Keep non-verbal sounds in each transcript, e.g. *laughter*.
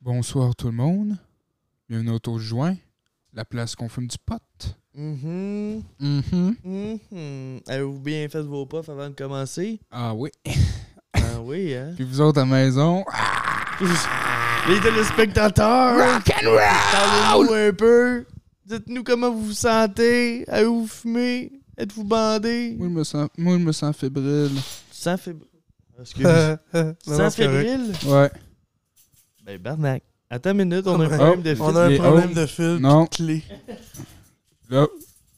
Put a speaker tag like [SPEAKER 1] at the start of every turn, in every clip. [SPEAKER 1] Bonsoir tout le monde. Bienvenue autour du joint, la place qu'on fume du pot.
[SPEAKER 2] Mhm. mhm. Avez-vous bien fait vos puffs avant de
[SPEAKER 3] *laughs*
[SPEAKER 2] commencer?
[SPEAKER 1] Ah oui.
[SPEAKER 2] Ah oui, hein?
[SPEAKER 1] Puis vous autres à la maison,
[SPEAKER 2] Les téléspectateurs!
[SPEAKER 1] rock and roll!
[SPEAKER 2] Parlez-nous un peu! Dites-nous comment vous vous sentez! Avez-vous fumé? Êtes-vous bandé?
[SPEAKER 1] Moi je me sens, moi, je me sens fébrile.
[SPEAKER 2] Sans fébrile. Excuse.
[SPEAKER 3] Euh, euh, non, non,
[SPEAKER 2] Sans
[SPEAKER 3] c'est correct.
[SPEAKER 2] fébrile?
[SPEAKER 1] Ouais.
[SPEAKER 2] Ben, barnac. Attends une minute, on a un
[SPEAKER 3] Oh,
[SPEAKER 2] problème de
[SPEAKER 3] On a
[SPEAKER 1] Les
[SPEAKER 3] un problème
[SPEAKER 1] hauts.
[SPEAKER 3] de fil
[SPEAKER 1] Non.
[SPEAKER 3] de clé.
[SPEAKER 1] Là,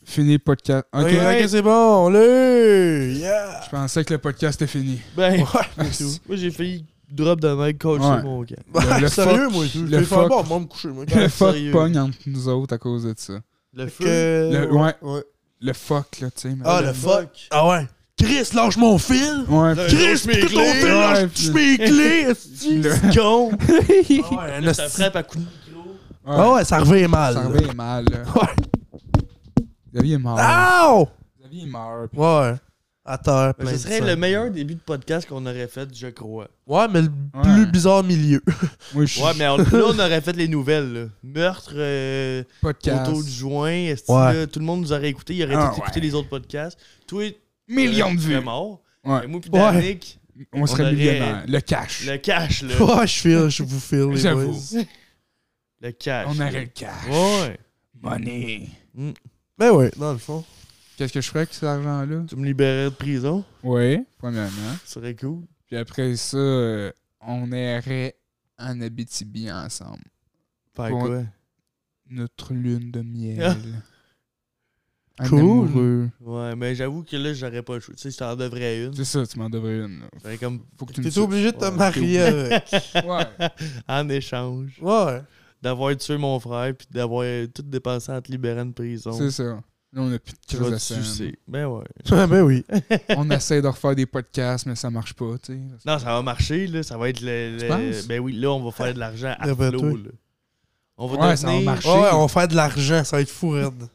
[SPEAKER 1] fini podcast. Ok.
[SPEAKER 3] Ok, ok, c'est bon, on l'a eu! Yeah!
[SPEAKER 1] Je pensais que le podcast était fini.
[SPEAKER 2] Ben, *laughs*
[SPEAKER 3] Ouais,
[SPEAKER 2] moi j'ai failli drop de mec coach
[SPEAKER 1] Ouais.
[SPEAKER 2] sur mon camp.
[SPEAKER 1] Le- le
[SPEAKER 3] *laughs* sérieux,
[SPEAKER 1] fuck-
[SPEAKER 3] moi, je
[SPEAKER 1] le
[SPEAKER 3] vais faire
[SPEAKER 1] fuck-
[SPEAKER 3] bon, moi, me coucher, moi.
[SPEAKER 1] *laughs* Le fuck
[SPEAKER 2] sérieux.
[SPEAKER 1] pogne entre nous autres à cause de ça.
[SPEAKER 2] Le
[SPEAKER 3] Fait
[SPEAKER 2] feu.
[SPEAKER 3] que-
[SPEAKER 1] euh, Le- ouais.
[SPEAKER 3] ouais.
[SPEAKER 1] Le fuck, là, tu sais. mais-
[SPEAKER 3] Ah, le fuck. Ah ouais. Chris, lâche mon fil!
[SPEAKER 1] Ouais.
[SPEAKER 2] Le-
[SPEAKER 1] puis-
[SPEAKER 3] Chris,
[SPEAKER 2] Lâche mes
[SPEAKER 3] pute ton
[SPEAKER 2] clés.
[SPEAKER 3] fil,
[SPEAKER 1] Ouais,
[SPEAKER 3] lâche tu
[SPEAKER 1] *laughs*
[SPEAKER 3] mes clés! esti.
[SPEAKER 1] Le-
[SPEAKER 3] C'est con! *laughs* Ah ouais, un
[SPEAKER 2] Là, ça
[SPEAKER 3] esti-
[SPEAKER 2] frappe à coups de micro.
[SPEAKER 3] Ah ouais, ça revient mal.
[SPEAKER 1] Ça
[SPEAKER 3] là.
[SPEAKER 1] revient mal, là.
[SPEAKER 3] *laughs* Ouais.
[SPEAKER 1] Xavier est mort.
[SPEAKER 3] Ow!
[SPEAKER 1] Xavier est mort. puis-
[SPEAKER 3] Ouais. À terre, plein
[SPEAKER 2] Ce
[SPEAKER 3] de
[SPEAKER 2] serait
[SPEAKER 3] sang.
[SPEAKER 2] le meilleur début de podcast qu'on aurait fait, je crois.
[SPEAKER 3] Ouais, mais le
[SPEAKER 1] Ouais.
[SPEAKER 3] plus bizarre milieu.
[SPEAKER 1] Moi, je suis
[SPEAKER 2] Ouais, mais on- là, on aurait fait les nouvelles. là. Meurtre, euh,
[SPEAKER 1] podcast.
[SPEAKER 2] auto de joint, esti,
[SPEAKER 3] Ouais.
[SPEAKER 2] là, tout le monde nous aurait écouté. Il aurait
[SPEAKER 1] Ah,
[SPEAKER 2] tout écouté les autres podcasts. Toi,
[SPEAKER 1] Millions de
[SPEAKER 2] t'aurais-
[SPEAKER 1] vues.
[SPEAKER 2] t'es mort. Et
[SPEAKER 1] Ouais.
[SPEAKER 2] moi, puis
[SPEAKER 3] Ouais.
[SPEAKER 2] Danick,
[SPEAKER 1] On serait
[SPEAKER 2] aurait-
[SPEAKER 1] millionnaires. Le cash.
[SPEAKER 2] le cash, là.
[SPEAKER 3] *laughs* Ouais, je file, je vous file, les
[SPEAKER 1] J'avoue.
[SPEAKER 3] boys.
[SPEAKER 2] Le cash.
[SPEAKER 1] On
[SPEAKER 2] là.
[SPEAKER 1] aurait le cash.
[SPEAKER 2] Ouais.
[SPEAKER 1] Money.
[SPEAKER 3] Ben ouais, dans le fond.
[SPEAKER 1] Qu'est-ce que je ferais avec cet argent-là?
[SPEAKER 2] Tu me libérais de prison.
[SPEAKER 1] Oui, premièrement.
[SPEAKER 2] Ce serait cool.
[SPEAKER 1] Puis après ça, euh, on irait en Abitibi ensemble.
[SPEAKER 2] Faire
[SPEAKER 1] Bon.
[SPEAKER 2] quoi?
[SPEAKER 1] Notre lune de miel.
[SPEAKER 2] Ah.
[SPEAKER 1] Un
[SPEAKER 3] Cool.
[SPEAKER 1] amoureux.
[SPEAKER 2] Ouais, mais j'avoue que là, j'aurais pas le choix. Tu sais, je t'en devrais une.
[SPEAKER 1] C'est ça, tu m'en devrais une. là.
[SPEAKER 2] J'aurais comme
[SPEAKER 1] Faut que tu me
[SPEAKER 3] T'es
[SPEAKER 1] tues.
[SPEAKER 3] obligé de te
[SPEAKER 2] Ouais, t'es
[SPEAKER 3] marier avec.
[SPEAKER 1] *laughs* Ouais.
[SPEAKER 2] *laughs* en échange
[SPEAKER 1] *laughs*
[SPEAKER 3] Ouais.
[SPEAKER 2] d'avoir tué mon frère puis d'avoir tout dépensé en te libérant de prison.
[SPEAKER 1] C'est ça. Là, on a plus de
[SPEAKER 2] Tu
[SPEAKER 1] choses
[SPEAKER 2] vas
[SPEAKER 1] à
[SPEAKER 2] te
[SPEAKER 1] faire.
[SPEAKER 2] sucer. Ben ouais.
[SPEAKER 3] Ouais, ben oui.
[SPEAKER 1] On essaie de refaire des podcasts, mais ça marche pas, tu sais.
[SPEAKER 2] Non, ça va marcher, là. Ça va être le.
[SPEAKER 1] Tu
[SPEAKER 2] le-
[SPEAKER 1] penses?
[SPEAKER 2] Ben oui, là, on va faire de l'argent à
[SPEAKER 3] D'après
[SPEAKER 2] flot,
[SPEAKER 3] toi.
[SPEAKER 2] là. On va,
[SPEAKER 1] Ouais, ça va
[SPEAKER 2] devenir,
[SPEAKER 1] marcher.
[SPEAKER 3] Ouais, ouais, on va faire de l'argent, ça va être fou, raide.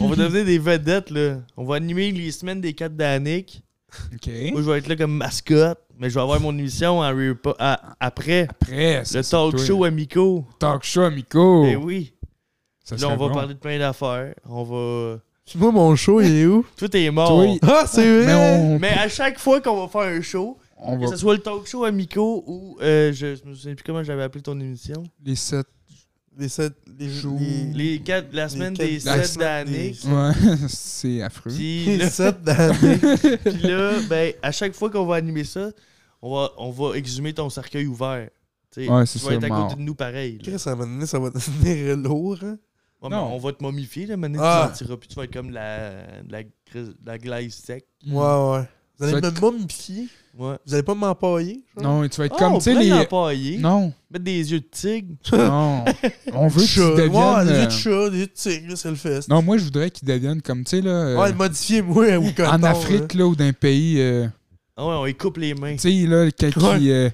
[SPEAKER 2] on va devenir des vedettes, là. On va animer les semaines des 4 d'Annick.
[SPEAKER 1] OK.
[SPEAKER 2] Moi, je vais être là comme mascotte, mais je vais avoir mon émission en repa- à- après.
[SPEAKER 1] Ah, Après,
[SPEAKER 2] Le talk show amico.
[SPEAKER 1] Talk show, Miko.
[SPEAKER 2] Ben oui.
[SPEAKER 1] Oh, Ça
[SPEAKER 2] là, on
[SPEAKER 1] serait
[SPEAKER 2] va
[SPEAKER 1] bon.
[SPEAKER 2] parler de plein d'affaires. On va.
[SPEAKER 3] Puis moi, mon show, il est où?
[SPEAKER 2] Tout est mort.
[SPEAKER 1] Toi,
[SPEAKER 3] *laughs* Ah, c'est
[SPEAKER 1] Mais
[SPEAKER 3] vrai!
[SPEAKER 1] on,
[SPEAKER 2] Mais à chaque fois qu'on va faire un show,
[SPEAKER 1] on
[SPEAKER 2] que ce
[SPEAKER 1] va.
[SPEAKER 2] soit le talk show amico ou euh, je, je me souviens plus comment j'avais appelé ton émission.
[SPEAKER 1] Les sept.
[SPEAKER 3] Les sept, les jours. Mm. Les,
[SPEAKER 2] Les quatre, la semaine
[SPEAKER 3] quatre-
[SPEAKER 2] des
[SPEAKER 3] la
[SPEAKER 2] sept
[SPEAKER 3] semaine
[SPEAKER 2] d'années.
[SPEAKER 3] des-
[SPEAKER 1] Ouais, *laughs* c'est affreux. *laughs*
[SPEAKER 2] Puis là,
[SPEAKER 3] sept d'années.
[SPEAKER 2] puis là, ben, à chaque fois qu'on va animer ça, on va, on va exhumer ton cercueil ouvert. Tu sais,
[SPEAKER 1] Ouais, c'est
[SPEAKER 2] tu
[SPEAKER 1] ça,
[SPEAKER 2] vas être à
[SPEAKER 1] mort.
[SPEAKER 2] côté de nous pareil. là.
[SPEAKER 3] Chris, ça va donner, ça va devenir lourd. Hein?
[SPEAKER 2] Ouais, mais
[SPEAKER 1] Non.
[SPEAKER 2] on va te momifier, là, maintenant
[SPEAKER 3] Ah.
[SPEAKER 2] tu sortiras, puis tu vas être comme la, la, gris- la glaise sec.
[SPEAKER 1] Mm.
[SPEAKER 3] Ouais, ouais. Vous
[SPEAKER 1] Ça
[SPEAKER 3] allez
[SPEAKER 1] va
[SPEAKER 3] me momifier.
[SPEAKER 2] Ouais.
[SPEAKER 3] Vous allez pas m'empailler. genre?
[SPEAKER 1] Non, tu vas être
[SPEAKER 2] Ah,
[SPEAKER 1] comme,
[SPEAKER 2] on
[SPEAKER 1] tu sais,
[SPEAKER 2] pourrait
[SPEAKER 1] les.
[SPEAKER 2] l'empailler,
[SPEAKER 1] Non,
[SPEAKER 2] mettre des yeux de
[SPEAKER 1] *laughs*
[SPEAKER 2] tigre.
[SPEAKER 1] non. on veut
[SPEAKER 3] Des
[SPEAKER 1] que tu
[SPEAKER 3] chats. Ouais, des yeux
[SPEAKER 1] deviennes.
[SPEAKER 3] de
[SPEAKER 1] euh,
[SPEAKER 3] chat, des yeux de tigre, là, c'est le fest.
[SPEAKER 1] Non, moi, je voudrais qu'ils deviennent comme, tu sais, là. euh,
[SPEAKER 3] Ouais, modifiez-moi ou coton.
[SPEAKER 1] en Afrique, là, ou d'un pays. euh,
[SPEAKER 2] Ah ouais, on y coupe
[SPEAKER 1] *laughs*
[SPEAKER 2] les mains.
[SPEAKER 1] tu sais, là, quelqu'un
[SPEAKER 3] Ouais.
[SPEAKER 1] qui. euh,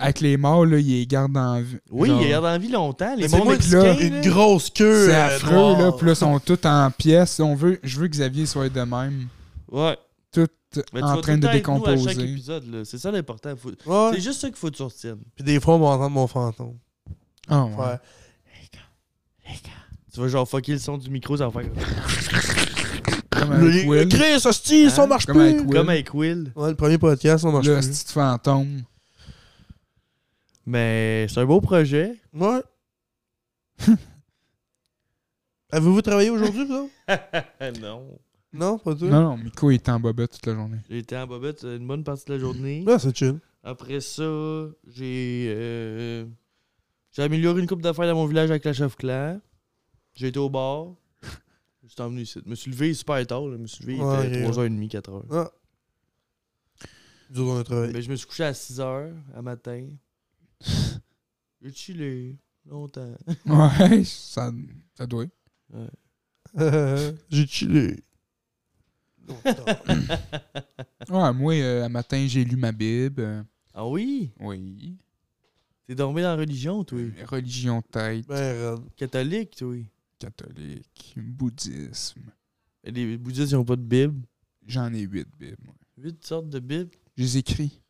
[SPEAKER 1] avec les morts, là, ils les gardent en vue.
[SPEAKER 2] Oui,
[SPEAKER 1] Genre,
[SPEAKER 2] il garde en vie longtemps. Les
[SPEAKER 3] C'est
[SPEAKER 2] bons
[SPEAKER 3] moi
[SPEAKER 1] qui l'a-
[SPEAKER 2] Mexicains,
[SPEAKER 3] là, Une
[SPEAKER 2] là.
[SPEAKER 3] grosse queue.
[SPEAKER 1] C'est
[SPEAKER 3] euh,
[SPEAKER 1] affreux,
[SPEAKER 3] noire.
[SPEAKER 1] là. Puis là, ils sont tous en pièces. On veut, je veux que Xavier soit de même.
[SPEAKER 2] Ouais.
[SPEAKER 1] Tout
[SPEAKER 2] Mais tu
[SPEAKER 1] en
[SPEAKER 2] vas
[SPEAKER 1] train de
[SPEAKER 2] tout le temps avec nous à chaque
[SPEAKER 1] décomposer.
[SPEAKER 2] épisode, là. C'est ça l'important. Faut- C'est
[SPEAKER 3] Ouais.
[SPEAKER 2] juste ça qu'il faut que tu retiennes.
[SPEAKER 3] Puis des fois, on va entendre mon fantôme.
[SPEAKER 1] Ah,
[SPEAKER 3] Ouais.
[SPEAKER 1] ouais.
[SPEAKER 2] Tu vas genre fucker le son du micro, ça va faire comme-
[SPEAKER 1] Comme avec
[SPEAKER 3] Le,
[SPEAKER 1] Will.
[SPEAKER 3] Chris, hostie, ça
[SPEAKER 2] Hein?
[SPEAKER 3] marche
[SPEAKER 1] Comme
[SPEAKER 3] plus.
[SPEAKER 1] avec Will.
[SPEAKER 2] comme avec Will.
[SPEAKER 3] Ouais, le premier podcast, ça marche
[SPEAKER 1] Le
[SPEAKER 3] plus.
[SPEAKER 1] petit fantôme.
[SPEAKER 2] Mais c'est un beau projet.
[SPEAKER 3] Ouais. *laughs* Avez-vous travaillé aujourd'hui, vous autres?
[SPEAKER 2] non.
[SPEAKER 3] *laughs* Non, pas tout.
[SPEAKER 1] Non, non, Miko il est en bobette toute la journée.
[SPEAKER 2] J'ai été en bobette une bonne partie de la journée.
[SPEAKER 3] Ouais, Ben, c'est chill.
[SPEAKER 2] Après ça, j'ai. euh, j'ai amélioré une coupe d'affaires dans mon village avec la chef clan. J'ai été au bar.
[SPEAKER 1] *laughs*
[SPEAKER 2] Je suis venu ici. Je me suis levé super tard. là. Je me suis levé
[SPEAKER 3] Ouais,
[SPEAKER 2] il était
[SPEAKER 3] ouais.
[SPEAKER 2] 3h30, 4h.
[SPEAKER 3] Ah. Nous autres, on a travaillé.
[SPEAKER 2] Mais je me suis couché à 6h à matin. J'ai chillé longtemps.
[SPEAKER 1] Ouais, ça, ça doit.
[SPEAKER 3] *laughs* J'ai chillé.
[SPEAKER 1] Ouais, moi, euh, à matin, j'ai lu ma Bible. euh,
[SPEAKER 2] ah oui?
[SPEAKER 1] oui.
[SPEAKER 2] T'es dormi dans la religion, toi?
[SPEAKER 1] Euh, Religion tête,
[SPEAKER 3] ben, *laughs* raide.
[SPEAKER 2] Catholique, toi?
[SPEAKER 1] catholique, bouddhisme.
[SPEAKER 2] Les bouddhistes, ils n'ont pas de Bible.
[SPEAKER 1] J'en ai huit Bibles. moi.
[SPEAKER 2] Huit sortes de Bibles.
[SPEAKER 1] Je les écris.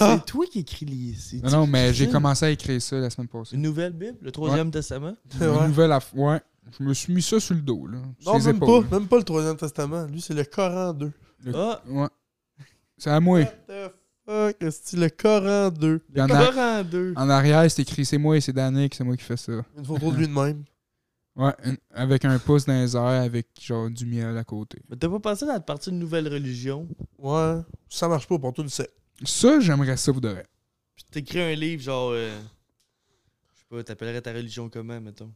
[SPEAKER 3] Ah!
[SPEAKER 2] C'est toi qui écris les. c'est-
[SPEAKER 1] Non, non, mais
[SPEAKER 2] c'est
[SPEAKER 1] j'ai
[SPEAKER 2] une-
[SPEAKER 1] commencé à écrire ça la semaine passée.
[SPEAKER 2] Une nouvelle Bible, le troisième testament.
[SPEAKER 1] Une
[SPEAKER 3] Ouais.
[SPEAKER 1] nouvelle aff- Ouais. Je me suis mis ça sur le dos, là. sur
[SPEAKER 3] Non,
[SPEAKER 1] les
[SPEAKER 3] même pas,
[SPEAKER 1] épaules.
[SPEAKER 3] même pas le Troisième Testament. Lui, c'est le Coran 2.
[SPEAKER 2] Ah,
[SPEAKER 1] Ouais. C'est à moi.
[SPEAKER 3] What the fuck, c'est Ah, le Coran 2.
[SPEAKER 1] Il y en a-
[SPEAKER 2] Coran 2.
[SPEAKER 1] En arrière, c'est écrit c'est moi et c'est Danick, c'est moi qui fais ça.
[SPEAKER 3] Une photo de lui de même.
[SPEAKER 1] Ouais, une- avec un pouce dans les airs, avec genre du miel à côté.
[SPEAKER 2] Mais t'as pas pensé dans la partie de nouvelle religion?
[SPEAKER 3] Ouais. Ça marche pas pour toi, une secte.
[SPEAKER 1] Ça, j'aimerais ça, vous devrez.
[SPEAKER 2] Puis t'écris un livre genre. euh, Je sais pas, t'appellerais ta religion comment, mettons?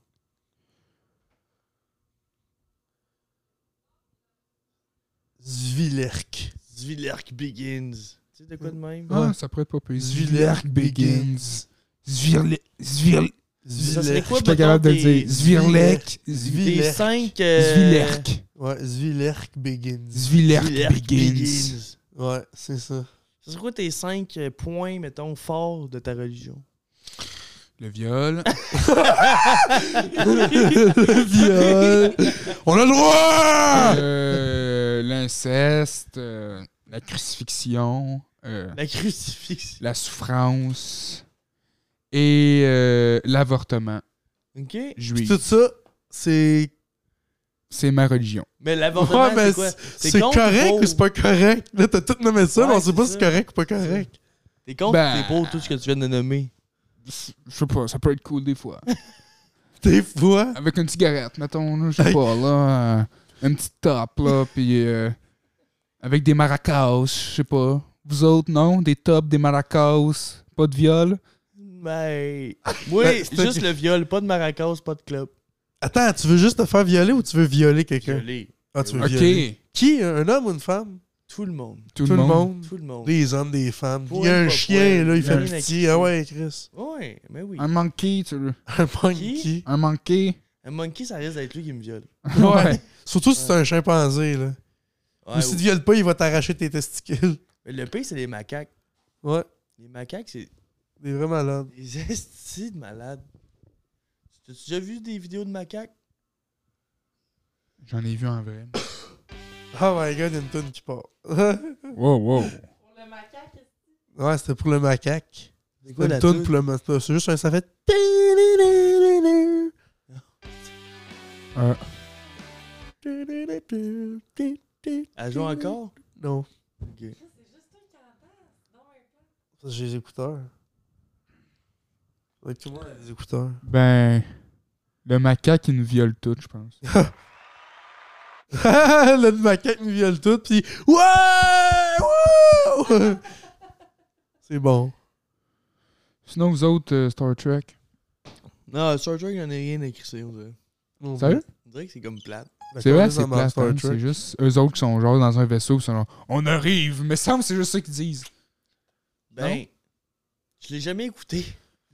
[SPEAKER 3] Zvilerk.
[SPEAKER 2] Zvillerk Begins. Tu sais de quoi de même?
[SPEAKER 1] Ah,
[SPEAKER 3] Ouais.
[SPEAKER 1] ça pourrait pas payer.
[SPEAKER 3] Zvilerk
[SPEAKER 1] Begins. Zvirlek. Zvirlek.
[SPEAKER 2] Ça serait
[SPEAKER 3] Zvilerk.
[SPEAKER 2] quoi,
[SPEAKER 1] Je suis pas
[SPEAKER 2] mettons,
[SPEAKER 1] capable de le
[SPEAKER 2] tes-
[SPEAKER 1] dire. Zvirlek.
[SPEAKER 3] Zvilerk.
[SPEAKER 2] Tes
[SPEAKER 3] Zvilerk.
[SPEAKER 2] cinq. euh,
[SPEAKER 1] Zvilerk.
[SPEAKER 3] Ouais, Zvilerk Begins.
[SPEAKER 1] Zvilerk
[SPEAKER 2] Zvillerk
[SPEAKER 1] Begins.
[SPEAKER 2] Begins.
[SPEAKER 3] Ouais, c'est *laughs* ça.
[SPEAKER 2] Ça serait quoi tes cinq euh, points, mettons, forts de ta religion?
[SPEAKER 1] Le viol.
[SPEAKER 3] Le viol. On a le droit!
[SPEAKER 1] euh, L'inceste. euh, La crucifixion. euh,
[SPEAKER 2] La crucifixion.
[SPEAKER 1] La souffrance. Et euh, l'avortement
[SPEAKER 2] OK?
[SPEAKER 3] Puis
[SPEAKER 1] juif.
[SPEAKER 3] tout ça, c'est.
[SPEAKER 1] C'est ma religion.
[SPEAKER 2] Mais l'avortement,
[SPEAKER 3] Ouais, mais
[SPEAKER 2] c'est quoi?
[SPEAKER 3] c'est
[SPEAKER 2] contre
[SPEAKER 3] correct
[SPEAKER 2] pour-
[SPEAKER 3] ou c'est pas correct? Là, t'as tout nommé ça,
[SPEAKER 2] Ouais,
[SPEAKER 3] mais on sait
[SPEAKER 2] c'est
[SPEAKER 3] pas
[SPEAKER 2] ça.
[SPEAKER 3] si c'est correct ou pas correct.
[SPEAKER 2] T'es contre
[SPEAKER 1] Ben-
[SPEAKER 2] ou t'es pour tout ce que tu viens de nommer?
[SPEAKER 1] Je sais pas, ça peut être cool des fois.
[SPEAKER 3] Des fois.
[SPEAKER 1] Avec une cigarette, mettons, là, je sais pas, là. euh, une petite top, là, puis euh, avec des maracas, je sais pas. Vous autres, non? Des tops, des maracas, pas de viol?
[SPEAKER 2] Mais... Moi,
[SPEAKER 3] Ben, c'est
[SPEAKER 2] juste
[SPEAKER 3] ok.
[SPEAKER 2] le viol, pas de maracas, pas de club.
[SPEAKER 3] Attends, tu veux juste te faire violer ou tu veux violer quelqu'un?
[SPEAKER 2] Violer.
[SPEAKER 3] Ah, tu veux
[SPEAKER 1] Ok,
[SPEAKER 3] violer. Qui? Un homme ou une femme?
[SPEAKER 2] Tout le monde.
[SPEAKER 1] tout, le monde.
[SPEAKER 3] Mm.
[SPEAKER 2] Tout le monde.
[SPEAKER 3] Des hommes, des femmes.
[SPEAKER 2] Pour
[SPEAKER 3] il y a
[SPEAKER 2] une
[SPEAKER 3] un
[SPEAKER 2] fois,
[SPEAKER 3] chien,
[SPEAKER 2] pour
[SPEAKER 3] là, il
[SPEAKER 2] une-
[SPEAKER 3] fait
[SPEAKER 2] une
[SPEAKER 3] pitié.
[SPEAKER 2] activité.
[SPEAKER 3] Ah ouais, Chris. *laughs*
[SPEAKER 2] Ouais, mais
[SPEAKER 3] Hein?
[SPEAKER 2] oui.
[SPEAKER 1] Un monkey, tu veux.
[SPEAKER 3] Un monkey.
[SPEAKER 1] Un *laughs* monkey.
[SPEAKER 2] Un monkey, ça risque d'être lui qui me viole.
[SPEAKER 1] ouais.
[SPEAKER 3] Surtout si c'est un chimpanzé, là.
[SPEAKER 2] Ouais,
[SPEAKER 3] ou si
[SPEAKER 2] ouais.
[SPEAKER 3] tu violes pas, il va t'arracher tes testicules. *laughs*
[SPEAKER 2] Mais le pire, c'est les macaques.
[SPEAKER 3] Ouais.
[SPEAKER 2] Les macaques, c'est
[SPEAKER 3] Des vrais malades.
[SPEAKER 2] des *laughs* estis de malades. T'as déjà vu des vidéos de macaques?
[SPEAKER 1] J'en ai vu en vrai.
[SPEAKER 3] Oh my god, il y a une toune qui part. *laughs* ouais,
[SPEAKER 1] Wow, wow.
[SPEAKER 3] c'était pour le macaque.
[SPEAKER 2] C'est
[SPEAKER 3] C'était une toune pour le macaque. hein, C'est juste
[SPEAKER 1] *laughs*
[SPEAKER 3] un, ça fait.
[SPEAKER 1] Euh,
[SPEAKER 2] Elle joue encore?
[SPEAKER 3] Non,
[SPEAKER 2] Ok.
[SPEAKER 3] ça, j'ai les écouteurs. Ouais, tout le monde a des
[SPEAKER 1] *laughs*
[SPEAKER 3] écouteurs.
[SPEAKER 1] ben. Le macaque, il nous viole tout, je pense.
[SPEAKER 3] le macaque me viole tout, pis. Ouais! Wouh! *laughs* C'est bon.
[SPEAKER 1] Sinon, vous autres, euh, Star Trek.
[SPEAKER 2] Non, Star Trek, j'en ai rien écrit, c'est- on dirait.
[SPEAKER 1] Sérieux?
[SPEAKER 2] On dirait que c'est comme plate.
[SPEAKER 1] C'est vrai,
[SPEAKER 3] D'accord,
[SPEAKER 1] c'est
[SPEAKER 3] dans
[SPEAKER 1] plate,
[SPEAKER 3] Star
[SPEAKER 1] hein,
[SPEAKER 3] Trek.
[SPEAKER 1] C'est juste eux autres qui sont genre dans un vaisseau, ils sont genre, on arrive, mais semble que c'est juste ça qu'ils disent.
[SPEAKER 2] Ben, je l'ai jamais écouté.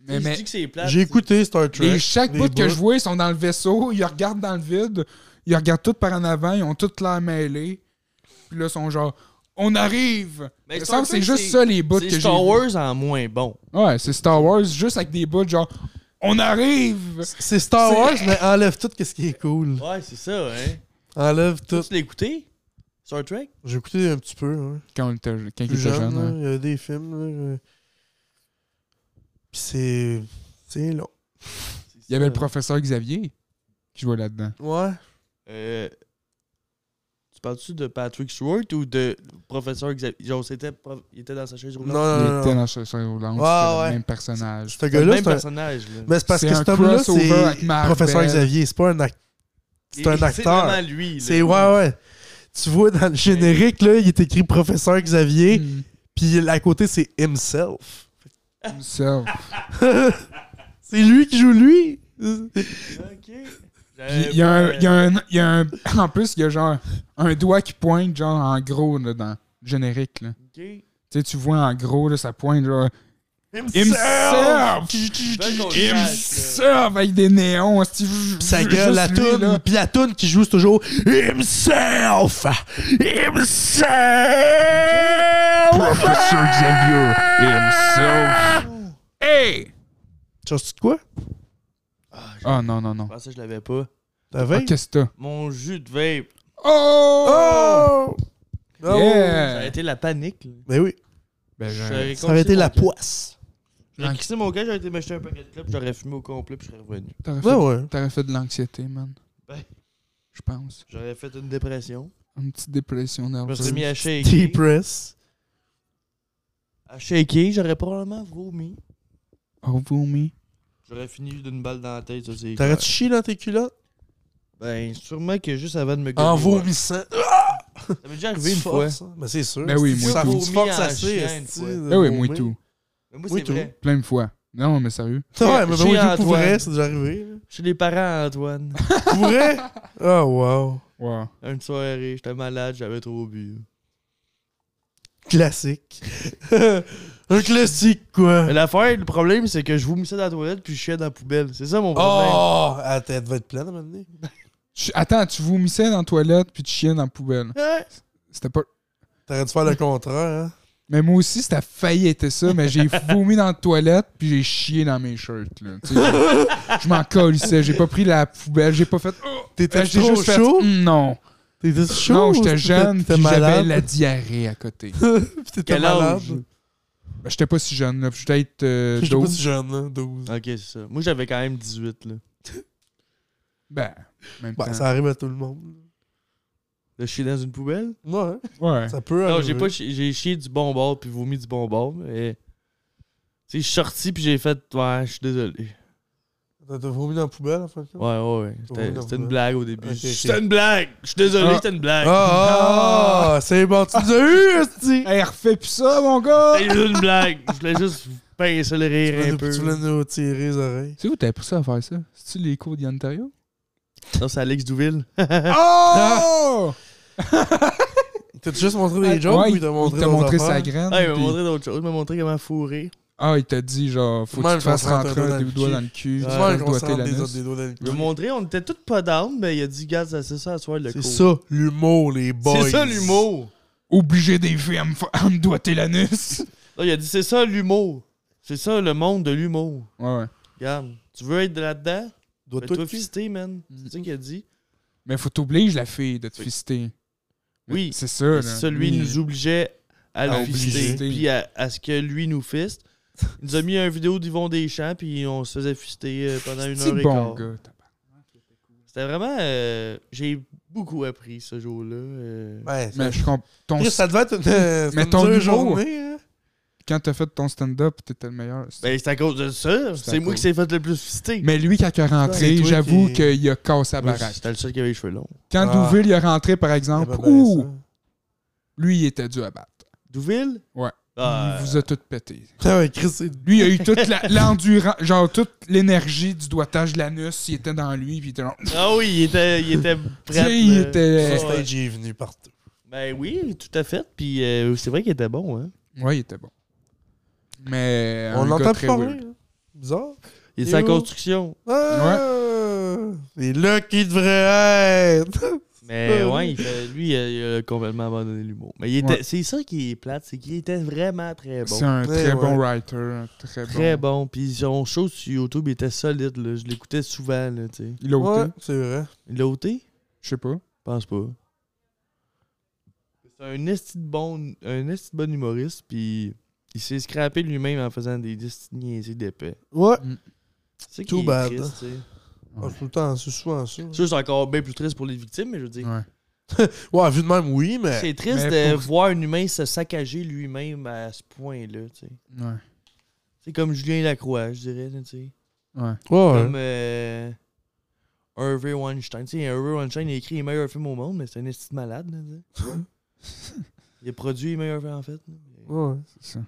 [SPEAKER 1] Mais,
[SPEAKER 2] je
[SPEAKER 1] mais
[SPEAKER 2] dis que c'est plate.
[SPEAKER 3] J'ai écouté Star Trek.
[SPEAKER 1] et chaque
[SPEAKER 3] des
[SPEAKER 1] bout que
[SPEAKER 3] bouts.
[SPEAKER 1] je vois, ils sont dans le vaisseau, ils regardent dans le vide, ils regardent tout par en avant, ils ont tout l'air mêlés. Puis là, ils sont genre, on arrive.
[SPEAKER 2] Mais
[SPEAKER 1] me
[SPEAKER 2] Star
[SPEAKER 1] semble que c'est
[SPEAKER 2] Trek,
[SPEAKER 1] juste ça les bouts que
[SPEAKER 2] C'est
[SPEAKER 1] j'ai.
[SPEAKER 2] Star
[SPEAKER 1] vus.
[SPEAKER 2] Wars en moins bon.
[SPEAKER 1] Ouais, c'est Star Wars, juste avec des bouts genre, on arrive.
[SPEAKER 3] C'est Star
[SPEAKER 1] C'est-
[SPEAKER 3] Wars, mais enlève tout ce qui est cool.
[SPEAKER 2] Ouais, c'est ça, hein.
[SPEAKER 3] Enlève
[SPEAKER 2] Toi,
[SPEAKER 3] tout.
[SPEAKER 2] tu l'as écouté? Star Trek?
[SPEAKER 3] J'ai écouté un petit peu, hein.
[SPEAKER 1] Quand, on était, quand ils
[SPEAKER 3] Plus
[SPEAKER 1] étaient
[SPEAKER 3] jeune,
[SPEAKER 1] jeunes,
[SPEAKER 3] là,
[SPEAKER 1] hein.
[SPEAKER 3] il y a des films. Là. euh. Puis c'est. C'est long.
[SPEAKER 1] il y avait le professeur Xavier qui jouait là-dedans.
[SPEAKER 3] Ouais.
[SPEAKER 2] Euh, tu parles-tu de Patrick Stewart ou de professeur Xavier? Genre, c'était prof- il était dans sa chaise
[SPEAKER 3] Non,
[SPEAKER 2] roulante.
[SPEAKER 3] non,
[SPEAKER 1] il
[SPEAKER 3] non.
[SPEAKER 1] était
[SPEAKER 3] Euh, non.
[SPEAKER 1] dans Chasseur Roulante,
[SPEAKER 3] Ouais,
[SPEAKER 1] c'était
[SPEAKER 3] ouais.
[SPEAKER 1] le même personnage.
[SPEAKER 3] Ce
[SPEAKER 2] C'est le
[SPEAKER 3] gars-là,
[SPEAKER 2] même
[SPEAKER 3] c'est un.
[SPEAKER 2] personnage, là.
[SPEAKER 3] Mais c'est parce
[SPEAKER 1] C'est
[SPEAKER 3] que
[SPEAKER 1] un
[SPEAKER 3] cet homme-là,
[SPEAKER 1] crossover avec
[SPEAKER 3] c'est.
[SPEAKER 1] Marvel.
[SPEAKER 3] Professeur Xavier, c'est pas un acteur. C'est un
[SPEAKER 2] Et-
[SPEAKER 3] acteur.
[SPEAKER 2] vraiment lui, là.
[SPEAKER 3] C'est. Ouais, ouais. Tu vois, dans le générique, là, il est écrit Professeur Xavier,
[SPEAKER 1] Hmm.
[SPEAKER 3] puis à côté, c'est himself.
[SPEAKER 1] Himself.
[SPEAKER 3] C'est lui qui joue lui.
[SPEAKER 2] OK. J'avais
[SPEAKER 1] Il y a
[SPEAKER 2] pas,
[SPEAKER 1] un-
[SPEAKER 2] euh,
[SPEAKER 1] il y a un- il y a un- *laughs* En plus, il y a genre un doigt qui pointe, genre en gros, là, dans le générique. Là.
[SPEAKER 2] OK. Ils
[SPEAKER 1] Tu sais, tu vois en gros, là, ça pointe, genre. Himself!
[SPEAKER 2] veulent qu'on
[SPEAKER 3] Oh,
[SPEAKER 2] le fasse, là.
[SPEAKER 1] Himself! Avec des néons, c'est-
[SPEAKER 3] Pis sa
[SPEAKER 1] juste
[SPEAKER 3] gueule, la
[SPEAKER 1] lui,
[SPEAKER 3] toune,
[SPEAKER 1] là.
[SPEAKER 3] pis la toune qui joue c'est toujours Himself! Himself!
[SPEAKER 1] Professeur Xavier, himself! Hey!
[SPEAKER 3] Tu sais quoi?
[SPEAKER 1] Oh non, non, non.
[SPEAKER 2] Je pensais que je l'avais pas.
[SPEAKER 3] T'avais?
[SPEAKER 1] Ah, Qu'est-ce que t'as?
[SPEAKER 2] Mon jus de vape.
[SPEAKER 1] Oh!
[SPEAKER 3] Oh!
[SPEAKER 1] Yeah! Euh.
[SPEAKER 2] Ça a été la panique, là.
[SPEAKER 3] Mais oui.
[SPEAKER 1] Ben, j'ai-
[SPEAKER 2] J'aurais
[SPEAKER 3] Euh, Ça aurait été
[SPEAKER 2] crissé
[SPEAKER 3] la
[SPEAKER 2] mon camp.
[SPEAKER 3] poisse.
[SPEAKER 2] J'aurais crissé mon gars, j'aurais été m'acheter un paquet de clubs, j'aurais fumé au complet, puis je serais revenu.
[SPEAKER 1] T'aurais fait,
[SPEAKER 3] Ouais, ouais.
[SPEAKER 1] t'aurais fait de l'anxiété, man.
[SPEAKER 2] Ben.
[SPEAKER 1] Je pense.
[SPEAKER 2] J'aurais fait une dépression.
[SPEAKER 1] Une petite dépression
[SPEAKER 2] Je me
[SPEAKER 1] nerveuse.
[SPEAKER 2] serais mis à shaker.
[SPEAKER 3] T-press.
[SPEAKER 2] À shaker, j'aurais probablement vomi.
[SPEAKER 1] Oh, vomi.
[SPEAKER 2] J'aurais fini d'une balle dans la tête, ça c'est. clair.
[SPEAKER 3] T'aurais-tu chié dans tes culottes?
[SPEAKER 2] Ben, sûrement que juste avant de me
[SPEAKER 3] En
[SPEAKER 2] gueuler, ouais.
[SPEAKER 3] vomissant.
[SPEAKER 2] Ça m'est déjà arrivé une fois.
[SPEAKER 3] hein. Mais c'est sûr.
[SPEAKER 1] Ben oui,
[SPEAKER 3] C'est-
[SPEAKER 1] moi
[SPEAKER 3] ça
[SPEAKER 1] tout.
[SPEAKER 3] faut que tu forces
[SPEAKER 2] Vomi en
[SPEAKER 3] assez,
[SPEAKER 2] chien, une
[SPEAKER 3] esti,
[SPEAKER 2] fois.
[SPEAKER 3] de
[SPEAKER 1] Eh oui, moi
[SPEAKER 3] vomir.
[SPEAKER 1] et tout.
[SPEAKER 2] Mais moi,
[SPEAKER 3] Oui,
[SPEAKER 2] c'est
[SPEAKER 3] tout.
[SPEAKER 2] vrai.
[SPEAKER 1] Plein de fois. Non, mais sérieux.
[SPEAKER 3] Ouais, mais ben
[SPEAKER 2] Chier
[SPEAKER 3] oui,
[SPEAKER 2] à
[SPEAKER 3] tout pour
[SPEAKER 2] Antoine.
[SPEAKER 3] vrai, c'est déjà arrivé. là.
[SPEAKER 2] Chez les parents, Antoine. *laughs*
[SPEAKER 3] Pour
[SPEAKER 1] *laughs*
[SPEAKER 3] vrai? Oh, wow.
[SPEAKER 1] Wow.
[SPEAKER 2] Une soirée, j'étais malade, j'avais trop bu.
[SPEAKER 3] Classique. *laughs* Un classique, quoi.
[SPEAKER 2] Mais l'affaire, le problème, c'est que je vomissais dans la toilette puis je chiais dans la poubelle. C'est ça mon problème.
[SPEAKER 3] Oh! Attends, elle devait être pleine à un moment donné.
[SPEAKER 1] Tu- Attends, tu vomissais dans la toilette puis tu chiais dans la poubelle.
[SPEAKER 2] Ouais.
[SPEAKER 1] C'était pas.
[SPEAKER 3] T'aurais dû faire le contraire, hein?
[SPEAKER 1] Mais moi aussi, c'était failli être ça, mais
[SPEAKER 3] *laughs*
[SPEAKER 1] j'ai vomi dans la toilette puis j'ai chié dans mes shirts. Là. Tu sais, je je m'en colissais. J'ai pas pris la poubelle. J'ai pas fait. Oh!
[SPEAKER 3] T'étais
[SPEAKER 1] J'ai
[SPEAKER 3] trop
[SPEAKER 1] juste fait,
[SPEAKER 3] chaud?
[SPEAKER 1] Hmm, non.
[SPEAKER 3] T'étais chaud?
[SPEAKER 1] non,
[SPEAKER 3] ou
[SPEAKER 1] j'étais
[SPEAKER 3] t'étais-
[SPEAKER 1] jeune
[SPEAKER 3] t'étais
[SPEAKER 1] puis j'avais
[SPEAKER 3] malade?
[SPEAKER 1] la diarrhée à
[SPEAKER 3] *laughs*
[SPEAKER 1] côté.
[SPEAKER 3] Puis t'étais
[SPEAKER 2] Quel âge?
[SPEAKER 3] malade?
[SPEAKER 1] Ben, j'étais pas si jeune. là. J'étais peut-être euh,
[SPEAKER 3] J'étais pas
[SPEAKER 1] 12.
[SPEAKER 3] si jeune, hein? 12.
[SPEAKER 2] Ok, c'est ça. Moi, j'avais quand même 18, là.
[SPEAKER 1] Ben, en même
[SPEAKER 3] Ben,
[SPEAKER 1] temps.
[SPEAKER 3] ça arrive à tout le monde.
[SPEAKER 2] De chier dans une poubelle.
[SPEAKER 3] Ouais, hein.
[SPEAKER 1] Ouais.
[SPEAKER 3] ça peut
[SPEAKER 2] Non,
[SPEAKER 3] arriver.
[SPEAKER 2] j'ai pas chi- j'ai chié du bon bord puis vomi du bon bord, mais. Tu sais, je suis sorti puis j'ai fait. Ouais, je suis désolé.
[SPEAKER 3] T'as t'as vomi dans la poubelle, en fait?
[SPEAKER 2] Ouais, ouais, ouais.
[SPEAKER 3] Oui,
[SPEAKER 2] C'était
[SPEAKER 3] non,
[SPEAKER 2] c'était
[SPEAKER 3] ouais.
[SPEAKER 2] une blague au début.
[SPEAKER 3] Ok, ok.
[SPEAKER 2] C'était une blague! Je suis désolé,
[SPEAKER 1] Ah.
[SPEAKER 2] c'était une blague.
[SPEAKER 3] Ah, ah, c'est bon, tu nous as eu, esti!
[SPEAKER 1] Hey, refais plus ça, mon gars!
[SPEAKER 2] C'était juste une blague. Je voulais juste pincer le
[SPEAKER 3] Tu voulais
[SPEAKER 2] rire un
[SPEAKER 3] nous-
[SPEAKER 2] peu.
[SPEAKER 3] Ah, Tu voulais nous tirer les oreilles.
[SPEAKER 1] C'est où t'avais poussé à faire ça? C'est-tu les cours d'Ontario?
[SPEAKER 2] Non, c'est Alex *laughs* Douville.
[SPEAKER 3] Ah!
[SPEAKER 1] Oh!
[SPEAKER 3] T'as-tu juste montré des jokes
[SPEAKER 1] Ah, Ouais,
[SPEAKER 3] ou il t'a montré
[SPEAKER 1] il t'a
[SPEAKER 3] d'autres
[SPEAKER 1] montré
[SPEAKER 3] affaires?
[SPEAKER 1] sa graine.
[SPEAKER 2] Ah, il m'a
[SPEAKER 1] puis-
[SPEAKER 2] montré d'autres choses. Il m'a montré comment fourrer.
[SPEAKER 1] Ah, il t'a dit, genre, faut que
[SPEAKER 3] Mal
[SPEAKER 1] tu te fasses
[SPEAKER 3] qu'on se rentre
[SPEAKER 1] rentrer
[SPEAKER 3] un doigt
[SPEAKER 1] un
[SPEAKER 3] dans
[SPEAKER 1] des
[SPEAKER 3] le
[SPEAKER 1] doigts
[SPEAKER 3] cul.
[SPEAKER 1] dans le cul.
[SPEAKER 3] Tu
[SPEAKER 1] tu
[SPEAKER 2] Ouais,
[SPEAKER 1] te
[SPEAKER 3] vois,
[SPEAKER 1] fasses
[SPEAKER 3] qu'on se
[SPEAKER 1] doigter
[SPEAKER 3] rentre des
[SPEAKER 1] l'anus.
[SPEAKER 3] des doigts dans le
[SPEAKER 2] Il m'a
[SPEAKER 3] cul.
[SPEAKER 2] montré, on était tous pas down, mais il a dit, gars, c'est ça, à soir, le
[SPEAKER 3] C'est
[SPEAKER 2] cours.
[SPEAKER 3] ça, l'humour, les boys.
[SPEAKER 2] C'est ça l'humour.
[SPEAKER 1] Obliger des filles à me, fa- *laughs* à me doigter l'anus.
[SPEAKER 2] Non, il a dit, c'est ça l'humour. C'est ça le monde de l'humour.
[SPEAKER 1] Ouais, ouais.
[SPEAKER 2] Regarde, tu veux être là-dedans?
[SPEAKER 3] Dois-toi
[SPEAKER 2] Fais-toi
[SPEAKER 3] de cul.
[SPEAKER 2] fister, man.
[SPEAKER 1] Mm.
[SPEAKER 2] C'est ça qu'il a dit.
[SPEAKER 1] Mais faut t'obliger la fille de te
[SPEAKER 2] Oui.
[SPEAKER 1] fister.
[SPEAKER 2] Oui.
[SPEAKER 1] C'est ça, là.
[SPEAKER 2] Celui
[SPEAKER 1] Oui.
[SPEAKER 2] nous obligeait à
[SPEAKER 1] À
[SPEAKER 2] le fister,
[SPEAKER 1] obliger.
[SPEAKER 2] puis à, à ce que lui nous fiste. Il nous a mis un vidéo d'Yvon Deschamps, puis on se faisait fister euh, pendant une
[SPEAKER 1] C'est
[SPEAKER 2] heure et
[SPEAKER 1] bon,
[SPEAKER 2] quart.
[SPEAKER 1] gars.
[SPEAKER 2] C'était vraiment... euh, J'ai beaucoup appris ce jour-là. euh.
[SPEAKER 3] Ouais, ça-
[SPEAKER 1] Mais je comprends. Ton...
[SPEAKER 3] Chris, ça devait être une, euh,
[SPEAKER 1] Mais
[SPEAKER 3] une
[SPEAKER 1] ton
[SPEAKER 3] dure
[SPEAKER 1] humour.
[SPEAKER 3] journée, hein?
[SPEAKER 1] Quand t'as fait ton stand-up, t'étais le meilleur.
[SPEAKER 2] Ben, c'est à cause de ça.
[SPEAKER 1] C'est à
[SPEAKER 2] C'est moi
[SPEAKER 1] cause.
[SPEAKER 2] qui s'est fait le plus fister.
[SPEAKER 1] Mais lui, quand il est
[SPEAKER 3] C'est
[SPEAKER 1] rentré,
[SPEAKER 3] toi
[SPEAKER 1] j'avoue
[SPEAKER 3] qui-
[SPEAKER 1] qu'il a cassé la
[SPEAKER 2] Oui,
[SPEAKER 1] baraque.
[SPEAKER 2] C'était le seul qui avait les cheveux longs.
[SPEAKER 1] Quand
[SPEAKER 3] Ah.
[SPEAKER 1] Douville il est rentré, par exemple,
[SPEAKER 3] J'aimais bien
[SPEAKER 1] ouh,
[SPEAKER 3] ça.
[SPEAKER 1] lui, il était dû à battre.
[SPEAKER 2] Douville?
[SPEAKER 1] Ouais.
[SPEAKER 2] Ah,
[SPEAKER 1] Il vous a tout pété.
[SPEAKER 3] Ah ouais, Chris, c'est
[SPEAKER 1] Lui, il a eu toute la- l'endurance, genre toute l'énergie du doigtage de l'anus, il était dans lui, puis il était genre...
[SPEAKER 2] Ah oui, il était, il
[SPEAKER 1] *laughs*
[SPEAKER 2] était prêt. euh,
[SPEAKER 1] Tiens, il
[SPEAKER 2] là.
[SPEAKER 1] était- euh,
[SPEAKER 2] Ouais, ouais.
[SPEAKER 3] stage est venu partout.
[SPEAKER 2] Ben oui, tout à fait. Puis euh, c'est vrai qu'il était bon. Hein.
[SPEAKER 1] Ouais, il était bon. Mais...
[SPEAKER 3] On
[SPEAKER 1] un gars
[SPEAKER 3] l'entend
[SPEAKER 1] très
[SPEAKER 3] plus parler,
[SPEAKER 1] weird.
[SPEAKER 3] hein? Bizarre.
[SPEAKER 2] Il était
[SPEAKER 3] Et
[SPEAKER 2] à
[SPEAKER 3] où?
[SPEAKER 2] construction.
[SPEAKER 3] Ah! C'est là qu'il devrait
[SPEAKER 1] *laughs*
[SPEAKER 3] être.
[SPEAKER 2] Mais
[SPEAKER 3] Ah oui.
[SPEAKER 2] ouais, il fait- lui, il a, il a complètement abandonné l'humour. Mais il était,
[SPEAKER 1] Ouais.
[SPEAKER 2] c'est ça qui est plate, c'est qu'il était vraiment très bon.
[SPEAKER 1] C'est un
[SPEAKER 3] Ouais,
[SPEAKER 1] très
[SPEAKER 3] ouais.
[SPEAKER 1] bon writer, un très,
[SPEAKER 2] Très
[SPEAKER 1] bon...
[SPEAKER 2] bon. Puis son show sur YouTube il était solide. Là. Je l'écoutais souvent. Là, tu sais.
[SPEAKER 1] Il a ôté,
[SPEAKER 3] Ouais, c'est vrai.
[SPEAKER 2] Il l'a ôté?
[SPEAKER 1] je sais pas.
[SPEAKER 2] Je pense pas. C'est un esti de bon, un esti de bon humoriste, puis il s'est scrappé lui-même en faisant des destinées d'épais.
[SPEAKER 3] Ouais.
[SPEAKER 2] C'est
[SPEAKER 3] Too
[SPEAKER 2] qui
[SPEAKER 3] bad.
[SPEAKER 2] est triste, tu sais.
[SPEAKER 3] Ah, tout le temps, c'est souvent ça.
[SPEAKER 2] Ça, c'est encore bien plus triste pour les victimes, mais je veux dire.
[SPEAKER 1] Ouais.
[SPEAKER 3] Ouais, vu de même, oui, mais.
[SPEAKER 2] C'est triste
[SPEAKER 1] Mais
[SPEAKER 2] de
[SPEAKER 1] pour-
[SPEAKER 2] voir un humain se saccager lui-même à ce point-là, tu sais.
[SPEAKER 1] Ouais.
[SPEAKER 2] C'est comme Julien Lacroix, je dirais, tu sais.
[SPEAKER 1] Ouais. *laughs*
[SPEAKER 3] Ouais.
[SPEAKER 2] Comme euh, Harvey Weinstein. Tu sais, Harvey Weinstein, il a écrit les meilleurs films au monde, mais c'est un esti de malade, là, tu sais. Il a produit les meilleurs films, en fait. là.
[SPEAKER 3] Ouais.
[SPEAKER 1] C'est ça.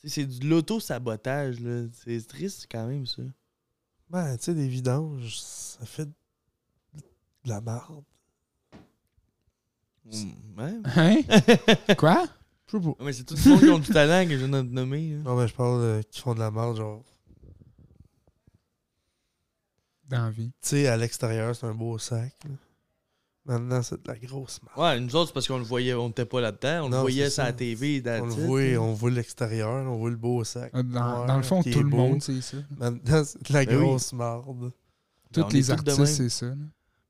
[SPEAKER 2] Tu sais, C'est de l'auto-sabotage, là. C'est triste quand même, ça.
[SPEAKER 3] Ben, tu sais, des vidanges, ça fait de la merde.
[SPEAKER 2] Mm, *laughs* Ouais.
[SPEAKER 1] Hein? Quoi?
[SPEAKER 3] Je sais pas.
[SPEAKER 2] mais c'est tout le monde qui ont du talent que je viens de nommer. là.
[SPEAKER 3] Non, mais je parle euh, qui font de la merde, genre.
[SPEAKER 1] Dans la vie.
[SPEAKER 3] Tu sais, à l'extérieur, c'est un beau sac. là. Maintenant, c'est de la grosse merde.
[SPEAKER 2] Ouais, nous autres, c'est parce qu'on le voyait, on n'était pas là-dedans. On
[SPEAKER 3] Non,
[SPEAKER 2] le
[SPEAKER 3] c'est
[SPEAKER 2] voyait sur
[SPEAKER 3] ça.
[SPEAKER 2] la TV. Dans
[SPEAKER 3] On le
[SPEAKER 2] titre,
[SPEAKER 3] voit,
[SPEAKER 2] là.
[SPEAKER 3] on voit l'extérieur, on voit le beau sac.
[SPEAKER 1] Dans, Euh, Ah, dans
[SPEAKER 3] Ouais,
[SPEAKER 1] le fond,
[SPEAKER 3] qui est
[SPEAKER 1] tout le
[SPEAKER 3] beau.
[SPEAKER 1] monde, c'est ça.
[SPEAKER 3] Maintenant, c'est de la
[SPEAKER 2] Ben oui.
[SPEAKER 3] grosse merde.
[SPEAKER 2] Ben, on
[SPEAKER 1] Tous
[SPEAKER 2] est
[SPEAKER 1] les
[SPEAKER 2] tous de
[SPEAKER 1] artistes,
[SPEAKER 2] même.
[SPEAKER 1] c'est ça. là.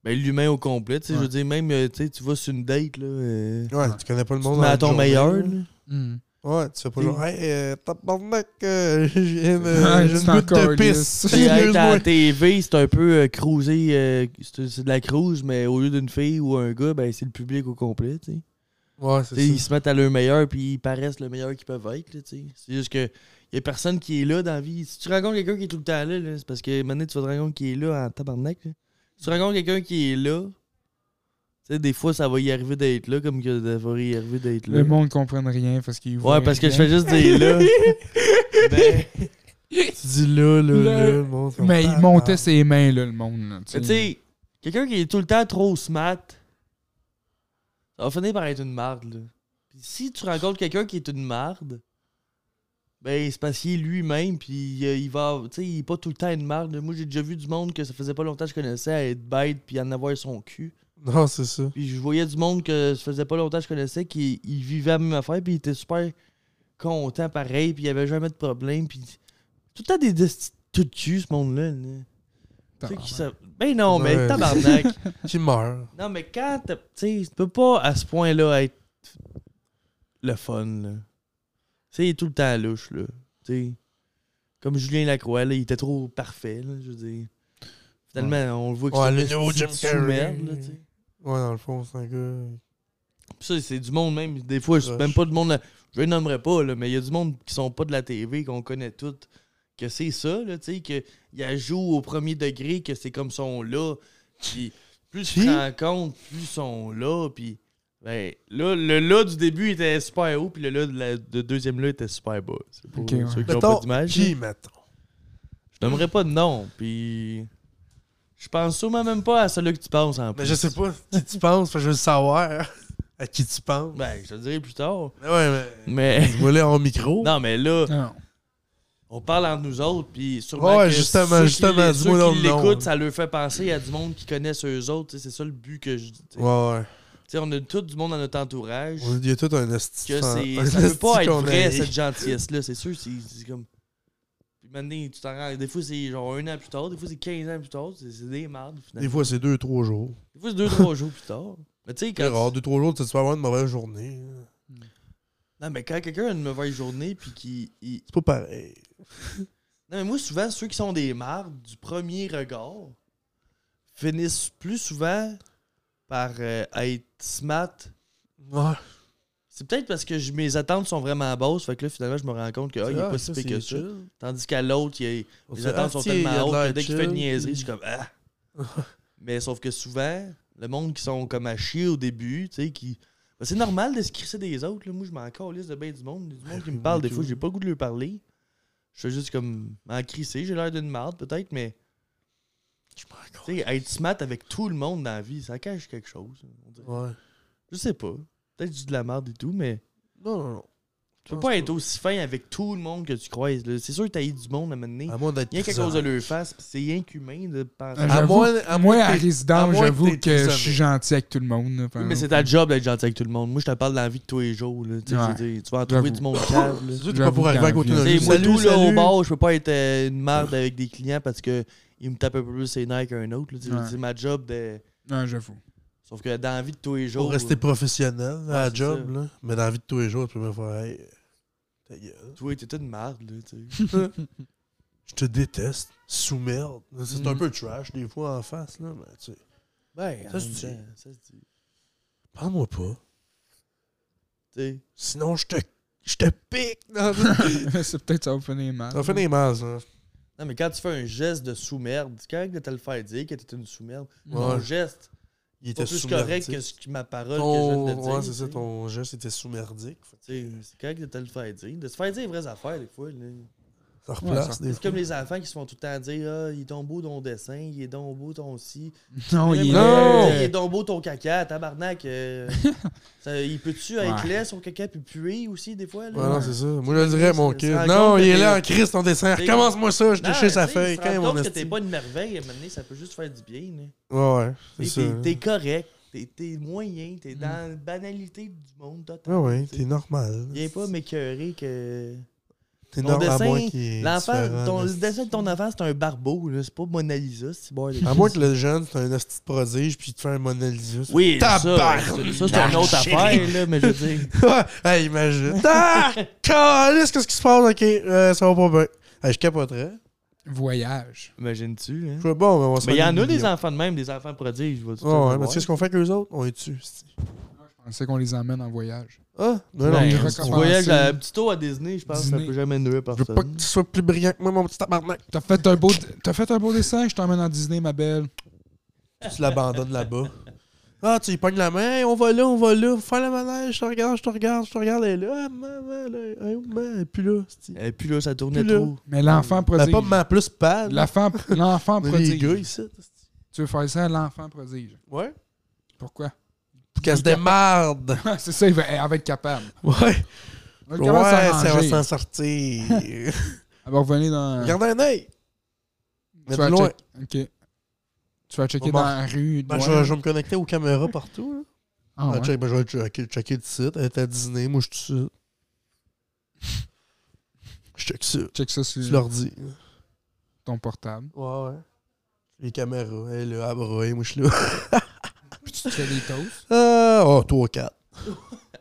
[SPEAKER 2] Ben, l'humain au complet, tu sais,
[SPEAKER 1] Ouais.
[SPEAKER 2] je veux dire, même, euh, tu sais, tu vas sur une date, là. euh,
[SPEAKER 3] Ouais, tu connais pas le
[SPEAKER 2] tu te
[SPEAKER 3] monde.
[SPEAKER 2] mets
[SPEAKER 3] dans
[SPEAKER 2] à
[SPEAKER 3] une
[SPEAKER 2] ton
[SPEAKER 3] journée,
[SPEAKER 2] meilleur,
[SPEAKER 3] là.
[SPEAKER 2] là.
[SPEAKER 1] Hum.
[SPEAKER 3] Ouais, tu fais pas
[SPEAKER 1] T'es-
[SPEAKER 3] genre, hey, euh, tabarnak, euh, *laughs* je
[SPEAKER 1] *laughs*
[SPEAKER 3] viens de.
[SPEAKER 1] Ouais,
[SPEAKER 3] J'ai
[SPEAKER 1] Ah, tu
[SPEAKER 3] une
[SPEAKER 1] t'en
[SPEAKER 3] goutte de
[SPEAKER 1] calisses.
[SPEAKER 3] pisse.
[SPEAKER 1] *laughs*
[SPEAKER 3] *laughs*
[SPEAKER 2] Puis être à
[SPEAKER 3] Excuse-moi.
[SPEAKER 2] la TV, c'est un peu euh, cruiser, euh, c'est c'est de la cruise, mais au lieu d'une fille ou un gars, ben c'est le public au complet, tu sais.
[SPEAKER 3] Ouais,
[SPEAKER 2] Tu sais,
[SPEAKER 3] c'est
[SPEAKER 2] Ils
[SPEAKER 3] ça.
[SPEAKER 2] se mettent à leur meilleur puis ils paraissent le meilleur qu'ils peuvent être. là, tu sais. C'est juste que il y a personne qui est là dans la vie. Si tu rencontres quelqu'un qui est tout le temps là, là, c'est parce que maintenant tu vas te rendre compte qu'il est là en tabarnak. là. Si tu rencontres quelqu'un qui est là, tu sais, des fois ça va y arriver d'être là comme que ça va y arriver d'être là.
[SPEAKER 1] Le monde ne comprenne rien parce qu'ils voient
[SPEAKER 2] ouais, parce que je
[SPEAKER 1] rien.
[SPEAKER 2] fais juste des
[SPEAKER 3] *laughs*
[SPEAKER 2] là. Ben,
[SPEAKER 3] Tu dis là, là, là,
[SPEAKER 1] Le-
[SPEAKER 3] le monde.
[SPEAKER 1] Mais il montait ses mains, là, le monde. là,
[SPEAKER 2] mais tu sais, quelqu'un qui est tout le temps trop smart, ça va finir par être une marde. là. Puis si tu rencontres quelqu'un qui est une marde, ben c'est parce qu'il est lui-même, puis euh, il va. Tu sais, il est pas tout le temps une marde. Moi, j'ai déjà vu du monde que ça faisait pas longtemps que je connaissais à être bête, puis en avoir son cul.
[SPEAKER 3] Non, c'est ça.
[SPEAKER 2] Puis je voyais du monde que ça faisait pas longtemps que je connaissais, qui il vivait la même affaire, puis il était super content pareil, puis il avait jamais de problème, puis. Tout le temps des desti- tout de cul, ce monde-là. là. Tu sais, qui
[SPEAKER 1] Tabarnak.
[SPEAKER 2] savent- Ben non, mais
[SPEAKER 3] Ouais.
[SPEAKER 2] tabarnak.
[SPEAKER 3] Qui meurt.
[SPEAKER 2] non, mais quand t'as- tu sais, tu peux pas à ce point-là être le fun, là. Tu sais, il est tout le temps louche, là. Tu sais, comme Julien Lacroix, là, il était trop parfait, là, je veux dire. Finalement, on le voit que
[SPEAKER 3] Ouais,
[SPEAKER 2] c'est
[SPEAKER 3] le
[SPEAKER 2] une
[SPEAKER 3] nouveau
[SPEAKER 2] petite
[SPEAKER 3] Jim Carrey.
[SPEAKER 2] sous-merde, là, tu sais.
[SPEAKER 3] Ouais, dans le fond, c'est un gars.
[SPEAKER 2] Puis ça, c'est du monde même. Des fois, c'est
[SPEAKER 3] Rush.
[SPEAKER 2] même pas du monde. là- Je les nommerai pas, là, mais il y a du monde qui sont pas de la TV, qu'on connaît toutes, que c'est ça, là, tu sais, qu'ils jouent au premier degré, que c'est comme sont là. Puis plus tu
[SPEAKER 3] Qui?
[SPEAKER 2] te rends compte, plus sont là. Puis ben, là, le là du début était super haut, puis le là de la de deuxième là était super bas. C'est pour
[SPEAKER 1] Ok, ouais.
[SPEAKER 2] ceux qui ont pas
[SPEAKER 3] Mettons,
[SPEAKER 2] d'image.
[SPEAKER 3] qui, mettons.
[SPEAKER 2] Je nommerai pas de nom, puis. Je pense sûrement même pas à celui que tu penses en plus.
[SPEAKER 3] Mais Ben, je sais pas qui tu penses, parce que je veux le savoir. *laughs* À qui tu penses.
[SPEAKER 2] Ben, je te le dirai plus tard.
[SPEAKER 3] Mais ouais, mais.
[SPEAKER 2] Mais. *laughs*
[SPEAKER 3] Tu voulais en micro.
[SPEAKER 2] non, mais là.
[SPEAKER 1] Ah non.
[SPEAKER 2] On parle entre nous autres, puis sûrement
[SPEAKER 3] Ouais,
[SPEAKER 2] que
[SPEAKER 3] justement,
[SPEAKER 2] ceux qui
[SPEAKER 3] justement,
[SPEAKER 2] l'é-
[SPEAKER 3] dis-moi
[SPEAKER 2] ceux
[SPEAKER 3] donc
[SPEAKER 2] qui
[SPEAKER 3] le nom,
[SPEAKER 2] l'écoutent,
[SPEAKER 3] là.
[SPEAKER 2] ça leur fait penser à du monde qui connaissent eux autres. tu sais, C'est ça le but que je dis. tu sais.
[SPEAKER 3] Ouais, ouais.
[SPEAKER 2] Tu sais, On a tout du monde dans notre entourage.
[SPEAKER 3] On- Il y a tout un esti.
[SPEAKER 2] que c'est-
[SPEAKER 3] *laughs* un
[SPEAKER 2] ça peut
[SPEAKER 3] esti
[SPEAKER 2] pas être
[SPEAKER 3] qu'on
[SPEAKER 2] vrai,
[SPEAKER 3] haït.
[SPEAKER 2] cette gentillesse-là. C'est sûr, c'est c'est comme... Puis maintenant, tu t'en rends... Des fois, c'est genre un an plus tard. Des fois, c'est 15 ans plus tard. C'est c'est des mardes,
[SPEAKER 3] Des
[SPEAKER 2] finalement.
[SPEAKER 3] fois, c'est deux, trois jours.
[SPEAKER 2] Des fois, c'est deux, trois jours plus tard. Mais tu sais,
[SPEAKER 3] C'est rare,
[SPEAKER 2] quand...
[SPEAKER 3] deux, trois jours, tu vas avoir une mauvaise journée.
[SPEAKER 2] Non, mais quand quelqu'un a une mauvaise journée, puis qu'il... il-
[SPEAKER 3] C'est pas pareil.
[SPEAKER 2] Non, mais moi, souvent, ceux qui sont des mardes du premier regard finissent plus souvent par euh, être smart.
[SPEAKER 3] Ouais.
[SPEAKER 2] Ah, C'est peut-être parce que je- mes attentes sont vraiment basses, fait que là, finalement, je me rends compte que ah, il est pas si pire que ça. Tandis qu'à l'autre, il est- les attentes sont tellement hautes que dès qu'il fait une niaiserie, je suis comme Ah! mais sauf que souvent, le monde qui sont comme à chier au début, tu sais, qui. Ben, c'est normal de se crisser des autres. Là. Moi, je m'en calisse de bien du monde. Il y a Du monde qui me parle, des fois, j'ai pas le goût de leur parler. Je suis juste comme m'en crisser. J'ai l'air d'une marde, peut-être, mais.
[SPEAKER 3] Je m'en
[SPEAKER 2] Tu
[SPEAKER 3] calisse.
[SPEAKER 2] sais, être smart avec tout le monde dans la vie, ça cache quelque chose. on dirait.
[SPEAKER 3] Ouais.
[SPEAKER 2] Je sais pas. Peut-être que je dis de la merde et tout, mais
[SPEAKER 3] Non, non, non.
[SPEAKER 2] tu peux pas être aussi fin avec tout le monde que tu croises. là. C'est sûr que t'as eu du monde à un moment donné.
[SPEAKER 3] À moins d'être
[SPEAKER 2] Rien qu'à
[SPEAKER 3] prisonnier.
[SPEAKER 2] cause de leur face, pis c'est rien qu'humain de penser.
[SPEAKER 1] Ah,
[SPEAKER 3] À
[SPEAKER 1] J'avoue-
[SPEAKER 3] moins, à moins
[SPEAKER 1] Moi, à
[SPEAKER 3] que t'aies- à
[SPEAKER 1] résidence,
[SPEAKER 3] moins que
[SPEAKER 1] j'avoue
[SPEAKER 3] t'aies
[SPEAKER 1] que je
[SPEAKER 3] prisonnier.
[SPEAKER 1] suis gentil avec tout le monde. là, par
[SPEAKER 2] Oui, mais c'est
[SPEAKER 1] exemple.
[SPEAKER 2] ta job d'être gentil avec tout le monde. Moi, je te parle dans la vie de tous les jours. Là. Tu sais, je veux
[SPEAKER 1] Ouais.
[SPEAKER 2] dire, tu vas en trouver
[SPEAKER 1] J'avoue.
[SPEAKER 2] du monde cave. là.
[SPEAKER 3] C'est sûr que t'es pas pour arriver à côté d'un
[SPEAKER 2] Tu
[SPEAKER 3] jeu.
[SPEAKER 2] sais, moi,
[SPEAKER 3] Salut,
[SPEAKER 2] tout là, au
[SPEAKER 3] salut.
[SPEAKER 2] bar, je peux pas être euh, une merde avec des clients parce que ils me tapent un peu plus ses nerfs qu'un autre. là. Tu sais, je veux
[SPEAKER 1] Ouais.
[SPEAKER 2] dire, C'est ma job de.
[SPEAKER 1] Non, j'avoue. *laughs*
[SPEAKER 2] Sauf que dans la vie de tous les jours. euh,
[SPEAKER 3] Pour rester professionnel à la
[SPEAKER 2] c'est
[SPEAKER 3] job,
[SPEAKER 2] ça.
[SPEAKER 3] là. Mais dans la vie de tous les jours, tu peux me faire hey, ta gueule.
[SPEAKER 2] Toi, t'es une merde, là, tu
[SPEAKER 3] *laughs*
[SPEAKER 2] sais.
[SPEAKER 3] Je te déteste. Sous-merde. C'est un
[SPEAKER 2] Mm-hmm.
[SPEAKER 1] Mhm.
[SPEAKER 3] peu trash des fois en face, là. Mais tu sais,
[SPEAKER 2] Ben,
[SPEAKER 3] Ça
[SPEAKER 2] en
[SPEAKER 3] se
[SPEAKER 2] même
[SPEAKER 3] dit.
[SPEAKER 2] temps, ça se dit.
[SPEAKER 3] parle-moi pas.
[SPEAKER 2] Tu sais,
[SPEAKER 3] Sinon, je te, je te pique. Non,
[SPEAKER 2] *laughs*
[SPEAKER 1] c'est peut-être ça va finir mal.
[SPEAKER 3] ça fait des masses, là.
[SPEAKER 2] Non, mais quand tu fais un geste de sous-merde, c'est correct de te le faire dire que t'étais une sous-merde. Mon
[SPEAKER 3] Ouais.
[SPEAKER 2] geste,
[SPEAKER 3] Il
[SPEAKER 2] c'est pas
[SPEAKER 3] était
[SPEAKER 2] plus
[SPEAKER 3] sous-merdique.
[SPEAKER 2] correct que ce que ma parole
[SPEAKER 3] Ton-
[SPEAKER 2] que je viens de te dire.
[SPEAKER 3] Ouais, c'est ça,
[SPEAKER 2] tu sais.
[SPEAKER 3] ton geste était sous-merdique.
[SPEAKER 2] Tu sais, C'est correct de te le faire dire. De se faire dire les vraies affaires, des fois. là.
[SPEAKER 3] Ça replace des
[SPEAKER 2] C'est comme les enfants qui se font tout le temps dire Ah, il est donc beau ton dessin, il est donc beau ton ci.
[SPEAKER 1] Non,
[SPEAKER 2] Ouais,
[SPEAKER 1] il
[SPEAKER 2] mais,
[SPEAKER 1] est-
[SPEAKER 2] euh, Il est donc beau ton caca, tabarnak.
[SPEAKER 3] *laughs*
[SPEAKER 2] euh, ça- il peut-tu être
[SPEAKER 1] Ouais.
[SPEAKER 2] laid, son caca, puis puer aussi, des fois? là?
[SPEAKER 3] Ouais, non, c'est ça. Moi, je
[SPEAKER 2] Tu
[SPEAKER 3] le dirais,
[SPEAKER 2] sais,
[SPEAKER 3] mon
[SPEAKER 2] tu te
[SPEAKER 3] kid.
[SPEAKER 2] rends
[SPEAKER 3] Non,
[SPEAKER 2] compte
[SPEAKER 3] il
[SPEAKER 2] que
[SPEAKER 3] est
[SPEAKER 2] t'es-
[SPEAKER 3] là en crise, ton dessin.
[SPEAKER 2] t'es-
[SPEAKER 3] Recommence-moi ça, je
[SPEAKER 2] Non,
[SPEAKER 3] déchire sa
[SPEAKER 2] tu sais,
[SPEAKER 3] feuille.
[SPEAKER 2] tu te rends
[SPEAKER 3] Quand
[SPEAKER 2] compte
[SPEAKER 3] mon
[SPEAKER 2] que t'es
[SPEAKER 3] esti.
[SPEAKER 2] pas une merveille, à un moment donné, ça peut juste faire du bien. là.
[SPEAKER 3] Ouais, ouais. C'est
[SPEAKER 2] T'es-
[SPEAKER 3] ça. hein.
[SPEAKER 2] T'es t'es correct, t'es- t'es moyen, t'es
[SPEAKER 1] Mm.
[SPEAKER 2] dans la banalité du monde total.
[SPEAKER 3] Ouais, ouais,
[SPEAKER 2] tu sais.
[SPEAKER 3] t'es normal.
[SPEAKER 2] Viens pas m'écœurer que.
[SPEAKER 3] T'es
[SPEAKER 2] Ton
[SPEAKER 3] nord à
[SPEAKER 2] dessin,
[SPEAKER 3] moins qui est
[SPEAKER 2] L'enfant,
[SPEAKER 3] différent,
[SPEAKER 2] ton-
[SPEAKER 3] là.
[SPEAKER 2] le dessin de ton enfant, c'est un barbeau, là. c'est pas Mona Lisa, c'est bon.
[SPEAKER 3] À moins que le jeune, c'est un asti de prodige, puis il te fait un Mona Lisa.
[SPEAKER 2] Oui, ça,
[SPEAKER 3] Tabarnak.
[SPEAKER 2] c'est- ça c'est une autre affaire, là, mais je veux dire.
[SPEAKER 3] *laughs* hey, imagine. Ah! Calisse, qu'est-ce qui se passe? Ok, euh, ça va pas bien. Hey, je capoterais.
[SPEAKER 1] Voyage.
[SPEAKER 2] Imagine-tu, hein?
[SPEAKER 3] Je fais, bon, mais on va se
[SPEAKER 2] Mais il y
[SPEAKER 3] faire
[SPEAKER 2] en
[SPEAKER 3] des
[SPEAKER 2] a des
[SPEAKER 3] millions.
[SPEAKER 2] enfants de même, des enfants prodiges. je vais tout
[SPEAKER 3] Ouais,
[SPEAKER 2] à
[SPEAKER 3] ouais, mais tu sais ce qu'on fait avec eux autres? On les tue. c'est-
[SPEAKER 1] On sait qu'on les emmène en voyage.
[SPEAKER 3] Ah, non, non.
[SPEAKER 2] Ben,
[SPEAKER 1] ils
[SPEAKER 2] tu
[SPEAKER 1] recommencent.
[SPEAKER 2] voyages à- un petit tour à Disney, je pense, ça
[SPEAKER 1] Disney.
[SPEAKER 2] peut jamais nuire
[SPEAKER 3] Je veux pas
[SPEAKER 2] personne.
[SPEAKER 3] que tu sois plus brillant que moi, mon petit tabarnak.
[SPEAKER 1] T'as fait un beau, t'as fait un beau dessin, je t'emmène en Disney, ma belle.
[SPEAKER 3] Tu l'abandonnes là-bas. Ah, tu lui pognes la main, Hey, on va là, on va là, faire la manège, je te regarde, je te regarde, je te regarde, elle est là, ah, maman, là, hey, oh, maman, elle est plus là. c'est-tu.
[SPEAKER 2] Et puis là, ça tournait
[SPEAKER 3] Puis là.
[SPEAKER 2] trop.
[SPEAKER 1] Mais l'enfant
[SPEAKER 3] Ben,
[SPEAKER 1] prodige.
[SPEAKER 3] pas maman plus pâle. là.
[SPEAKER 1] L'enfant, l'enfant
[SPEAKER 3] On est des gars
[SPEAKER 1] prodige.
[SPEAKER 3] ici. c'est-tu.
[SPEAKER 1] Tu veux faire ça à l'enfant prodige.
[SPEAKER 3] Ouais.
[SPEAKER 1] Pourquoi? *laughs*
[SPEAKER 3] Pour qu'elle se démarde.
[SPEAKER 1] c'est ça, il va, elle va être capable.
[SPEAKER 3] Ouais.
[SPEAKER 1] Elle va
[SPEAKER 3] Ouais,
[SPEAKER 1] commencer à
[SPEAKER 3] ça va
[SPEAKER 1] ranger.
[SPEAKER 3] s'en sortir.
[SPEAKER 1] Elle va revenir dans.
[SPEAKER 3] Regarde un œil. Mais
[SPEAKER 1] tu
[SPEAKER 3] de
[SPEAKER 1] vas
[SPEAKER 3] loin.
[SPEAKER 1] check- ok. Tu vas checker
[SPEAKER 3] Bon,
[SPEAKER 1] dans la rue. de
[SPEAKER 3] Ben, je,
[SPEAKER 1] loin.
[SPEAKER 3] vais- je vais me connecter aux caméras partout. là.
[SPEAKER 1] Ah,
[SPEAKER 3] Ah,
[SPEAKER 1] ouais.
[SPEAKER 3] check, ben, je vais checker, checker le site. Elle est à Disney, moi je suis tout de suite. Je check ça.
[SPEAKER 1] Check ça
[SPEAKER 3] Tu
[SPEAKER 1] sur
[SPEAKER 3] leur dis.
[SPEAKER 1] ton portable.
[SPEAKER 3] Mm. Ouais, ouais. Les caméras, elle est là, à bras, moi je suis là. *laughs*
[SPEAKER 1] Puis tu te fais des toasts.
[SPEAKER 3] Ah, oh, 3 4.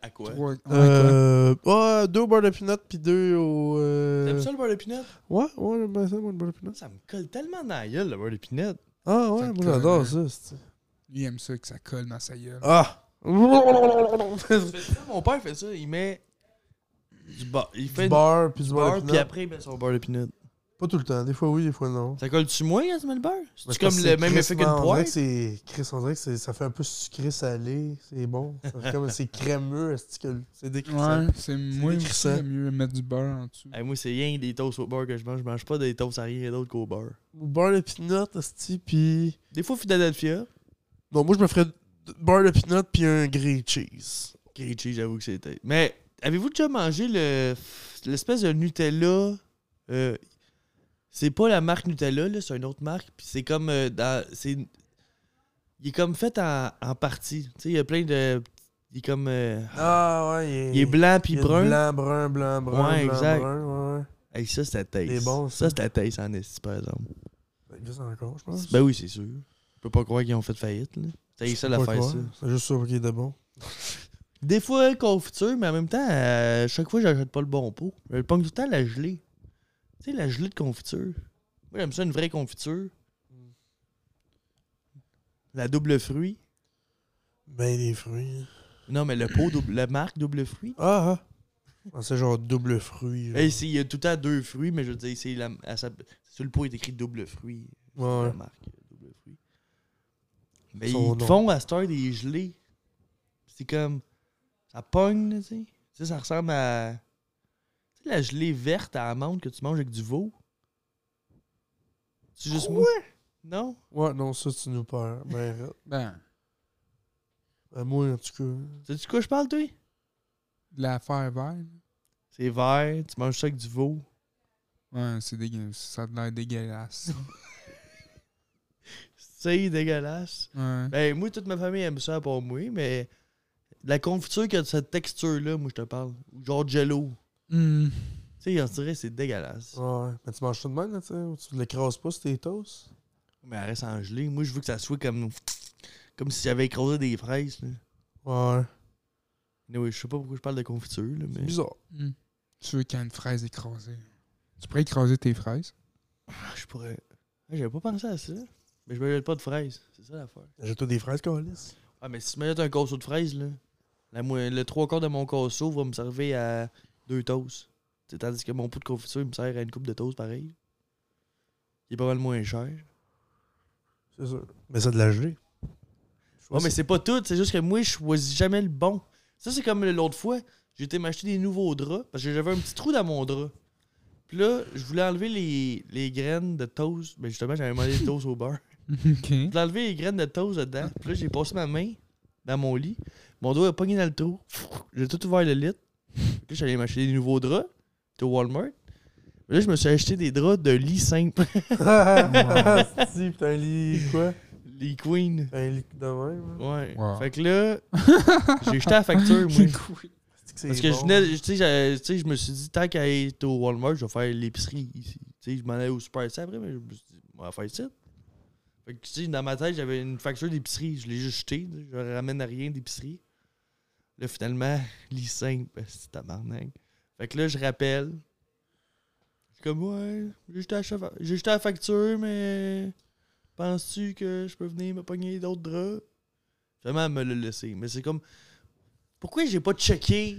[SPEAKER 2] À quoi?
[SPEAKER 1] Trois- Ah, ouais, quoi?
[SPEAKER 3] Euh, ouais, deux au beurre de peanut puis deux au.
[SPEAKER 2] T'aimes
[SPEAKER 3] Euh...
[SPEAKER 2] ça le beurre de pinot?
[SPEAKER 3] Ouais, ouais, j'aime bien ça, moi, le beurre de peanut.
[SPEAKER 2] Ça me colle tellement dans la gueule, le beurre de pinot.
[SPEAKER 3] Ah, ouais,
[SPEAKER 1] Ça
[SPEAKER 3] moi
[SPEAKER 1] colle,
[SPEAKER 3] j'adore
[SPEAKER 1] hein.
[SPEAKER 3] ça. c'est-
[SPEAKER 1] Lui, il aime ça que ça colle dans sa gueule.
[SPEAKER 3] Ah! *laughs*
[SPEAKER 2] Fait ça, Mon père fait ça, il met du beurre. Il fait
[SPEAKER 3] du
[SPEAKER 2] du
[SPEAKER 3] beurre puis du beurre de
[SPEAKER 2] beurre, puis
[SPEAKER 3] peanut.
[SPEAKER 2] après, il met son beurre de pinot.
[SPEAKER 3] Pas tout le temps, des fois oui, des fois non.
[SPEAKER 2] Ça colle-tu moins quand tu mets le beurre?
[SPEAKER 3] Mais
[SPEAKER 2] C'est comme
[SPEAKER 3] parce
[SPEAKER 2] le
[SPEAKER 3] que
[SPEAKER 2] même effet qu'une
[SPEAKER 3] crissement, On dirait
[SPEAKER 2] poire?
[SPEAKER 3] que c'est. Chris, on dirait que c'est- ça fait un peu sucré salé. C'est bon. Ça fait comme- C'est crémeux. est-ce que- C'est décrissant.
[SPEAKER 1] Ouais, c'est moins aussi
[SPEAKER 3] décrissant.
[SPEAKER 1] le mieux mettre du beurre en dessous.
[SPEAKER 2] Hey, moi, c'est rien que des toasts au beurre que je mange. Je mange pas des toasts à rien d'autre qu'au beurre.
[SPEAKER 3] Ou beurre de peanut, esti, puis.
[SPEAKER 2] Des fois, Philadelphia,
[SPEAKER 3] Non, moi je me ferais d- beurre de peanut puis un grilled cheese.
[SPEAKER 2] grilled cheese, j'avoue que c'était. Mais avez-vous déjà mangé le l'espèce de Nutella euh, C'est pas la marque Nutella, là, c'est une autre marque. Puis c'est comme euh, dans, c'est, il est comme fait en, en partie. Tu sais, il y a plein de, il est comme, euh,
[SPEAKER 3] Ah ouais, il est.
[SPEAKER 2] il est blanc puis
[SPEAKER 3] il est
[SPEAKER 2] brun.
[SPEAKER 3] Blanc, brun, blanc, brun.
[SPEAKER 2] Ouais,
[SPEAKER 3] blanc,
[SPEAKER 2] exact.
[SPEAKER 3] Brun, ouais, ouais.
[SPEAKER 2] Hey, ça c'est la taste.
[SPEAKER 3] C'est bon,
[SPEAKER 2] ça.
[SPEAKER 3] ça.
[SPEAKER 2] c'est la taste en esti par exemple.
[SPEAKER 3] Ben, Il existe encore, je pense.
[SPEAKER 2] Ben oui, c'est sûr. Je peux pas croire qu'ils ont fait faillite. Là. C'est ça
[SPEAKER 3] Pas
[SPEAKER 2] l'affaire
[SPEAKER 3] quoi.
[SPEAKER 2] ça.
[SPEAKER 3] C'est juste ça qui est de bon.
[SPEAKER 2] Des fois, confiture, mais en même temps, euh, chaque fois, j'achète pas le bon pot. Je pogne tout le temps la gelée. Tu sais, la gelée de confiture. Moi, j'aime ça, une vraie confiture. La double fruit.
[SPEAKER 3] Ben des fruits.
[SPEAKER 2] Non, mais le pot, double, la marque double fruit.
[SPEAKER 3] Ah ah. Ah, c'est genre double fruit. genre.
[SPEAKER 2] Hey, c'est- il y a tout le temps deux fruits, mais je veux dire, c'est la, elle s'appelle- sur le pot, il est écrit double fruit.
[SPEAKER 3] Ouais, ouais.
[SPEAKER 2] La marque euh, double fruit. Mais
[SPEAKER 3] Son
[SPEAKER 2] ils
[SPEAKER 3] nom.
[SPEAKER 2] font à cette heure des gelées. C'est comme. Ça pogne, là, tu sais. Tu sais, ça ressemble à. Tu sais, la gelée verte à amande que tu manges avec du veau. C'est juste moi. Non?
[SPEAKER 3] Ouais, non, ça tu nous perds. Ben, arrête.
[SPEAKER 1] Ben,
[SPEAKER 3] Ben, moi en tout cas.
[SPEAKER 2] Sais tu de quoi je parle, toi?
[SPEAKER 1] de la faire verte.
[SPEAKER 2] C'est vert, tu manges ça avec du veau.
[SPEAKER 1] Ouais, c'est dégueu. Ça a l'air dégueulasse.
[SPEAKER 2] *laughs* C'est dégueulasse.
[SPEAKER 1] ouais.
[SPEAKER 2] Ben, moi, toute ma famille aime ça pour moi, mais. La confiture qui a cette texture-là, moi, je te parle. Ou Genre de jello.
[SPEAKER 1] Hmm.
[SPEAKER 2] Tu sais, on dirait, c'est dégueulasse.
[SPEAKER 3] Ouais. Mais tu manges tout de même, là, tu sais. ou Tu l'écrases pas sur tes toasts.
[SPEAKER 2] Mais elle reste en gelée. Moi, je veux que ça soit comme, comme si j'avais écrasé des fraises. Là.
[SPEAKER 3] Ouais.
[SPEAKER 2] Anyway, je sais pas pourquoi je parle de confiture, là,
[SPEAKER 3] C'est
[SPEAKER 2] mais...
[SPEAKER 3] bizarre.
[SPEAKER 1] Hmm. Tu veux qu'il y ait une fraise écrasée. Tu pourrais écraser tes fraises.
[SPEAKER 2] Ah, je pourrais... Ah, J'avais pas pensé à ça. Mais je me jette pas de fraises. C'est ça l'affaire.
[SPEAKER 3] Jette-toi des fraises, Calis.
[SPEAKER 2] Ah, mais si je me jette un casseau de fraises, là, la mo- le trois quarts de mon casseau va me servir à deux toasts. C'est- Tandis que mon pot de confiture il me sert à une coupe de toast pareil. Il est pas mal moins cher.
[SPEAKER 3] C'est sûr. Mais c'est de la *laughs* gelée.
[SPEAKER 2] Ouais, mais c'est pas tout, c'est juste que moi, je choisis jamais le bon. Ça, c'est comme l'autre fois, j'ai été m'acheter des nouveaux draps parce que j'avais un petit trou dans mon drap. Puis là, je voulais enlever les, les graines de toast. Mais justement, j'avais mangé des toasts au beurre.
[SPEAKER 1] *laughs* ok.
[SPEAKER 2] Je voulais enlever les graines de toast dedans. Puis là, j'ai passé ma main dans mon lit. Mon doigt a pogné dans le trou. J'ai tout ouvert le lit. Puis là, j'allais m'acheter des nouveaux draps. J'étais au Walmart. Puis là, je me suis acheté des draps de lit simple. *laughs*
[SPEAKER 3] si, pis t'as un lit quoi?
[SPEAKER 2] les Queen.
[SPEAKER 3] T'as un lit de même. hein?
[SPEAKER 2] Ouais.
[SPEAKER 1] Wow.
[SPEAKER 2] Fait que là, *laughs* j'ai jeté la facture, moi.
[SPEAKER 1] Une couille.
[SPEAKER 3] C'est c'est
[SPEAKER 2] Parce que
[SPEAKER 3] bon.
[SPEAKER 2] je venais, tu sais, j'avais- tu sais, je me suis dit, tant qu'à être au Walmart, je vais faire l'épicerie ici. Tu sais, je m'en allais au Super C après, mais je me suis dit, on va faire ça. Fait que, tu sais, dans ma tête, j'avais une facture d'épicerie. Je l'ai juste jetée. tu sais, Je ramène à rien d'épicerie. Là, finalement, *laughs* l'I5, ben, c'est tabarnak. Fait que là, je rappelle. Je suis comme, ouais, j'ai jeté, la chava- j'ai jeté la facture, mais penses-tu que je peux venir me pogner d'autres draps? Finalement, elle me l'a laissé. Mais c'est comme, pourquoi j'ai pas checké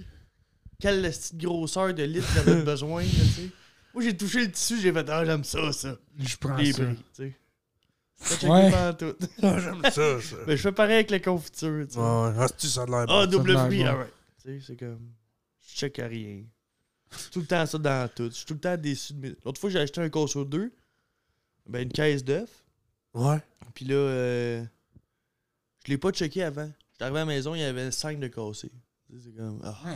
[SPEAKER 2] quelle la petite grosseur de litre
[SPEAKER 1] *laughs*
[SPEAKER 2] j'avais besoin, là, tu sais? Moi, j'ai touché le tissu, j'ai fait, ah, j'aime ça, ça.
[SPEAKER 1] Je prends
[SPEAKER 2] J'ai
[SPEAKER 1] Ah, ça.
[SPEAKER 2] pris, tu sais. Pas checké
[SPEAKER 1] Ouais. *laughs*
[SPEAKER 2] pantoute.
[SPEAKER 3] *laughs* Ah, J'aime ça, ça.
[SPEAKER 2] Mais je fais pareil avec la confiture, tu sais.
[SPEAKER 3] Ouais, ah, c'est-tu, ça a de l'air
[SPEAKER 2] Ah,
[SPEAKER 3] bon.
[SPEAKER 2] double
[SPEAKER 1] Ça me
[SPEAKER 2] fruit,
[SPEAKER 1] l'air bon.
[SPEAKER 2] alright. Tu sais, c'est comme. Je check à rien. Je suis tout le temps ça dans tout. Je suis tout le temps déçu de mes. L'autre fois, j'ai acheté un cours sur deux. Ben, une caisse d'œufs.
[SPEAKER 3] Ouais.
[SPEAKER 2] Puis là, euh, je l'ai pas checké avant. J'étais arrivé à la maison, il y avait 5 de cassés. Tu sais, C'est comme. ah.
[SPEAKER 1] Ouais.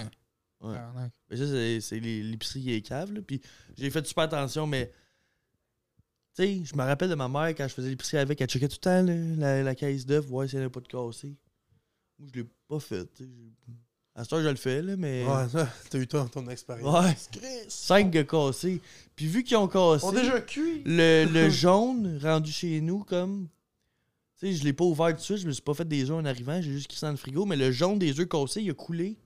[SPEAKER 2] Ouais.
[SPEAKER 1] Tabarnak.
[SPEAKER 2] Mais ça, c'est- c'est les- l'épicerie qui est cave, là. Puis j'ai fait super attention, mais. Tu sais, je me rappelle de ma mère quand je faisais l'épicerie avec, elle checkait tout le temps là, la, la caisse d'œufs, ouais, si elle n'a pas de cassé. Moi, je l'ai pas fait. tu sais, j'ai- À ce temps, je le fais, là, mais.
[SPEAKER 3] Ouais, ça, t'as eu toi ton expérience.
[SPEAKER 2] Ouais.
[SPEAKER 3] Chris,
[SPEAKER 2] 5 de cassés. Puis vu qu'ils ont cassé,
[SPEAKER 3] on est déjà cuit.
[SPEAKER 2] le, *laughs* le jaune rendu chez nous, comme. Tu sais, je l'ai pas ouvert tout de suite, je me suis pas fait des œufs en arrivant, j'ai juste crissé dans le frigo, mais le jaune des œufs cassés, il a coulé.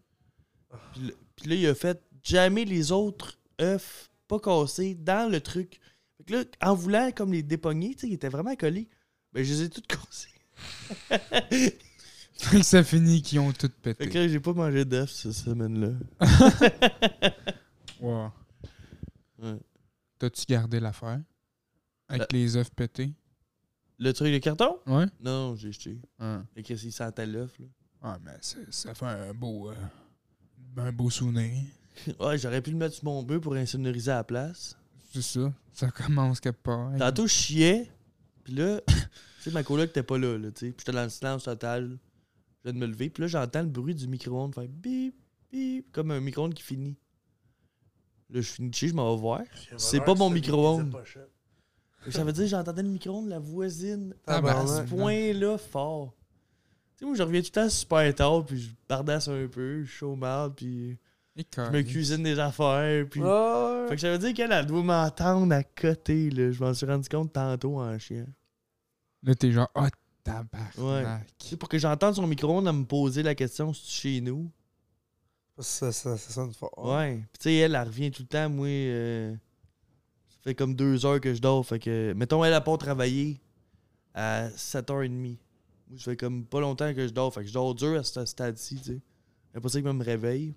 [SPEAKER 2] Puis le- puis là, il a fait jamais les autres œufs pas cassés dans le truc. Fait que là, en voulant comme les dépogner, tu sais, ils étaient vraiment collés. Ben, je les ai tous *laughs* cassés.
[SPEAKER 1] Fait que ça finit qu'ils ont tout
[SPEAKER 2] Fait
[SPEAKER 1] pété.
[SPEAKER 2] que là, j'ai pas mangé d'œufs cette semaine-là.
[SPEAKER 1] Wow.
[SPEAKER 2] Ouais.
[SPEAKER 1] T'as-tu gardé l'affaire? Avec
[SPEAKER 2] Euh.
[SPEAKER 1] les œufs pétés?
[SPEAKER 2] Le truc de carton?
[SPEAKER 1] Ouais.
[SPEAKER 2] Non, j'ai jeté.
[SPEAKER 1] Ah,
[SPEAKER 2] Et qu'est-ce qu'il sentait l'œuf, là?
[SPEAKER 1] Ah, mais c'est- ça fait un beau, euh, un beau souvenir.
[SPEAKER 2] Ouais, j'aurais pu le mettre sur mon bœuf pour insonoriser à la place.
[SPEAKER 1] C'est ça. Ça commence quelque part.
[SPEAKER 2] Tantôt, je chiais. Puis là, *coughs* tu sais, ma coloc était pas là, là tu sais. Puis j'étais dans le silence total. Je viens de me lever. Puis là, j'entends le bruit du micro-ondes faire bip, bip, comme un micro-ondes qui finit. Là, je finis de chier, je m'en vais voir. C'est pas mon micro-ondes. Fait que *laughs* Ça veut dire que j'entendais le micro-ondes de la voisine.
[SPEAKER 1] Tabarnak.
[SPEAKER 2] Ce point-là, fort. Tu sais, moi, je reviens tout le temps super tard, puis je bardasse un peu, je suis au mal, puis je me cuisine des affaires, puis... Fait que ça veut dire qu'elle, elle doit m'entendre à côté, là. Je m'en suis rendu compte tantôt en chien.
[SPEAKER 1] Là, t'es genre, ah, tabarnak.
[SPEAKER 2] Tu sais, pour que j'entende son micro-ondes à me poser la question si tu chez nous.
[SPEAKER 3] Ça, ça, ça sonne fort.
[SPEAKER 2] Ouais. Puis tu sais, elle, elle revient tout le temps, moi. euh, ça fait comme deux heures que je dors. Fait que. Mettons, elle a pas travaillé à 7h30. Moi, je fais comme pas longtemps que je dors. Fait que je dors dur à ce stade-ci, tu sais. C'est pas ça qui me réveille.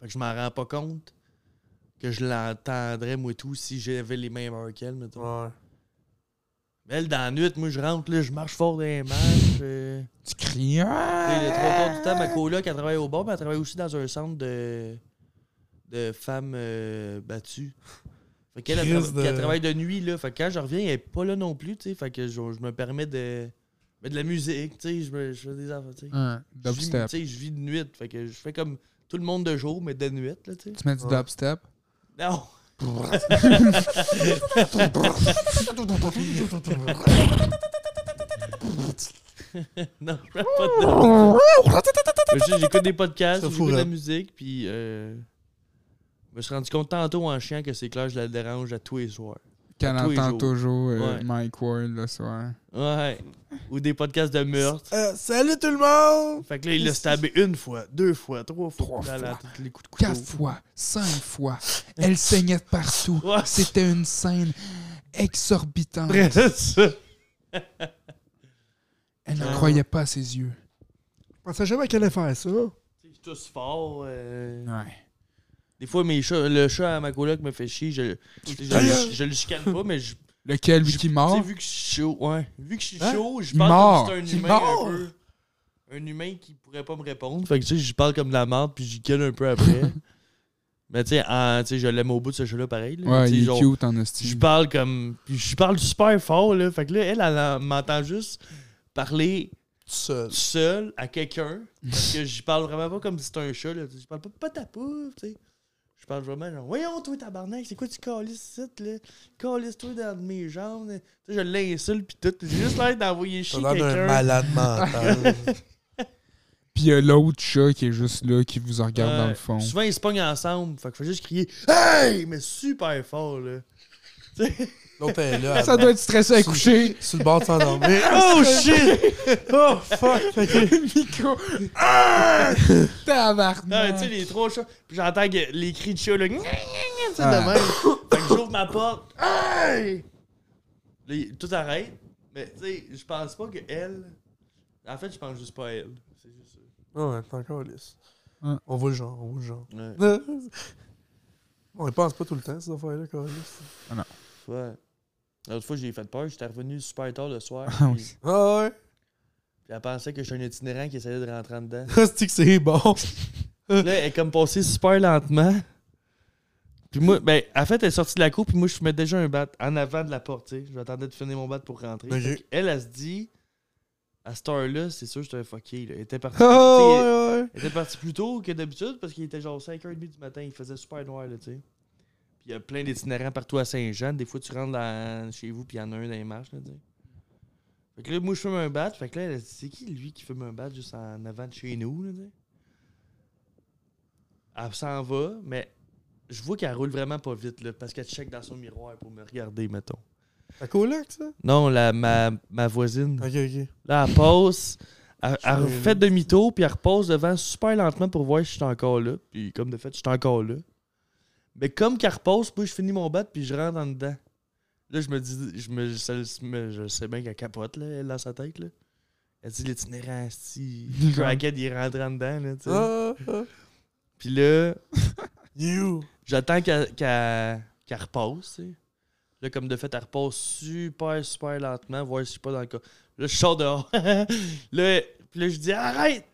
[SPEAKER 2] Fait que je m'en rends pas compte que je l'entendrais, moi, tout, si j'avais les mêmes heures qu'elle, mettons.
[SPEAKER 3] *laughs* Ouais.
[SPEAKER 2] Mais elle, dans la nuit, moi, je rentre, là, je marche fort dans les marches. euh,
[SPEAKER 1] Tu cries,
[SPEAKER 2] Tu sais,
[SPEAKER 1] ah!
[SPEAKER 2] le trois quarts du temps, ma coloc, elle travaille au bar, mais elle travaille aussi dans un centre de, de femmes euh, battues. Fait qu'elle elle
[SPEAKER 3] Crise
[SPEAKER 2] trava-
[SPEAKER 3] de-
[SPEAKER 2] qu'elle travaille de nuit, là. Fait que quand je reviens, elle est pas là non plus, tu sais. Fait que je, je me permets de mettre de la musique, tu sais. Je, me- je fais des affaires, tu sais.
[SPEAKER 1] Ah,
[SPEAKER 2] Je vis- Tu
[SPEAKER 1] dubstep.
[SPEAKER 2] sais, je vis de nuit. Fait que je fais comme tout le monde de jour, mais de nuit, là, tu sais.
[SPEAKER 1] Tu mets du
[SPEAKER 3] Ouais.
[SPEAKER 1] dubstep?
[SPEAKER 2] Non! *laughs* non, je fais pas de Mais tu sais, J'écoute des podcasts,
[SPEAKER 3] Ça
[SPEAKER 2] j'écoute
[SPEAKER 3] fout
[SPEAKER 2] de la
[SPEAKER 3] rap.
[SPEAKER 2] musique, puis euh, je me suis rendu compte tantôt en chiant que c'est clair, je la dérange à tous les soirs.
[SPEAKER 1] Qu'elle
[SPEAKER 2] À tous les
[SPEAKER 1] entend
[SPEAKER 2] jours.
[SPEAKER 1] toujours euh,
[SPEAKER 2] Ouais.
[SPEAKER 1] Mike Ward le soir.
[SPEAKER 2] Ouais. Ou des podcasts de meurtre.
[SPEAKER 3] Euh, salut tout le monde!
[SPEAKER 2] Fait que là, il l'a stabé une fois, deux fois, trois fois.
[SPEAKER 1] Trois
[SPEAKER 2] Là, là,
[SPEAKER 1] fois.
[SPEAKER 2] tous les coups de couteau.
[SPEAKER 1] Quatre fois, cinq fois, elle saignait de partout.
[SPEAKER 2] Ouais.
[SPEAKER 1] C'était une scène exorbitante.
[SPEAKER 2] *laughs* Après ça.
[SPEAKER 1] Elle ne
[SPEAKER 2] Ouais.
[SPEAKER 1] croyait pas à ses yeux.
[SPEAKER 3] Je pensais jamais qu'elle allait faire ça.
[SPEAKER 2] Tu sais, Je tousse fort. euh,
[SPEAKER 1] Ouais.
[SPEAKER 2] Des fois, mes chats, le chat à ma coloc me fait chier. Je, je, je, je- je le chicane pas, mais je,
[SPEAKER 1] Lequel, lui
[SPEAKER 2] Je-
[SPEAKER 1] qui
[SPEAKER 2] Tu
[SPEAKER 1] mord?
[SPEAKER 2] sais, vu que je suis chaud, ouais. Vu que je suis
[SPEAKER 3] Hein?
[SPEAKER 2] chaud, je
[SPEAKER 1] Il
[SPEAKER 2] parle
[SPEAKER 1] mord.
[SPEAKER 2] comme si
[SPEAKER 1] Il
[SPEAKER 2] c'était un humain
[SPEAKER 1] mord.
[SPEAKER 2] un peu. Un humain qui pourrait pas me répondre. Fait que tu sais, je parle comme de la merde, puis j'y gueule un peu après.
[SPEAKER 1] *laughs*
[SPEAKER 2] Mais tu sais, en- tu sais, je l'aime au bout de ce chat-là pareil. là.
[SPEAKER 1] Ouais,
[SPEAKER 2] Tu sais,
[SPEAKER 1] il est
[SPEAKER 2] genre,
[SPEAKER 1] cute en
[SPEAKER 2] Je
[SPEAKER 1] estime.
[SPEAKER 2] parle comme. Puis je parle super fort, là. Fait que là, elle, elle, en- m'entend juste parler
[SPEAKER 3] Tout seul.
[SPEAKER 2] seul à quelqu'un. Parce que j'y parle vraiment pas comme si c'était un chat, là. Tu sais, Je parle pas pas ta pouf, tu sais. Je parle vraiment genre, voyons, toi, tabarnak, c'est quoi tu calisses ici, là? Calisse-toi dans mes jambes. là. Tu sais, je l'insulte, pis tout. J'ai juste l'air d'envoyer
[SPEAKER 3] T'as
[SPEAKER 2] chier
[SPEAKER 3] l'air
[SPEAKER 2] *laughs*
[SPEAKER 3] d'un
[SPEAKER 2] quelqu'un.
[SPEAKER 3] malade mental.
[SPEAKER 1] Puis il y a l'autre chat qui est juste là, qui vous regarde
[SPEAKER 2] Ouais.
[SPEAKER 1] dans le fond.
[SPEAKER 2] Euh, Souvent, ils se pognent ensemble. Fait qu'il faut juste crier Hey! Mais super fort, là. Tu sais,
[SPEAKER 3] L'autre est là.
[SPEAKER 1] Ça doit être stressé à coucher.
[SPEAKER 3] Sur le bord de s'endormir. *laughs*
[SPEAKER 2] *laughs*
[SPEAKER 3] Oh shit! Oh fuck! Ok.
[SPEAKER 1] Micro. Ah!
[SPEAKER 2] non, tu
[SPEAKER 1] Tabarnak.
[SPEAKER 2] sais, les trois chats. Puis j'entends que les cris de chat, là. Gna, gna, gna, Tu sais,
[SPEAKER 1] Ah.
[SPEAKER 2] de même. Fait que j'ouvre ma porte. Hey! Là, il- tout arrête. Mais, tu sais, je pense pas que elle. En fait, je pense juste pas à elle. C'est juste ça.
[SPEAKER 3] Non, ouais, t'es encore lisse.
[SPEAKER 1] Hein.
[SPEAKER 3] On voit le genre, on voit le *laughs* genre.
[SPEAKER 2] Ouais.
[SPEAKER 3] On y pense pas tout le temps, ces affaires-là, quand
[SPEAKER 2] Ouais. L'autre fois, j'ai fait peur. J'étais revenu super tard le soir.
[SPEAKER 1] Ah
[SPEAKER 2] puis-
[SPEAKER 1] oui.
[SPEAKER 3] Ah ouais?
[SPEAKER 2] puis elle pensait que j'étais un itinérant qui essayait de rentrer en dedans.
[SPEAKER 3] *laughs* C'est que c'est *laughs* bon.
[SPEAKER 2] Puis là, elle est comme passée super lentement. Puis moi, ben, en fait, elle est sortie de la cour, puis moi, je fumais déjà un bat en avant de la porte, tu sais. J'attendais de finir mon bat pour rentrer.
[SPEAKER 3] Ok.
[SPEAKER 2] Fait que Elle, elle se dit, à cette heure-là, c'est sûr que j'étais un fucké, là. Elle était partie. tu sais,
[SPEAKER 3] Ah ouais, ouais.
[SPEAKER 2] elle était partie plus tôt que d'habitude parce qu'il était genre 5h30 du matin, il faisait super noir, là, tu sais. Puis il y a plein d'itinérants partout à Saint-Jean. Des fois, tu rentres dans- chez vous, puis il y en a un dans les marches, là, tu sais. Fait que là, moi, je fume un bat. Fait que là, elle a dit, c'est qui lui qui fume un bat juste en avant de chez nous, là, tu sais? Elle s'en va, mais je vois qu'elle roule vraiment pas vite, là, parce qu'elle check dans son miroir pour me regarder, mettons.
[SPEAKER 3] La coloc, ça?
[SPEAKER 2] Non, la, ma, ma voisine.
[SPEAKER 3] Ok, ok.
[SPEAKER 2] Là, elle passe, elle,
[SPEAKER 3] Je
[SPEAKER 2] elle
[SPEAKER 3] suis
[SPEAKER 2] refait demi-tour, puis elle repose devant super lentement pour voir si je suis encore là. Puis comme de fait, je suis encore là. Mais comme qu'elle repose, puis je finis mon bat, puis je rentre en dedans. Là, je me dis, je, me, je sais- me- je sais bien qu'elle capote, là, elle, dans sa tête, là. Elle dit l'itinérant, si.
[SPEAKER 1] Il rentre.
[SPEAKER 2] Crackhead, il est rentré en dedans, là, tu sais.
[SPEAKER 3] Ah, ah.
[SPEAKER 2] Puis là,
[SPEAKER 3] You!
[SPEAKER 2] J'attends qu'elle qu'elle- qu'elle repose, tu sais. Là, comme de fait, elle repose super, super lentement, voir si je suis pas dans le cas. Là, je sors dehors. *laughs* là, puis là, je dis arrête!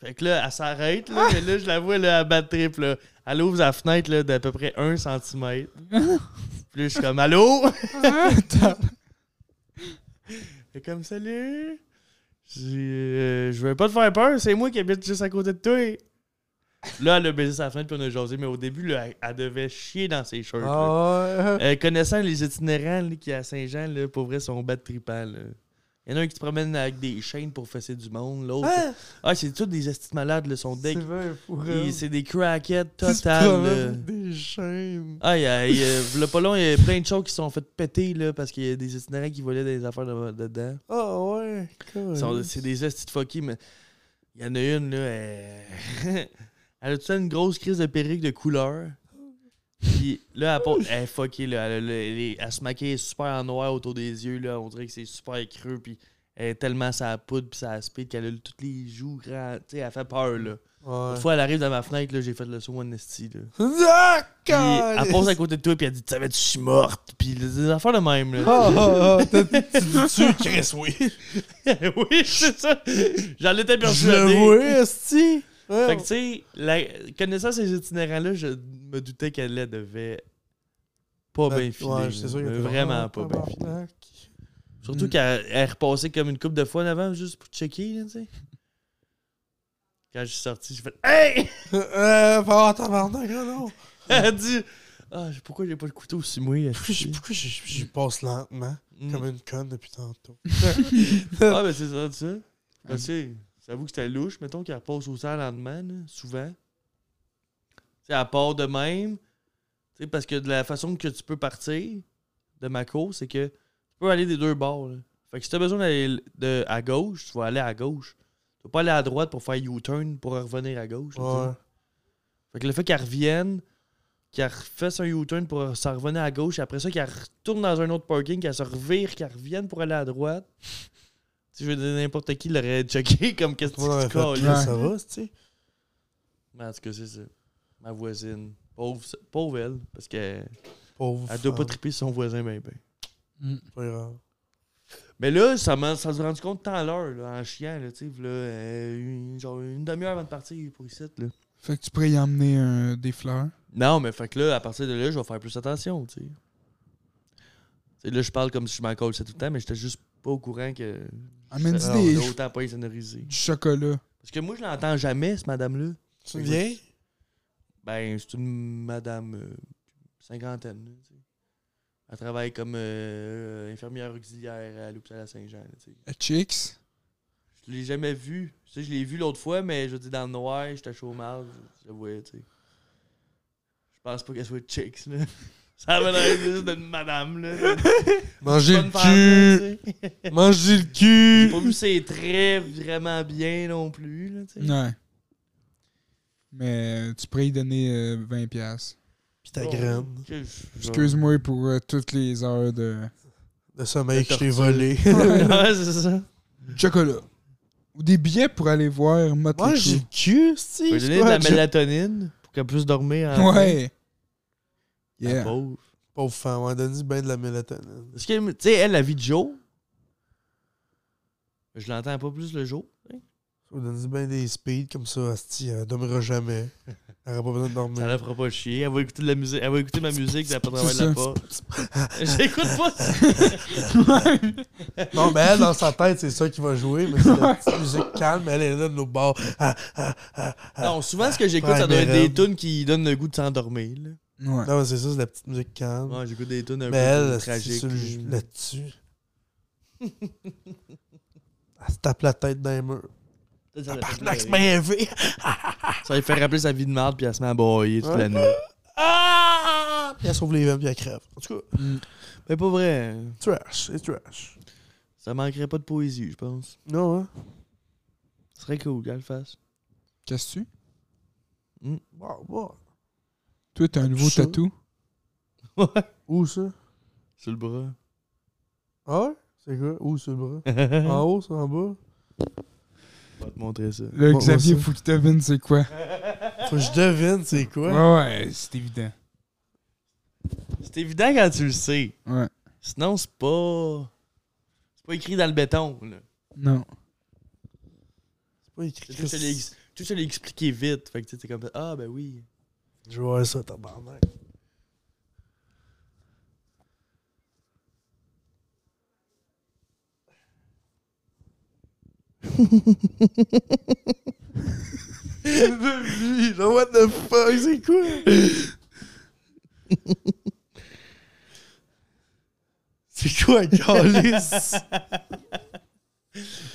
[SPEAKER 2] Fait que là, elle s'arrête, là, mais là, je la vois, là, à battre triple, là. Elle ouvre sa fenêtre, là, d'à peu près 1 cm. puis là, je suis comme allô?
[SPEAKER 1] *laughs*
[SPEAKER 2] Elle est comme salut! Je dis, Euh, je veux pas te faire peur, c'est moi qui habite juste à côté de toi. Là, elle a baisé sa fenêtre puis on a jasé, mais au début, là, elle, elle devait chier dans ses shirts. là.
[SPEAKER 3] Ah ouais.
[SPEAKER 2] *laughs* Euh, connaissant les itinérants là, qui à Saint-Jean, là, pour vrai, sont bas de tripant. là. Il y en a un qui se promène avec des chaînes pour fesser du monde. L'autre.
[SPEAKER 3] Ah,
[SPEAKER 2] Ah, c'est tous des estis malades, le son deck. euh.
[SPEAKER 3] C'est vrai, pour elle.
[SPEAKER 2] Et C'est des
[SPEAKER 3] *laughs*
[SPEAKER 2] crackheads
[SPEAKER 3] Qui se
[SPEAKER 2] total.
[SPEAKER 3] promène
[SPEAKER 2] là.
[SPEAKER 3] avec Des chaînes.
[SPEAKER 2] Aïe, aïe, euh, v'là pas long, il y a plein de choses qui se sont fait péter là, parce qu'il y a des itinérants qui volaient des affaires de- dedans.
[SPEAKER 3] Ah ouais. Comme
[SPEAKER 2] Ils sont- C'est des estis de fucky, mais il y en a une, là. Elle, *laughs* elle a tout ça une grosse crise de perruque de couleur. Puis là, elle, porte- elle est fuckée, là. Elle, a le- elle est- elle se maquille super en noir autour des yeux, là. On dirait que c'est super creux, puis elle est tellement sa poudre, puis sa speed qu'elle a le- toutes les joues grandes. Tu sais, elle fait peur, là. Une
[SPEAKER 3] Ouais.
[SPEAKER 2] fois, elle arrive dans ma fenêtre, là, j'ai fait le saut en esti, là.
[SPEAKER 3] Ah,
[SPEAKER 2] Puis elle pose à
[SPEAKER 3] calice.
[SPEAKER 2] côté de toi, puis elle dit « Savais-tu, je suis morte? » Puis des affaires de même, *laughs* là.
[SPEAKER 3] *laughs* Ah, ah, ah, t'as- tu dis-tu, Chris, oui.
[SPEAKER 2] *laughs* oui, c'est ça! J'en étais
[SPEAKER 3] Je
[SPEAKER 2] persuadé.
[SPEAKER 3] le vois, esti. Ouais.
[SPEAKER 2] Fait que tu sais, la- connaissant ces itinérants-là, je me doutais qu'elle elle devait pas bien filer.
[SPEAKER 3] Euh, Ouais,
[SPEAKER 2] là.
[SPEAKER 3] c'est sûr que t'as-
[SPEAKER 2] vraiment
[SPEAKER 3] Ah,
[SPEAKER 2] pas bien filer.
[SPEAKER 3] tabarnak.
[SPEAKER 2] Surtout
[SPEAKER 1] Mm.
[SPEAKER 2] qu'elle elle repassait comme une coupe de fois en avant juste pour checker, là, tu sais. Quand je suis sorti, j'ai fait Hey!
[SPEAKER 3] *laughs*
[SPEAKER 2] *laughs*
[SPEAKER 3] Euh, oh, tabarnak, ah non.
[SPEAKER 2] Elle a dit Ah, pourquoi j'ai pas le couteau sous
[SPEAKER 3] *laughs*
[SPEAKER 2] moi? elle
[SPEAKER 3] Pourquoi
[SPEAKER 2] dit.
[SPEAKER 3] je- pourquoi je je passe lentement,
[SPEAKER 2] Mm.
[SPEAKER 3] comme une conne depuis tantôt?
[SPEAKER 2] Ah, ben c'est ça, de ça. Ben, tu sais, j'avoue que c'était louche, mettons qu'elle repasse au salles lendemain, là, souvent. Tu sais, elle part de même. Tu sais, parce que de la façon que tu peux partir de Mako, c'est que tu peux aller des deux bords. là. Fait que si t'as besoin d'aller l- de, à gauche, tu vas aller à gauche. Tu vas pas aller à droite pour faire U-turn pour revenir à gauche. là, tu sais.
[SPEAKER 3] Ouais.
[SPEAKER 2] Fait que le fait qu'elle revienne, qu'elle refasse un U-turn pour s'en revenir à gauche, et après ça, qu'elle retourne dans un autre parking, qu'elle se revire, qu'elle revienne pour aller à droite. Si je veux dire, n'importe qui l'aurait checké *laughs* comme qu'est-ce que
[SPEAKER 3] Ouais,
[SPEAKER 2] tu
[SPEAKER 3] ouais,
[SPEAKER 2] colles.
[SPEAKER 1] ouais.
[SPEAKER 3] Ça va, esti?
[SPEAKER 2] Mais en tout cas, c'est ça. Ma voisine. Pauvre, pauvre elle, parce qu'elle
[SPEAKER 3] Pauvre
[SPEAKER 2] elle doit pas
[SPEAKER 3] femme,
[SPEAKER 2] triper sur son voisin, ben, ben.
[SPEAKER 3] pas grave.
[SPEAKER 2] Mais là, ça m'a ça s'est rendu compte tant à l'heure, là, en chiant, là, tu sais, là, euh, une, genre une demi-heure avant de partir pour ici, là.
[SPEAKER 1] Fait que tu pourrais y emmener euh, des fleurs.
[SPEAKER 2] Non, mais fait que là, à partir de là, je vais faire plus attention, tu sais. Tu sais. Là, je parle comme si je m'en collais tout le temps, mais j'étais juste pas au courant que
[SPEAKER 1] Amène-tu
[SPEAKER 3] Ah,
[SPEAKER 1] des-
[SPEAKER 2] j'étais autant pas sonorisé.
[SPEAKER 1] du chocolat.
[SPEAKER 2] Parce que moi, je l'entends jamais, cette madame-là.
[SPEAKER 3] Tu te souviens?
[SPEAKER 2] Ben, c'est une madame euh, cinquantaine, là, tu sais. Elle travaille euh, comme euh, infirmière auxiliaire à l'hôpital à Saint-Jean, là, tu sais.
[SPEAKER 1] Euh, Chicks.
[SPEAKER 2] Je Je l'ai jamais vu. Tu sais, je l'ai vu l'autre fois, mais je dis dans le noir, j'étais chaud mal. Je la voyais, tu sais. Je pense pas qu'elle soit chicks, là. *laughs* Ça va l'air juste d'une madame, là.
[SPEAKER 3] Mangez
[SPEAKER 2] Bonne
[SPEAKER 3] le
[SPEAKER 2] femme, là,
[SPEAKER 3] cul!
[SPEAKER 2] tu sais.
[SPEAKER 3] Mangez le
[SPEAKER 2] J'ai pas
[SPEAKER 3] cul!
[SPEAKER 2] vu ses traits vraiment bien non plus, là, tu sais.
[SPEAKER 1] Ouais. Mais euh, tu pourrais y donner euh, 20$. piastres.
[SPEAKER 3] Pis ta
[SPEAKER 2] Bon,
[SPEAKER 3] graine.
[SPEAKER 2] que je-
[SPEAKER 1] Excuse-moi pour euh, toutes les heures de
[SPEAKER 3] Le sommeil
[SPEAKER 2] La
[SPEAKER 3] que je t'ai
[SPEAKER 2] tortue.
[SPEAKER 3] volé.
[SPEAKER 2] *laughs* ouais, c'est ça.
[SPEAKER 1] chocolat. Ou des billets pour aller voir Motley
[SPEAKER 3] Mangez
[SPEAKER 1] Crue.
[SPEAKER 3] le cul, si!
[SPEAKER 2] Je vais lui donner de la mélatonine pour qu'elle puisse dormir. enfin.
[SPEAKER 1] Ouais.
[SPEAKER 2] La
[SPEAKER 1] Yeah.
[SPEAKER 2] pauvre.
[SPEAKER 3] Pauvre femme, on a donné bien de la mélatonine.
[SPEAKER 2] Parce que, tu sais, elle, la vie de Joe, je l'entends pas plus le Joe. hein.
[SPEAKER 3] On a donné bien des speeds comme ça, Asti. Elle dormira jamais. Elle n'aura pas besoin
[SPEAKER 2] Ça
[SPEAKER 3] de dormir.
[SPEAKER 2] la fera pas chier. Elle va écouter de la musique. Elle va écouter ma musique, puis elle va
[SPEAKER 1] C'est
[SPEAKER 2] travailler là-bas. *laughs* J'écoute pas ça.
[SPEAKER 3] *laughs* Non, mais elle,
[SPEAKER 2] *laughs*
[SPEAKER 3] dans sa tête, c'est ça qui va jouer. Mais c'est la petite musique calme. Elle est là de nos bords. Ah, ah, ah, ah.
[SPEAKER 2] Non, souvent, ce que j'écoute,
[SPEAKER 3] Ouais,
[SPEAKER 2] ça doit
[SPEAKER 3] mais
[SPEAKER 2] être des
[SPEAKER 3] raide.
[SPEAKER 2] tunes qui donnent le goût de s'endormir. là.
[SPEAKER 1] Ouais.
[SPEAKER 3] Non, mais c'est ça, c'est la petite musique calme.
[SPEAKER 2] Ouais, j'écoute des tunes un
[SPEAKER 3] mais
[SPEAKER 2] peu
[SPEAKER 3] elle, c'est
[SPEAKER 2] tragiques.
[SPEAKER 3] sur le- là-dessus. elle se tape la tête dans les murs.
[SPEAKER 2] Ça, ça,
[SPEAKER 3] Tabarnak, c'est
[SPEAKER 2] ça
[SPEAKER 3] bien élevé.
[SPEAKER 2] lui fait rappeler sa vie de merde, puis elle se met à broyer toute la
[SPEAKER 3] Ouais.
[SPEAKER 2] nuit.
[SPEAKER 3] Ah! Puis elle sauve les veines, puis elle crève. En tout cas,
[SPEAKER 1] Mm.
[SPEAKER 2] Mais pas vrai.
[SPEAKER 3] trash, c'est trash.
[SPEAKER 2] Ça manquerait pas de poésie, je pense.
[SPEAKER 3] Non, hein?
[SPEAKER 2] Ce serait cool qu'elle le fasse. *laughs*
[SPEAKER 1] Qu'est-ce que tu?
[SPEAKER 3] Wow, wow.
[SPEAKER 1] Toi, t'as un nouveau
[SPEAKER 3] Ça.
[SPEAKER 1] tatou.
[SPEAKER 2] Ouais.
[SPEAKER 3] Où ça?
[SPEAKER 2] Sur le bras. *laughs*
[SPEAKER 3] Ah ouais? C'est quoi? Où sur le bras?
[SPEAKER 2] On
[SPEAKER 3] En haut, c'est en bas?
[SPEAKER 2] va te montrer ça.
[SPEAKER 1] Le
[SPEAKER 3] Ouais,
[SPEAKER 1] Xavier,
[SPEAKER 3] ouais, ça.
[SPEAKER 1] faut qu'il devine c'est quoi.
[SPEAKER 3] Faut que je devine, c'est quoi?
[SPEAKER 1] Ouais, ouais, c'est évident.
[SPEAKER 2] C'est évident quand tu le sais.
[SPEAKER 1] Ouais.
[SPEAKER 2] Sinon, c'est pas. C'est pas écrit dans le béton. Là.
[SPEAKER 1] Non.
[SPEAKER 3] C'est pas écrit.
[SPEAKER 2] Tout se l'est ex- tout se l'est expliqué vite. Fait que tu sais, t'es comme Ah, ben
[SPEAKER 3] *laughs*
[SPEAKER 2] oui.
[SPEAKER 3] Je vais voir ça, tabarnak. Lui, là, what the fuck, c'est
[SPEAKER 2] *laughs*
[SPEAKER 3] quoi? c'est quoi, calice?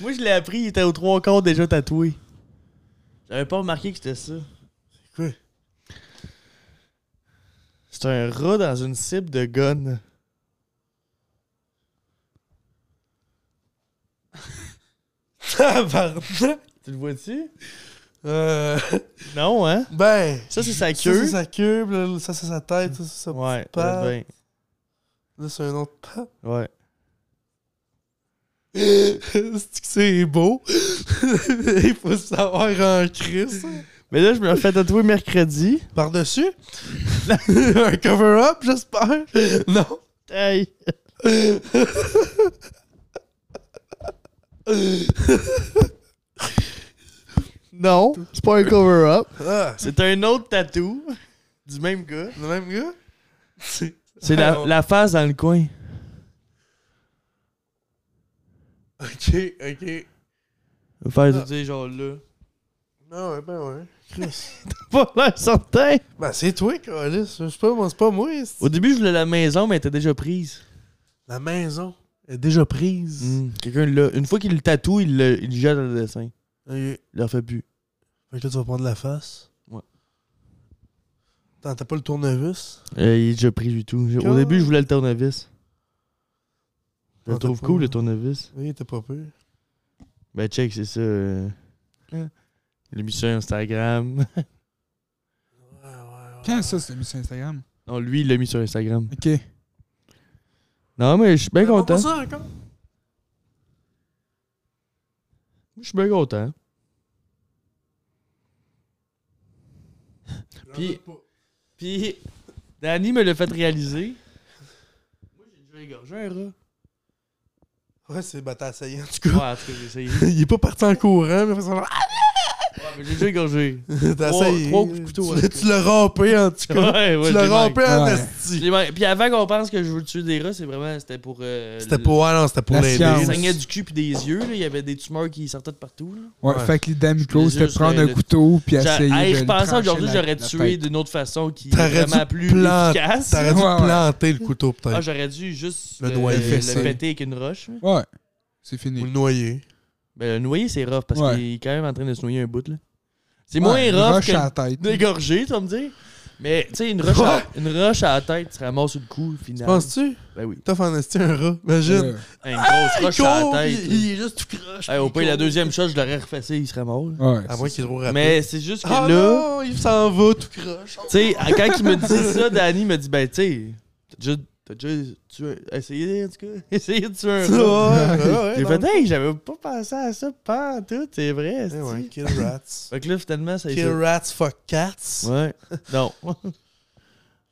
[SPEAKER 2] Moi, je l'ai appris, il était aux trois quarts déjà tatoué. J'avais pas remarqué que c'était ça. C'est
[SPEAKER 3] quoi?
[SPEAKER 2] C'est un rat dans une cible de gun.
[SPEAKER 3] tabarnak!
[SPEAKER 2] Tu le vois-tu?
[SPEAKER 3] Euh,
[SPEAKER 2] Non, hein?
[SPEAKER 3] ben,
[SPEAKER 2] Ça, c'est sa
[SPEAKER 3] ça,
[SPEAKER 2] queue.
[SPEAKER 3] c'est sa queue, là, ça, c'est sa tête, ça, c'est sa
[SPEAKER 2] Ouais,
[SPEAKER 3] patte.
[SPEAKER 2] ben,
[SPEAKER 3] Là, c'est un autre pape.
[SPEAKER 2] ouais.
[SPEAKER 3] *laughs* C'est-tu que c'est beau? *laughs* Il faut savoir en crise.
[SPEAKER 2] Mais là, je me l'ai fait tatouer mercredi.
[SPEAKER 3] Par-dessus? *laughs* un cover-up, j'espère? Non.
[SPEAKER 2] Hey! non, c'est pas un cover-up.
[SPEAKER 3] *laughs* Ah,
[SPEAKER 2] C'est un autre tatou du même gars.
[SPEAKER 3] le même gars? C'est
[SPEAKER 2] C'est la, la face dans le coin.
[SPEAKER 3] Ok, ok.
[SPEAKER 2] La face, tu sais, genre là.
[SPEAKER 3] Non, ouais, ben ouais. Chris.
[SPEAKER 2] Pas l'air certain!
[SPEAKER 3] ben, c'est toi, Calis. C'est pas, moi- c'est pas moi. c'est-
[SPEAKER 2] Au début, je voulais la maison, mais elle était déjà prise.
[SPEAKER 3] La maison Mm. est déjà prise.
[SPEAKER 2] Quelqu'un l'a. Une fois qu'il le tatoue, il le, il le jette dans le dessin.
[SPEAKER 3] Ok.
[SPEAKER 2] Il le refait plus.
[SPEAKER 3] Fait que là, tu vas prendre la face.
[SPEAKER 2] Ouais.
[SPEAKER 3] Attends, t'as pas le tournevis?
[SPEAKER 2] Euh, il est déjà pris du tout. Au début, je voulais le tournevis. Je le
[SPEAKER 3] Ah, t'as
[SPEAKER 2] trouve
[SPEAKER 3] pas-
[SPEAKER 2] cool, le tournevis.
[SPEAKER 3] Oui, t'es pas peur.
[SPEAKER 2] Ben check, c'est ça. euh, hein. Il a mis sur Instagram. *laughs*
[SPEAKER 3] Ouais, ouais, ouais.
[SPEAKER 1] Quand ça, c'est mis sur Instagram?
[SPEAKER 2] Non, lui, il l'a mis sur *laughs* Instagram.
[SPEAKER 1] Ok.
[SPEAKER 2] Ah, Non, mais je suis bien
[SPEAKER 3] T'as pas
[SPEAKER 2] content.
[SPEAKER 3] ça encore?
[SPEAKER 2] Je suis bien content. Puis- Puis, Danny me l'a fait réaliser. Moi, j'ai déjà égorgé un rat.
[SPEAKER 3] Ouais, c'est bah t'as essayé en tout
[SPEAKER 2] Ouais,
[SPEAKER 3] cas. *laughs*
[SPEAKER 2] en tout cas, j'ai essayé.
[SPEAKER 3] Il est pas parti en courant, mais façon
[SPEAKER 2] *laughs* Ouais, mais j'ai déjà égorgé.
[SPEAKER 3] *laughs* t'as
[SPEAKER 2] Trois-
[SPEAKER 3] essayé.
[SPEAKER 2] trois coups de couteau,
[SPEAKER 3] Tu
[SPEAKER 2] ouais.
[SPEAKER 3] l'as- Tu l'as rampé en tout
[SPEAKER 2] *laughs*
[SPEAKER 3] cas.
[SPEAKER 2] Ouais, ouais,
[SPEAKER 3] tu
[SPEAKER 2] je l'ai
[SPEAKER 3] l'as
[SPEAKER 2] manqué.
[SPEAKER 3] rampé en
[SPEAKER 1] Ouais.
[SPEAKER 2] Je
[SPEAKER 3] esti.
[SPEAKER 2] l'ai manqué. Puis avant qu'on pense que je veux tuer des rats, c'est vraiment, c'était pour... euh,
[SPEAKER 3] C'était
[SPEAKER 2] le-
[SPEAKER 3] pour ouais, non, c'était pour
[SPEAKER 1] La
[SPEAKER 2] Ça
[SPEAKER 1] science.
[SPEAKER 3] l'aider.
[SPEAKER 2] saignait du cul puis des yeux, là. Il y avait des tumeurs qui sortaient de partout, là.
[SPEAKER 1] Ouais,
[SPEAKER 3] Ouais.
[SPEAKER 1] fait que l'idée d'Amico, c'était de
[SPEAKER 2] Juste,
[SPEAKER 1] prendre
[SPEAKER 2] euh,
[SPEAKER 1] un
[SPEAKER 2] le-
[SPEAKER 1] couteau puis
[SPEAKER 2] J'a-
[SPEAKER 1] essayer
[SPEAKER 2] Hey,
[SPEAKER 1] de.
[SPEAKER 2] je
[SPEAKER 1] lui
[SPEAKER 2] pensais
[SPEAKER 1] trancher
[SPEAKER 2] aujourd'hui
[SPEAKER 1] la-
[SPEAKER 2] j'aurais
[SPEAKER 1] la
[SPEAKER 2] tué
[SPEAKER 1] tête.
[SPEAKER 2] d'une autre façon qui est
[SPEAKER 3] T'aurais dû
[SPEAKER 2] vraiment plus
[SPEAKER 3] planter-
[SPEAKER 2] efficace.
[SPEAKER 3] T'aurais dû
[SPEAKER 1] Ouais, ouais.
[SPEAKER 3] planter le couteau
[SPEAKER 2] Ah,
[SPEAKER 3] peut-être.
[SPEAKER 2] j'aurais dû juste euh,
[SPEAKER 3] Le
[SPEAKER 2] le,
[SPEAKER 3] noyer.
[SPEAKER 2] le
[SPEAKER 1] Fesser.
[SPEAKER 2] péter avec une roche.
[SPEAKER 1] Ouais. C'est
[SPEAKER 3] Ou
[SPEAKER 1] fini.
[SPEAKER 3] le noyer.
[SPEAKER 2] Ben, le noyer, c'est rough parce
[SPEAKER 1] Ouais.
[SPEAKER 2] qu'il est quand même en train de se noyer un bout. là. C'est
[SPEAKER 1] Ouais, une
[SPEAKER 2] moins rough
[SPEAKER 1] roche à la
[SPEAKER 2] que
[SPEAKER 1] tête.
[SPEAKER 2] *laughs* dégorger, tu vas me dire. Mais, tu sais, une, roche à- une roche à la tête, tu te ramasses sur le cou, finalement.
[SPEAKER 3] Penses-tu?
[SPEAKER 2] Ben oui.
[SPEAKER 3] T'as fantastique un rat, imagine.
[SPEAKER 1] Ouais.
[SPEAKER 2] Une grosse
[SPEAKER 3] Il
[SPEAKER 2] roche à
[SPEAKER 3] court,
[SPEAKER 2] la
[SPEAKER 3] il-
[SPEAKER 2] tête.
[SPEAKER 3] Il est juste tout croche.
[SPEAKER 2] Hey, au
[SPEAKER 3] puis il
[SPEAKER 2] pire, la
[SPEAKER 3] court.
[SPEAKER 2] deuxième shot, je l'aurais refacé, il serait mort. là.
[SPEAKER 1] Ouais.
[SPEAKER 3] À moins qu'il est trop rapide.
[SPEAKER 2] Mais c'est juste que là,
[SPEAKER 3] Ah non, il s'en va tout croche.
[SPEAKER 2] tu sais, quand il me dit ça, Danny il me dit, ben, tu sais, t'as déjà, t'as déjà tué, essayé, en tout cas, *laughs* essayé de tuer un
[SPEAKER 3] *laughs* Ouais,
[SPEAKER 2] rat.
[SPEAKER 3] ouais, ouais,
[SPEAKER 2] J'ai
[SPEAKER 3] non.
[SPEAKER 2] fait, hey, j'avais pas pensé à ça, pas en tout, c'est vrai.
[SPEAKER 3] Eh
[SPEAKER 2] c'est-tu.
[SPEAKER 3] ouais, Kill
[SPEAKER 2] *laughs*
[SPEAKER 3] rats.
[SPEAKER 2] Fait que là, finalement, ça a été-
[SPEAKER 3] Kill rats, fuck cats.
[SPEAKER 2] Ouais. Non. *laughs*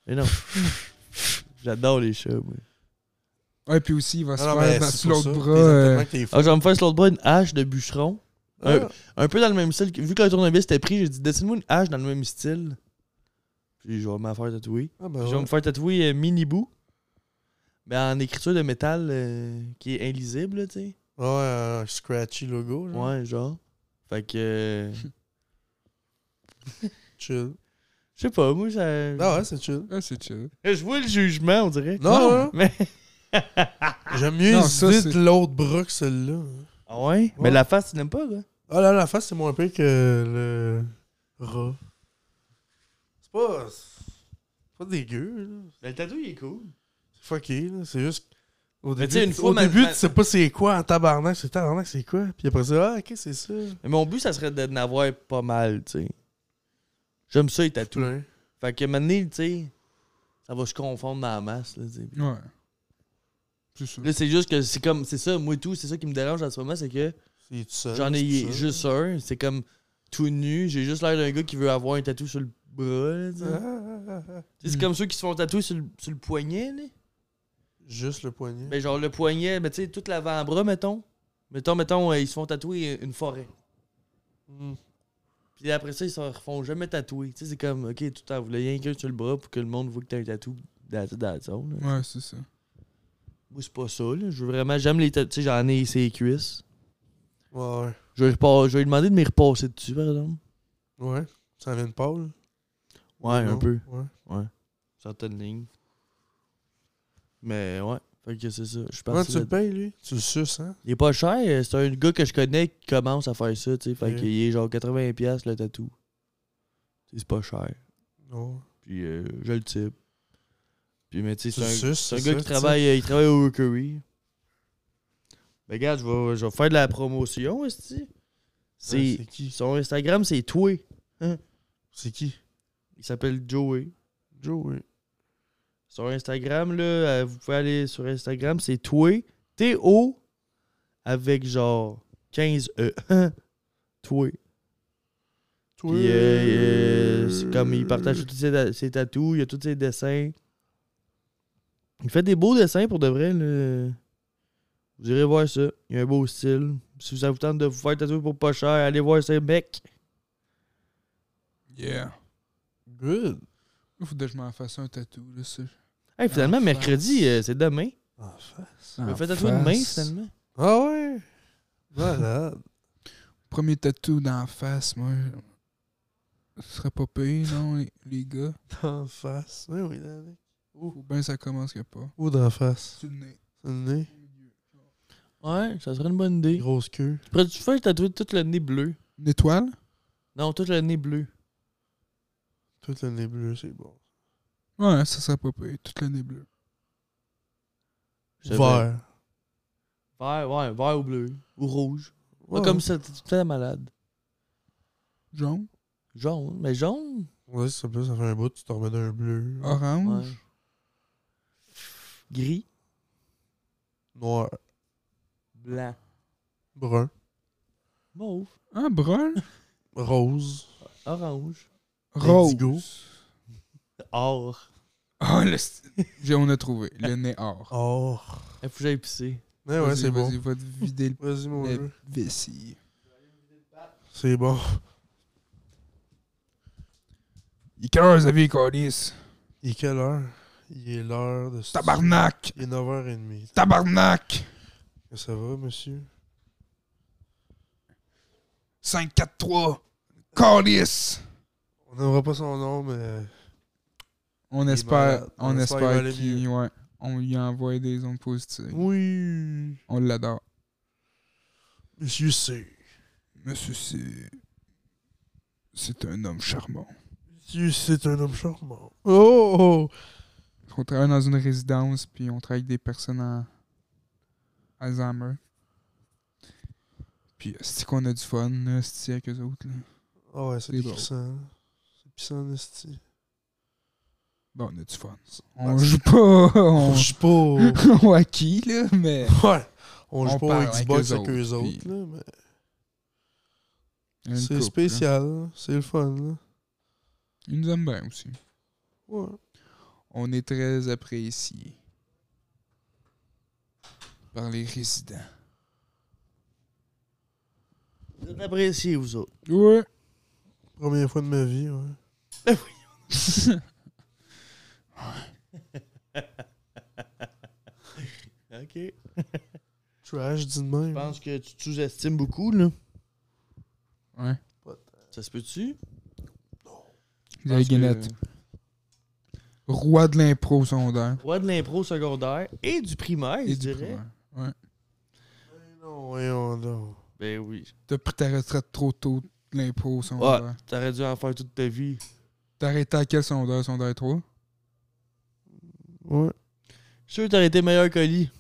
[SPEAKER 2] Mais
[SPEAKER 3] *laughs*
[SPEAKER 2] non. J'adore les chats, moi.
[SPEAKER 1] Ouais, puis aussi, il va se
[SPEAKER 3] Ah non, mais
[SPEAKER 1] faire
[SPEAKER 3] c'est
[SPEAKER 1] dans- sous l'autre
[SPEAKER 3] pour ça.
[SPEAKER 1] bras.
[SPEAKER 3] T'es
[SPEAKER 1] euh,
[SPEAKER 3] tellement que t'es fou.
[SPEAKER 2] Alors, Ah, je vais me faire sur l'autre bras une hache de bûcheron.
[SPEAKER 3] Ah,
[SPEAKER 2] Un peu dans le même style. que- Vu que le tournevis était pris, j'ai dit, dessine-moi une hache dans le même style. Puis je vais m'en faire tatouer.
[SPEAKER 3] ah, ben
[SPEAKER 2] Puis Je vais
[SPEAKER 3] ouais.
[SPEAKER 2] me faire tatouer euh, Minibou. Mais en écriture de métal euh, qui est illisible, là, tu sais.
[SPEAKER 3] Ouais, un scratchy logo. là.
[SPEAKER 2] Ouais, genre. Fait que. *laughs* euh,
[SPEAKER 3] Chill.
[SPEAKER 2] je sais pas, moi, ça.
[SPEAKER 3] Ah ouais, c'est chill.
[SPEAKER 1] Ah, c'est chill.
[SPEAKER 2] *laughs* Je vois le jugement, on dirait.
[SPEAKER 3] Non,
[SPEAKER 1] Non.
[SPEAKER 3] non.
[SPEAKER 2] Mais. *laughs*
[SPEAKER 3] J'aime mieux
[SPEAKER 1] Non, ça,
[SPEAKER 3] l'idée
[SPEAKER 1] c'est-
[SPEAKER 3] de l'autre bras que celle-là.
[SPEAKER 2] Ah ouais? Mais
[SPEAKER 3] Ouais.
[SPEAKER 2] la face, tu n'aimes pas, là?
[SPEAKER 3] Ah là, la face, c'est moins pire que le rat. C'est pas. C'est pas dégueu, là.
[SPEAKER 2] le tatou, il est cool.
[SPEAKER 3] C'est fucké, là. C'est juste. Au
[SPEAKER 2] tu sais,
[SPEAKER 3] début,
[SPEAKER 2] une fois,
[SPEAKER 3] au
[SPEAKER 2] ma-
[SPEAKER 3] début
[SPEAKER 2] ma-
[SPEAKER 3] tu sais pas c'est quoi en tabarnak. C'est tabarnak, c'est quoi. Puis après ça, ah, ok, c'est ça.
[SPEAKER 2] Mais mon but, ça serait de n'avoir pas mal, tu sais. J'aime ça, les
[SPEAKER 3] Tout
[SPEAKER 2] tatous.
[SPEAKER 3] là.
[SPEAKER 2] Fait que maintenant, tu sais, ça va se confondre dans la masse, là, tu sais.
[SPEAKER 1] Ouais. C'est ça.
[SPEAKER 2] Là, c'est juste que c'est comme. C'est ça, moi, et tout. C'est ça qui me dérange en ce moment, c'est que.
[SPEAKER 3] C'est tout seul.
[SPEAKER 2] J'en
[SPEAKER 3] c'est
[SPEAKER 2] ai
[SPEAKER 3] tout
[SPEAKER 2] juste un. C'est comme tout nu. J'ai juste l'air d'un gars qui veut avoir un tatou sur le bras. là, tu sais.
[SPEAKER 3] seul. Ah, ah, ah, ah.
[SPEAKER 2] Tu sais, C'est
[SPEAKER 1] Mm.
[SPEAKER 2] comme ceux qui se font tatouer sur le, sur le poignet. Là.
[SPEAKER 3] Juste le poignet.
[SPEAKER 2] Mais genre le poignet, mais tu sais, tout l'avant-bras, mettons. Mettons, mettons, euh, ils se font tatouer une forêt.
[SPEAKER 3] Hmm.
[SPEAKER 2] Puis après ça, ils se refont jamais tatouer. Tu sais, c'est comme, ok, tout en voulais rien qu'un sur le bras pour que le monde voit que t'as un tatou dans, dans la zone. là.
[SPEAKER 1] Ouais, c'est ça.
[SPEAKER 2] Moi, c'est pas ça. Là. Je veux vraiment, j'aime les tatouages. Tu sais, j'en ai ici les cuisses.
[SPEAKER 3] Ouais, ouais.
[SPEAKER 2] Je vais, repas- je vais lui demander de m'y repasser dessus, par exemple.
[SPEAKER 3] Ouais. Ça vient de Paul.
[SPEAKER 2] Ouais, un
[SPEAKER 3] Non?
[SPEAKER 2] peu.
[SPEAKER 3] Ouais.
[SPEAKER 2] certaines lignes. Mais ouais, fait que c'est ça. Je suis
[SPEAKER 3] Comment
[SPEAKER 2] parti
[SPEAKER 3] tu le
[SPEAKER 2] là-
[SPEAKER 3] payes, lui Tu le suces, hein
[SPEAKER 2] Il est pas cher, euh, c'est un gars que je connais qui commence à faire ça, tu sais. Fait
[SPEAKER 3] Ok.
[SPEAKER 2] qu'il est genre 80$ piastres, le tatou. Tu sais, C'est pas cher.
[SPEAKER 3] Non.
[SPEAKER 2] Puis euh, je le type. Puis mais tu sais,
[SPEAKER 3] Tu le
[SPEAKER 2] c'est un,
[SPEAKER 3] suces.
[SPEAKER 2] c'est un
[SPEAKER 3] c'est
[SPEAKER 2] gars
[SPEAKER 3] ça,
[SPEAKER 2] qui
[SPEAKER 3] tu sais.
[SPEAKER 2] travaille, euh, il travaille au Rookery. Mais regarde, je vais, je vais faire de la promotion, esti.
[SPEAKER 3] Ouais,
[SPEAKER 2] C'est
[SPEAKER 3] C'est qui
[SPEAKER 2] Son Instagram, c'est Toué.
[SPEAKER 3] C'est qui
[SPEAKER 2] Il s'appelle Joey.
[SPEAKER 3] Joe, oui.
[SPEAKER 2] Sur Instagram, là, euh, vous pouvez aller sur Instagram, c'est Toué. T-O avec genre 15 E. *laughs* Toué. Puis euh, euh, c'est comme il partage tous ses, ta- ses tatous, il a tous ses dessins. Il fait des beaux dessins pour de vrai. là. Vous irez voir ça. Il a un beau style. Si ça vous tente de vous faire tatouer pour pas cher, allez voir ça, mec.
[SPEAKER 1] Yeah.
[SPEAKER 3] Good.
[SPEAKER 1] Faut que je m'en fasse un tatou, là, ça.
[SPEAKER 2] Hey, finalement,
[SPEAKER 1] Ah,
[SPEAKER 2] mercredi,
[SPEAKER 1] face.
[SPEAKER 2] euh, c'est demain.
[SPEAKER 3] Ah, fa-
[SPEAKER 2] Je me
[SPEAKER 1] En
[SPEAKER 2] fais tatouer demain,
[SPEAKER 1] face.
[SPEAKER 2] finalement.
[SPEAKER 3] Ah ouais
[SPEAKER 2] *laughs*
[SPEAKER 3] Voilà.
[SPEAKER 1] Premier tatou dans la face, moi. Ce serait pas payé, non, les, les gars.
[SPEAKER 3] D'en face. Oui, oui, là, oui.
[SPEAKER 1] Ou bien ça commence que pas.
[SPEAKER 3] Où d'en face
[SPEAKER 1] C'est le nez.
[SPEAKER 3] Le nez.
[SPEAKER 2] Ouais, ça serait une bonne idée.
[SPEAKER 3] Grosse queue.
[SPEAKER 2] Pourrais-tu faire tatouer tout le nez bleu?
[SPEAKER 1] Une étoile?
[SPEAKER 2] Non, tout le nez bleu.
[SPEAKER 3] Tout le nez bleu, c'est bon.
[SPEAKER 1] Ouais, ça serait pas payé. Toute l'année bleue.
[SPEAKER 2] Je
[SPEAKER 3] Vert.
[SPEAKER 2] Vert, ouais, vert ou bleu. Ou rouge. Pas
[SPEAKER 3] Ouais.
[SPEAKER 2] comme ça, tu te fais malade.
[SPEAKER 1] Jaune?
[SPEAKER 2] Jaune, mais jaune?
[SPEAKER 3] Ouais, c'est plus, ça fait un bout, tu t'en remets d'un bleu.
[SPEAKER 1] Orange?
[SPEAKER 2] Ouais. Gris,
[SPEAKER 3] Noir.
[SPEAKER 2] blanc,
[SPEAKER 3] Brun.
[SPEAKER 2] mauve,
[SPEAKER 1] Ah, brun?
[SPEAKER 3] Rose.
[SPEAKER 2] orange,
[SPEAKER 1] Rose.
[SPEAKER 3] Indigo.
[SPEAKER 2] or.
[SPEAKER 1] Ah, le st- J'ai- On a trouvé. Le nez or.
[SPEAKER 3] Or.
[SPEAKER 2] Il faut que j'aille pisser.
[SPEAKER 3] Ouais, ouais,
[SPEAKER 1] Vas-y,
[SPEAKER 3] c'est bon.
[SPEAKER 1] Vas-y, va te vider le
[SPEAKER 3] Vas-y, mon
[SPEAKER 1] la
[SPEAKER 3] jeu.
[SPEAKER 1] vessie.
[SPEAKER 3] C'est bon.
[SPEAKER 1] Il est quelle heure, Xavier Colis?
[SPEAKER 3] Il est quelle heure Il est l'heure de.
[SPEAKER 1] Tabarnak!
[SPEAKER 3] Il est 9h30.
[SPEAKER 1] Tabarnak!
[SPEAKER 3] Ça va, monsieur
[SPEAKER 1] 5-4-3. Colis!
[SPEAKER 3] On n'aimera pas son nom, mais.
[SPEAKER 1] On
[SPEAKER 3] Il est
[SPEAKER 1] espère,
[SPEAKER 3] malade.
[SPEAKER 1] on
[SPEAKER 3] On espère qu'il va
[SPEAKER 1] espère
[SPEAKER 3] aller
[SPEAKER 1] qu'il, ouais, on lui envoie des ondes positives.
[SPEAKER 3] Oui.
[SPEAKER 1] On l'adore.
[SPEAKER 3] Monsieur C.
[SPEAKER 1] Monsieur, c'est. C'est un homme charmant.
[SPEAKER 3] Monsieur, c'est un homme charmant. Oh, oh.
[SPEAKER 1] On travaille dans une résidence, puis on travaille avec des personnes à Alzheimer. Puis, c'est qu'on a du fun, là, c'est avec eux autres. Là.
[SPEAKER 3] Ah ouais, c'est
[SPEAKER 1] C'est bon.
[SPEAKER 3] puissant. C'est puissant, Nasty.
[SPEAKER 1] Bon, Ben, on a du fun.
[SPEAKER 3] Ouais.
[SPEAKER 1] On joue pas.
[SPEAKER 3] On *laughs*
[SPEAKER 1] On
[SPEAKER 3] joue pas.
[SPEAKER 2] *laughs*
[SPEAKER 3] au-
[SPEAKER 1] joue à qui, là, mais.
[SPEAKER 3] ouais. On joue
[SPEAKER 1] On
[SPEAKER 3] pas au
[SPEAKER 1] parle avec
[SPEAKER 3] Xbox
[SPEAKER 1] eux
[SPEAKER 3] avec eux
[SPEAKER 1] autres,
[SPEAKER 3] autres,
[SPEAKER 1] puis-
[SPEAKER 3] là, mais
[SPEAKER 1] Une
[SPEAKER 3] c'est
[SPEAKER 1] couple, là.
[SPEAKER 3] spécial. là. C'est le fun, là.
[SPEAKER 1] Ils nous aiment bien aussi.
[SPEAKER 3] Ouais.
[SPEAKER 1] On est très apprécié par les résidents.
[SPEAKER 2] Vous êtes appréciés, vous autres.
[SPEAKER 1] Ouais.
[SPEAKER 3] Première fois de ma
[SPEAKER 2] *laughs*
[SPEAKER 3] vie, ouais. *laughs*
[SPEAKER 2] *laughs* OK. Je
[SPEAKER 3] Trash, dis de même.
[SPEAKER 2] pense que tu te sous-estimes beaucoup, là.
[SPEAKER 1] Ouais.
[SPEAKER 2] Ça se peut-tu?
[SPEAKER 1] Xavier Guinette. euh, Roi de l'impro au secondaire.
[SPEAKER 2] Roi de l'impro secondaire et du primaire, je
[SPEAKER 1] Et du
[SPEAKER 2] dirais.
[SPEAKER 1] primaire.
[SPEAKER 3] Non, voyons donc.
[SPEAKER 2] Ben oui.
[SPEAKER 1] T'as pris ta retraite trop tôt de l'impro au secondaire.
[SPEAKER 2] Ouais, t'aurais dû en faire toute ta vie.
[SPEAKER 1] T'as arrêté à quel secondaire? Secondaire 3?
[SPEAKER 3] Ouais.
[SPEAKER 2] Je suis sûr que t'aurais été meilleur que lui.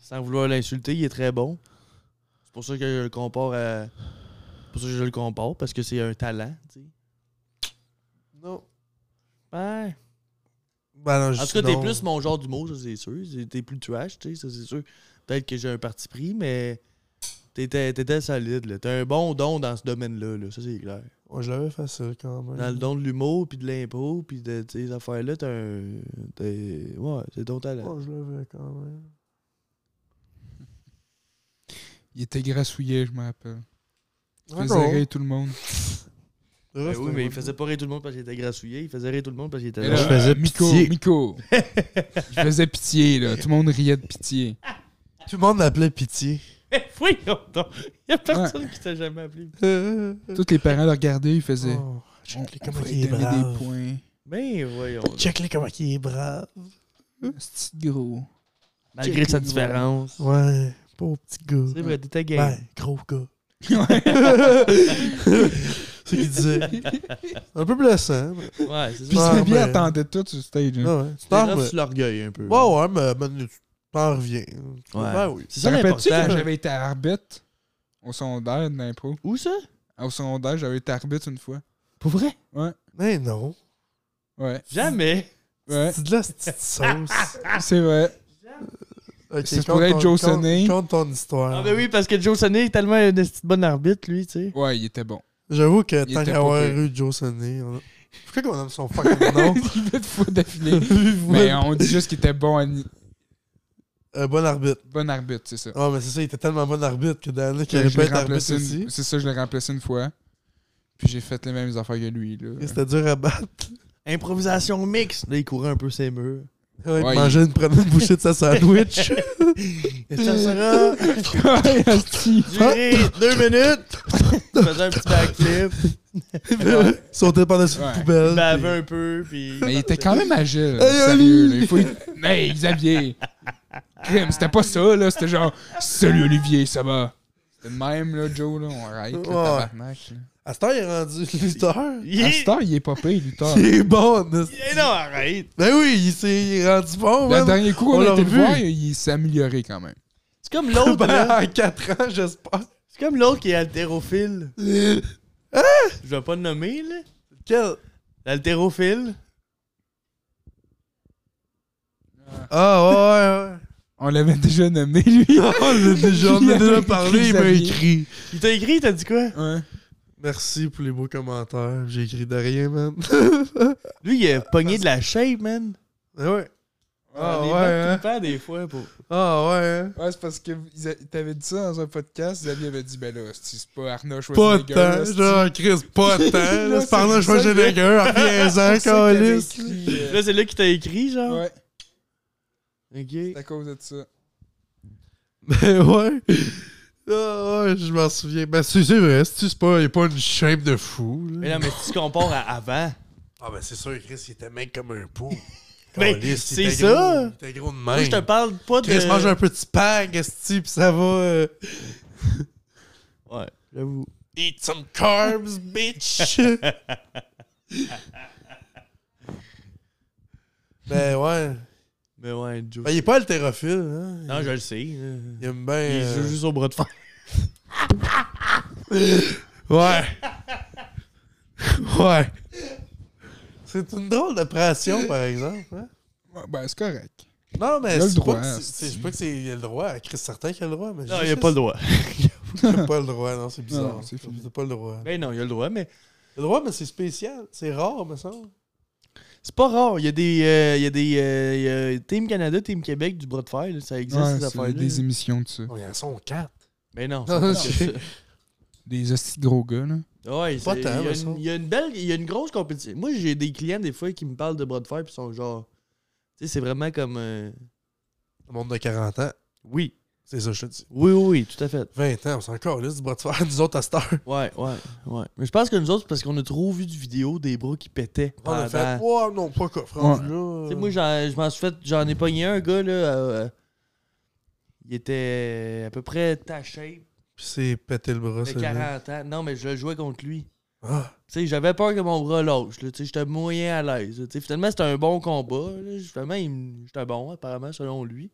[SPEAKER 2] Sans vouloir l'insulter, il est très bon. C'est pour ça que je le compare à. C'est pour ça que je le compare, parce que c'est un talent, tu sais.
[SPEAKER 3] Non.
[SPEAKER 2] Ouais.
[SPEAKER 3] Ben non, je
[SPEAKER 2] En tout
[SPEAKER 3] dis
[SPEAKER 2] cas, t'es
[SPEAKER 3] non.
[SPEAKER 2] plus mon genre d'humour, ça c'est sûr. C'est- T'es plus trash, tu sais, ça c'est sûr. Peut-être que j'ai un parti pris, mais t'étais, t'étais solide, là. T'as un bon don dans ce domaine-là, là, ça c'est clair.
[SPEAKER 3] Ouais, je l'avais facile quand même.
[SPEAKER 2] Dans le don de l'humour, puis de l'impôt, puis de ces affaires-là, t'as un. t'es- Ouais, c'est ton talent.
[SPEAKER 3] Ouais, je l'avais quand même.
[SPEAKER 1] Il était grassouillet, je me rappelle. Il
[SPEAKER 3] Ouais,
[SPEAKER 1] faisait rire tout le monde.
[SPEAKER 3] non.
[SPEAKER 2] Ben
[SPEAKER 3] Reste
[SPEAKER 2] oui,
[SPEAKER 3] un
[SPEAKER 2] mais il
[SPEAKER 3] bon-
[SPEAKER 2] faisait pas rire tout le monde parce qu'il était grassouillé, il faisait rire tout le monde parce qu'il était
[SPEAKER 1] Et
[SPEAKER 2] là.
[SPEAKER 1] là,
[SPEAKER 4] je
[SPEAKER 2] *laughs*
[SPEAKER 4] faisais
[SPEAKER 1] euh, Miko,
[SPEAKER 4] pitié.
[SPEAKER 1] Miko. Il faisait pitié, là. Tout le monde riait de pitié.
[SPEAKER 3] Tout le monde
[SPEAKER 2] *laughs*
[SPEAKER 3] l'appelait Pitié.
[SPEAKER 2] Oui, il y a personne qui t'a jamais appelé.
[SPEAKER 3] Euh,
[SPEAKER 1] Tous les parents le regardaient, ils faisaient.
[SPEAKER 3] oh,
[SPEAKER 1] On,
[SPEAKER 3] Check-les
[SPEAKER 1] on
[SPEAKER 3] comment
[SPEAKER 1] va
[SPEAKER 3] il
[SPEAKER 1] lui
[SPEAKER 3] est
[SPEAKER 1] donner des
[SPEAKER 3] brave.
[SPEAKER 1] points.
[SPEAKER 2] Mais voyons.
[SPEAKER 3] Check-les comment il est brave.
[SPEAKER 1] C'est gros.
[SPEAKER 2] Malgré sa différence.
[SPEAKER 3] Ouais, pauvre petit gars.
[SPEAKER 2] C'est vrai, t'étais gay.
[SPEAKER 3] Ben, gros
[SPEAKER 1] *laughs*
[SPEAKER 3] gars. C'est ce qu'il disait. Un peu blessant. Mais...
[SPEAKER 2] *laughs* Ouais, c'est
[SPEAKER 1] Puis
[SPEAKER 2] ça.
[SPEAKER 3] Ouais,
[SPEAKER 1] c'est bien
[SPEAKER 3] mais-
[SPEAKER 1] attendait tout sur stage. hein.
[SPEAKER 3] Non, ouais. Tu t'en
[SPEAKER 2] T'es
[SPEAKER 3] remets.
[SPEAKER 2] sur l'orgueil un peu.
[SPEAKER 3] Ouais, ouais, mais ben, tu t'en reviens.
[SPEAKER 2] Ouais.
[SPEAKER 3] Ben oui.
[SPEAKER 1] Te
[SPEAKER 2] C'est ça
[SPEAKER 1] rappelles-tu quand
[SPEAKER 2] l'important.
[SPEAKER 1] j'avais été arbitre au secondaire de l'impro? Ah,
[SPEAKER 2] Où ça?
[SPEAKER 1] Au secondaire, j'avais été arbitre une fois.
[SPEAKER 2] Pour vrai?
[SPEAKER 3] Mais non.
[SPEAKER 1] Ouais.
[SPEAKER 2] Jamais.
[SPEAKER 1] Ouais,
[SPEAKER 3] C'est de la
[SPEAKER 1] *laughs*
[SPEAKER 3] petite sauce.
[SPEAKER 1] c'est vrai.
[SPEAKER 3] Ok,
[SPEAKER 1] Ça
[SPEAKER 3] compte
[SPEAKER 1] pourrait être
[SPEAKER 3] ton-
[SPEAKER 1] Joe
[SPEAKER 3] compte-
[SPEAKER 1] Sonnet.
[SPEAKER 3] Compte ton histoire.
[SPEAKER 2] Ah ben oui, parce que Joe Sonnet est tellement un esti de bon arbitre, lui, tu sais.
[SPEAKER 1] Ouais, il était
[SPEAKER 3] *laughs*
[SPEAKER 1] bon.
[SPEAKER 3] J'avoue que
[SPEAKER 1] Il
[SPEAKER 3] tant
[SPEAKER 1] était
[SPEAKER 3] qu'à
[SPEAKER 1] pas
[SPEAKER 3] avoir
[SPEAKER 1] pire.
[SPEAKER 3] eu Joe Sonnet, on a- pourquoi qu'on aime son fucking
[SPEAKER 1] *laughs*
[SPEAKER 3] nom?
[SPEAKER 1] Il fait de fois d'affilée. *laughs* Mais on dit juste qu'il était bon, ani-
[SPEAKER 3] Un Euh, bon arbitre.
[SPEAKER 1] bon arbitre, c'est ça.
[SPEAKER 3] Ah, mais c'est ça, il était tellement bon arbitre que Daniel qui
[SPEAKER 1] Je
[SPEAKER 3] aurait pas
[SPEAKER 1] l'ai
[SPEAKER 3] être arbitre
[SPEAKER 1] remplacé une-
[SPEAKER 3] aussi.
[SPEAKER 1] C'est ça, je l'ai remplacé une fois. Puis j'ai fait les mêmes affaires que lui. Là. *laughs*
[SPEAKER 3] Et C'était dur à battre.
[SPEAKER 2] Improvisation mix. Là, il courait un peu ses murs.
[SPEAKER 3] Ouais, il
[SPEAKER 1] Ouais,
[SPEAKER 3] mangeait une, prenait une bouchée de sa *laughs* sandwich.
[SPEAKER 2] Et ça sera
[SPEAKER 1] Ouais, asti.
[SPEAKER 3] Hein?
[SPEAKER 2] duré deux minutes. Il faisait un petit backflip.
[SPEAKER 3] Sautait par-dessus
[SPEAKER 1] Ouais.
[SPEAKER 3] une poubelle.
[SPEAKER 2] Il bavait un peu, puis...
[SPEAKER 1] Mais il était quand même agile.
[SPEAKER 3] Hey,
[SPEAKER 1] sérieux, là.
[SPEAKER 3] Oli!
[SPEAKER 1] Il faut... Hey, Xavier! Crime, c'était pas ça, là. C'était genre, salut Olivier, ça va? C'était le même, là, Joe, là. On arrête,
[SPEAKER 3] Ouais.
[SPEAKER 1] le tabarnak. là.
[SPEAKER 3] À cette heure, il est *laughs* rendu lutteur.
[SPEAKER 2] Il
[SPEAKER 1] À
[SPEAKER 2] est...
[SPEAKER 1] cette heure, il est pas pire,
[SPEAKER 3] *laughs*
[SPEAKER 1] lutteur.
[SPEAKER 3] Il est bon. mais-
[SPEAKER 2] Eh non, arrête.
[SPEAKER 3] Ben oui, il s'est il est rendu bon.
[SPEAKER 1] Le
[SPEAKER 3] man.
[SPEAKER 1] dernier coup,
[SPEAKER 3] on
[SPEAKER 1] on,
[SPEAKER 3] l'a
[SPEAKER 1] a été le
[SPEAKER 3] revu.
[SPEAKER 1] voir, il s'est amélioré quand même.
[SPEAKER 2] C'est comme l'autre, là. *laughs*
[SPEAKER 3] Ben, en 4 ans, j'espère.
[SPEAKER 2] C'est comme l'autre qui est haltérophile. *laughs* Hein? Je vais pas le nommer, là.
[SPEAKER 3] Quel...
[SPEAKER 2] L'haltérophile.
[SPEAKER 3] Ah,
[SPEAKER 1] On l'avait *laughs* déjà nommé,
[SPEAKER 3] *laughs*
[SPEAKER 1] lui.
[SPEAKER 3] ouais, ouais. on l'a déjà, on en a
[SPEAKER 1] Il
[SPEAKER 3] déjà
[SPEAKER 1] avait
[SPEAKER 3] parlé,
[SPEAKER 1] écrit
[SPEAKER 3] il m'a
[SPEAKER 1] Xavier.
[SPEAKER 3] écrit.
[SPEAKER 2] Il t'a écrit, il t'a dit quoi?
[SPEAKER 1] Ouais.
[SPEAKER 3] Merci pour les beaux commentaires. J'ai écrit de rien, man. *laughs*
[SPEAKER 2] Lui, il a pogné de la shape, man.
[SPEAKER 3] Ben ouais. Ah,
[SPEAKER 2] On les
[SPEAKER 3] ouais,
[SPEAKER 2] bat
[SPEAKER 3] hein.
[SPEAKER 2] tout le temps, des fois, pour...
[SPEAKER 3] Ah, ouais, hein.
[SPEAKER 1] Ouais, c'est parce que ils a- t'avais dit ça dans un podcast, Xavier avait dit, ben là, c'est c'est pas Arnaud
[SPEAKER 3] Pas
[SPEAKER 1] Schwarzenegger.
[SPEAKER 3] tant, genre, Chris, *laughs* pas tant. Là,
[SPEAKER 1] c'est
[SPEAKER 3] c'est par là, je
[SPEAKER 1] ça
[SPEAKER 3] vois
[SPEAKER 1] que-
[SPEAKER 3] Génégueux, *laughs* reviens-en, Calis.
[SPEAKER 1] Calis.
[SPEAKER 2] Là, c'est là qu'il t'a écrit, genre.
[SPEAKER 1] euh, Ouais, c'est
[SPEAKER 2] Ok.
[SPEAKER 1] à cause de ça.
[SPEAKER 3] *laughs* Ben ouais. Ah ouais, je m'en souviens. Ben c'est c'est vrai, c'est c'est pas, il est pas une shape de fou. là.
[SPEAKER 2] Mais non, mais si tu compares à avant,
[SPEAKER 3] *laughs* Ah ben c'est sûr, Chris, il était mec comme un pot.
[SPEAKER 2] Mais
[SPEAKER 3] Caliste, il
[SPEAKER 2] c'est
[SPEAKER 3] était
[SPEAKER 2] ça.
[SPEAKER 3] gros- Il était gros de même.
[SPEAKER 2] Moi, je te parle pas de.
[SPEAKER 3] Chris, mange un petit pack, esti, pis ça va. euh,
[SPEAKER 2] Ouais, j'avoue.
[SPEAKER 3] Eat some *laughs* carbs, bitch! ben ouais.
[SPEAKER 2] Mais ouais, Joe.
[SPEAKER 3] Ben, il est pas altérophile, hein? Il-
[SPEAKER 2] Non, je le sais.
[SPEAKER 3] Il aime bien.
[SPEAKER 2] Il
[SPEAKER 3] euh,
[SPEAKER 2] joue juste au bras de fer.
[SPEAKER 1] *laughs*
[SPEAKER 3] Ouais. ouais. C'est une drôle
[SPEAKER 1] *laughs*
[SPEAKER 3] de pression, par exemple. hein?
[SPEAKER 1] Ouais, Ben, c'est correct.
[SPEAKER 3] Non, mais
[SPEAKER 1] Il a le
[SPEAKER 3] c'est pas
[SPEAKER 1] droit, hein,
[SPEAKER 3] que c'est-
[SPEAKER 1] c'est-
[SPEAKER 3] c'est- je sais pas que c'est il a le droit. à Chris, certain qu'il a le droit, mais
[SPEAKER 2] Non,
[SPEAKER 3] je-
[SPEAKER 2] il a pas le *laughs* droit.
[SPEAKER 3] Il a pas le droit, non, c'est bizarre.
[SPEAKER 1] Non, c'est fou.
[SPEAKER 3] Il a pas le droit.
[SPEAKER 2] Ben non, il a le droit, mais
[SPEAKER 3] Il a le droit, mais c'est spécial. C'est rare, me semble.
[SPEAKER 2] c'est pas rare. Il y a des. euh, il y a des. euh, il y a Team Canada, Team Québec, du bras de fer. là. Ça existe,
[SPEAKER 1] Ouais,
[SPEAKER 2] ces
[SPEAKER 1] c'est
[SPEAKER 2] affaires-là.
[SPEAKER 1] des émissions de ça.
[SPEAKER 3] On y en sont quatre.
[SPEAKER 2] Mais
[SPEAKER 3] *laughs*
[SPEAKER 2] non.
[SPEAKER 3] Non,
[SPEAKER 2] c'est
[SPEAKER 3] c'est-
[SPEAKER 2] pas
[SPEAKER 1] Des hosties de gros gars, là.
[SPEAKER 2] ça. Ouais,
[SPEAKER 3] Pas
[SPEAKER 2] c'est-
[SPEAKER 3] tant,
[SPEAKER 2] il y a
[SPEAKER 3] mais
[SPEAKER 2] une-
[SPEAKER 3] ça.
[SPEAKER 2] Il y a une belle. Il y a une grosse compétition. Moi, j'ai des clients, des fois, qui me parlent de bras de fer, puis sont genre. Tu sais, c'est vraiment comme. euh,
[SPEAKER 3] Le monde de 40 ans.
[SPEAKER 2] Oui.
[SPEAKER 3] C'est ça, je te dis.
[SPEAKER 2] Oui, oui, oui, tout à fait.
[SPEAKER 3] 20 ans, on s'en encore là du bras de fer, nous autres à cette heure.
[SPEAKER 2] Ouais, ouais, ouais. Mais je pense que nous autres, c'est parce qu'on a trop vu de vidéos des bras qui pétaient.
[SPEAKER 3] On a
[SPEAKER 2] pendant-
[SPEAKER 3] fait, oh non, pas quoi,
[SPEAKER 1] Ouais.
[SPEAKER 2] Tu sais, moi, j'en- je m'en suis fait. J'en ai pogné un, gars, là. euh, il était à peu près taché,
[SPEAKER 3] c'est pété le bras,
[SPEAKER 2] de
[SPEAKER 3] c'est vrai.
[SPEAKER 2] 40 ans. Non, mais je le jouais contre lui.
[SPEAKER 3] Ah,
[SPEAKER 2] Tu sais, j'avais peur que mon bras lâche, là. Tu sais, j'étais moyen à l'aise. là. Tu sais, finalement, c'était un bon combat. là. Finalement, il me- j'étais bon, apparemment, selon lui.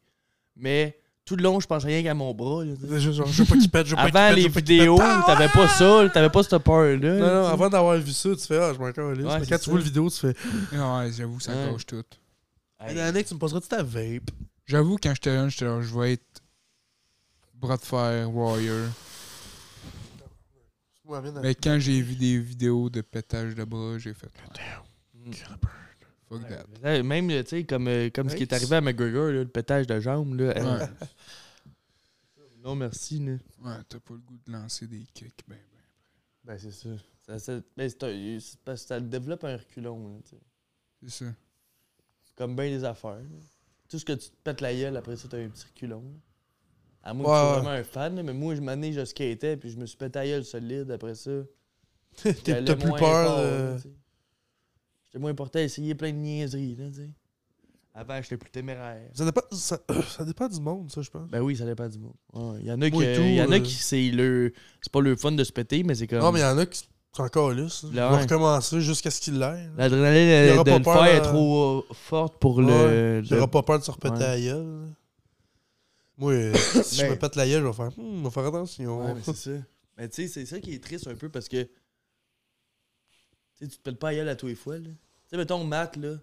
[SPEAKER 2] Mais tout le long, je pensais rien qu'à mon bras. là, tu sais.
[SPEAKER 3] c'est juste genre, je veux pas qu'il pète, je veux pas qu'il
[SPEAKER 2] Avant
[SPEAKER 3] pète. je
[SPEAKER 2] les
[SPEAKER 3] veux pas qu'il pète.
[SPEAKER 2] vidéos,
[SPEAKER 3] Ah, ouais!
[SPEAKER 2] t'avais pas ça, là, t'avais pas cette peur-là.
[SPEAKER 3] Non, non,
[SPEAKER 2] tu sais.
[SPEAKER 3] avant d'avoir vu ça, tu fais, ah, je m'en encore
[SPEAKER 2] Ouais,
[SPEAKER 3] Mais
[SPEAKER 2] c'est
[SPEAKER 3] quand tu
[SPEAKER 2] ça.
[SPEAKER 3] vois le vidéo, tu fais,
[SPEAKER 1] Ah Ouais, j'avoue, ça
[SPEAKER 2] Ouais.
[SPEAKER 1] gauche tout.
[SPEAKER 2] Hey.
[SPEAKER 3] hey, Annick, tu me passeras-tu ta vape?
[SPEAKER 1] J'avoue, quand j'étais jeune, j'étais là, je vais être bras de fer, warrior.
[SPEAKER 3] Ouais, viens,
[SPEAKER 1] Mais quand j'ai vu des vidéos de pétage de bras, j'ai fait. ouais,
[SPEAKER 2] *laughs*
[SPEAKER 1] Fuck that.
[SPEAKER 2] Là, Même, tu sais, comme, euh, comme ce qui est
[SPEAKER 3] Nice.
[SPEAKER 2] arrivé à McGregor, là, le pétage de jambes. Là, euh,
[SPEAKER 1] Ouais,
[SPEAKER 2] Non, merci. Là.
[SPEAKER 1] ouais t'as pas le goût de lancer des kicks, ben, ben.
[SPEAKER 2] Ben, c'est ça. ça, ça- ben, c'est un- c'est parce que ça développe un reculon. là, tu sais.
[SPEAKER 1] C'est ça.
[SPEAKER 2] C'est comme bien les affaires. là. Tout ce que tu te pètes la gueule, après ça, t'as un petit reculon. là. À moi,
[SPEAKER 3] Ouais,
[SPEAKER 2] je
[SPEAKER 3] ouais.
[SPEAKER 2] suis vraiment un fan, là, mais moi, je m'année, je skatais, puis je me suis pété la gueule solide après ça.
[SPEAKER 3] T'es-
[SPEAKER 2] J'allais
[SPEAKER 3] T'as plus
[SPEAKER 2] moins
[SPEAKER 3] peur
[SPEAKER 2] fort,
[SPEAKER 3] de-
[SPEAKER 2] là, tu sais. J'étais moins porté à essayer plein de niaiseries. Là, tu sais. Avant, j'étais plus téméraire.
[SPEAKER 3] Ça dépend, ça, *clears throat* ça dépend du monde, ça, je pense.
[SPEAKER 2] Ben oui, ça dépend du monde. Ouais, Il y en a,
[SPEAKER 3] Moi et
[SPEAKER 2] que-
[SPEAKER 3] tout,
[SPEAKER 2] il y en a
[SPEAKER 3] euh,
[SPEAKER 2] qui, c'est le. C'est pas le fun de se péter, mais c'est comme.
[SPEAKER 3] Non, mais il y en a qui sont encore là. ça. Ils
[SPEAKER 2] Là,
[SPEAKER 3] vont
[SPEAKER 2] ouais.
[SPEAKER 3] recommencer jusqu'à ce qu'il l'aient. là. Il
[SPEAKER 2] L'adrénaline euh,
[SPEAKER 3] aura
[SPEAKER 2] de
[SPEAKER 3] pas
[SPEAKER 2] le
[SPEAKER 3] peur,
[SPEAKER 2] faire est
[SPEAKER 3] là.
[SPEAKER 2] trop euh, forte pour le.
[SPEAKER 3] Il
[SPEAKER 2] le-
[SPEAKER 3] aura pas peur de se repéter
[SPEAKER 2] Ouais.
[SPEAKER 3] la gueule. là.
[SPEAKER 2] *coughs*
[SPEAKER 3] Moi, euh, si je
[SPEAKER 2] Mais-
[SPEAKER 3] me pète la gueule, je vais faire, Hmm, on va faire attention.
[SPEAKER 2] Ouais, mais c'est ça. Mais tu sais, c'est ça qui est triste un peu parce que. Tu sais, tu te pètes pas à gueule à tous les fois, là. Tu sais, mettons, Matt, là.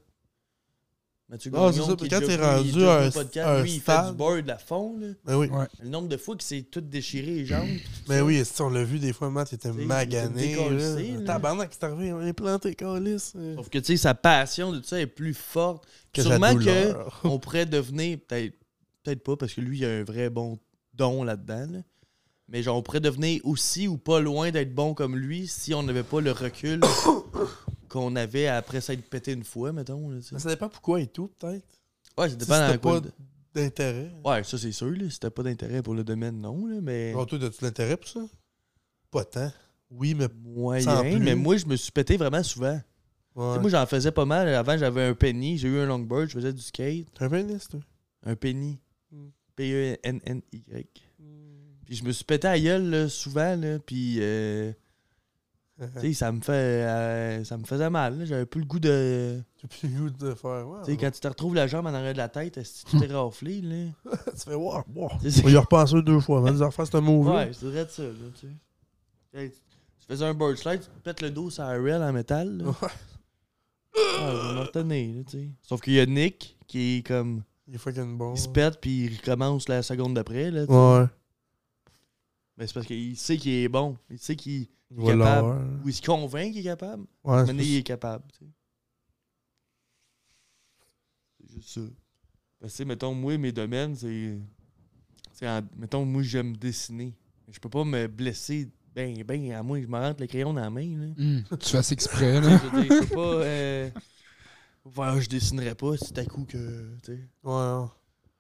[SPEAKER 2] Mathieu
[SPEAKER 3] Ah,
[SPEAKER 2] Gagnon,
[SPEAKER 3] c'est ça,
[SPEAKER 2] qui est déjà
[SPEAKER 3] quand
[SPEAKER 2] venu,
[SPEAKER 3] t'es
[SPEAKER 2] il est
[SPEAKER 3] rendu
[SPEAKER 2] déjà
[SPEAKER 3] à
[SPEAKER 2] venu au
[SPEAKER 3] un-
[SPEAKER 2] podcast,
[SPEAKER 3] un
[SPEAKER 2] lui, il fait du
[SPEAKER 3] stade.
[SPEAKER 2] bird à fond, là.
[SPEAKER 3] Ben oui.
[SPEAKER 1] Ouais.
[SPEAKER 2] Le nombre de fois qu'il s'est tout déchiré les jambes. pis tout
[SPEAKER 3] Mais
[SPEAKER 2] ça.
[SPEAKER 3] Ben oui, esti, on l'a vu des fois, Matt était
[SPEAKER 2] T'sais,
[SPEAKER 3] magané.
[SPEAKER 2] il était décollé,
[SPEAKER 3] là.
[SPEAKER 2] là.
[SPEAKER 3] Tabarnak, c'est arrivé, on est planté, calice. euh,
[SPEAKER 2] Sauf que, tu sais, sa passion de tout ça est plus forte.
[SPEAKER 3] Que sa
[SPEAKER 2] Sûrement que.
[SPEAKER 3] douleur.
[SPEAKER 2] on pourrait devenir, peut-être peut-être pas, parce que lui, il a un vrai bon don là-dedans. là. Mais genre, on pourrait devenir aussi ou pas loin d'être bon comme lui si on n'avait pas le recul *coughs* qu'on avait après s'être pété une fois, mettons. là, tu sais.
[SPEAKER 3] Mais ça dépend pourquoi et tout, peut-être.
[SPEAKER 2] ouais, ça
[SPEAKER 3] Si
[SPEAKER 2] dépend
[SPEAKER 3] t'as
[SPEAKER 2] dans quoi.
[SPEAKER 3] pas d'intérêt.
[SPEAKER 2] Ouais, ça c'est sûr, là. Si t'as pas d'intérêt pour le domaine, non, là, mais.
[SPEAKER 3] Genre, toi, t'as-tu l'intérêt pour ça? Pas tant. Oui, mais.
[SPEAKER 2] Moyen,
[SPEAKER 3] sans plus.
[SPEAKER 2] mais moi je me suis pété vraiment souvent. Tu sais,
[SPEAKER 3] Ouais.
[SPEAKER 2] Moi j'en faisais pas mal. Avant j'avais un penny, j'ai eu un longboard, je faisais du skate.
[SPEAKER 3] T'es un pénis, toi.
[SPEAKER 2] Un penny.
[SPEAKER 3] Mm.
[SPEAKER 2] E P-E-N-N-Y. Puis je me suis pété à gueule là, souvent, là, puis euh, tu
[SPEAKER 3] *laughs*
[SPEAKER 2] sais, ça me fait euh, ça me faisait mal. là. J'avais plus le goût de.
[SPEAKER 3] T'as plus le goût de faire. Ouais,
[SPEAKER 2] Tu sais, quand tu te retrouves la jambe en arrière de la tête, est-ce que tu t'es raflé, là?
[SPEAKER 3] *laughs* tu fais, wow, wow.
[SPEAKER 2] Tu sais,
[SPEAKER 3] On y a repensé deux fois, mais les enfants, c'est un
[SPEAKER 2] c'est-
[SPEAKER 3] mauvais.
[SPEAKER 2] ouais, c'est vrai de ça, là, tu sais. Hey, tu- tu faisais un bird slide, tu te pètes le dos sur la rail en métal, là.
[SPEAKER 3] *laughs* *laughs* Ouais.
[SPEAKER 2] Ouais, je vais me retenir, là, tu sais. Sauf qu'il y a Nick qui est comme.
[SPEAKER 3] Il est fucking bon.
[SPEAKER 2] Il se pète, puis il recommence la seconde d'après, là. tu sais.
[SPEAKER 3] Oh. Ouais.
[SPEAKER 2] Mais c'est parce qu'il sait qu'il est bon. Il sait qu'il.
[SPEAKER 3] Il va
[SPEAKER 2] capable.
[SPEAKER 3] l'avoir.
[SPEAKER 2] Ou il se convainc qu'il est capable.
[SPEAKER 3] Ouais,
[SPEAKER 2] Maintenant,
[SPEAKER 3] c'est-
[SPEAKER 2] il est capable. tu sais. C'est juste ça. Parce que, mettons, moi, mes domaines, c'est. c'est en- Mettons, moi, j'aime dessiner. Je peux pas me blesser, ben, ben, à moins que je me rentre le crayon dans la
[SPEAKER 1] *laughs*
[SPEAKER 2] main. Là.
[SPEAKER 1] Hum, tu fasses exprès,
[SPEAKER 2] Je
[SPEAKER 1] là.
[SPEAKER 2] veux dire, je peux pas. euh, faire, je dessinerais pas si tout à coup que. tu sais.
[SPEAKER 3] Ouais,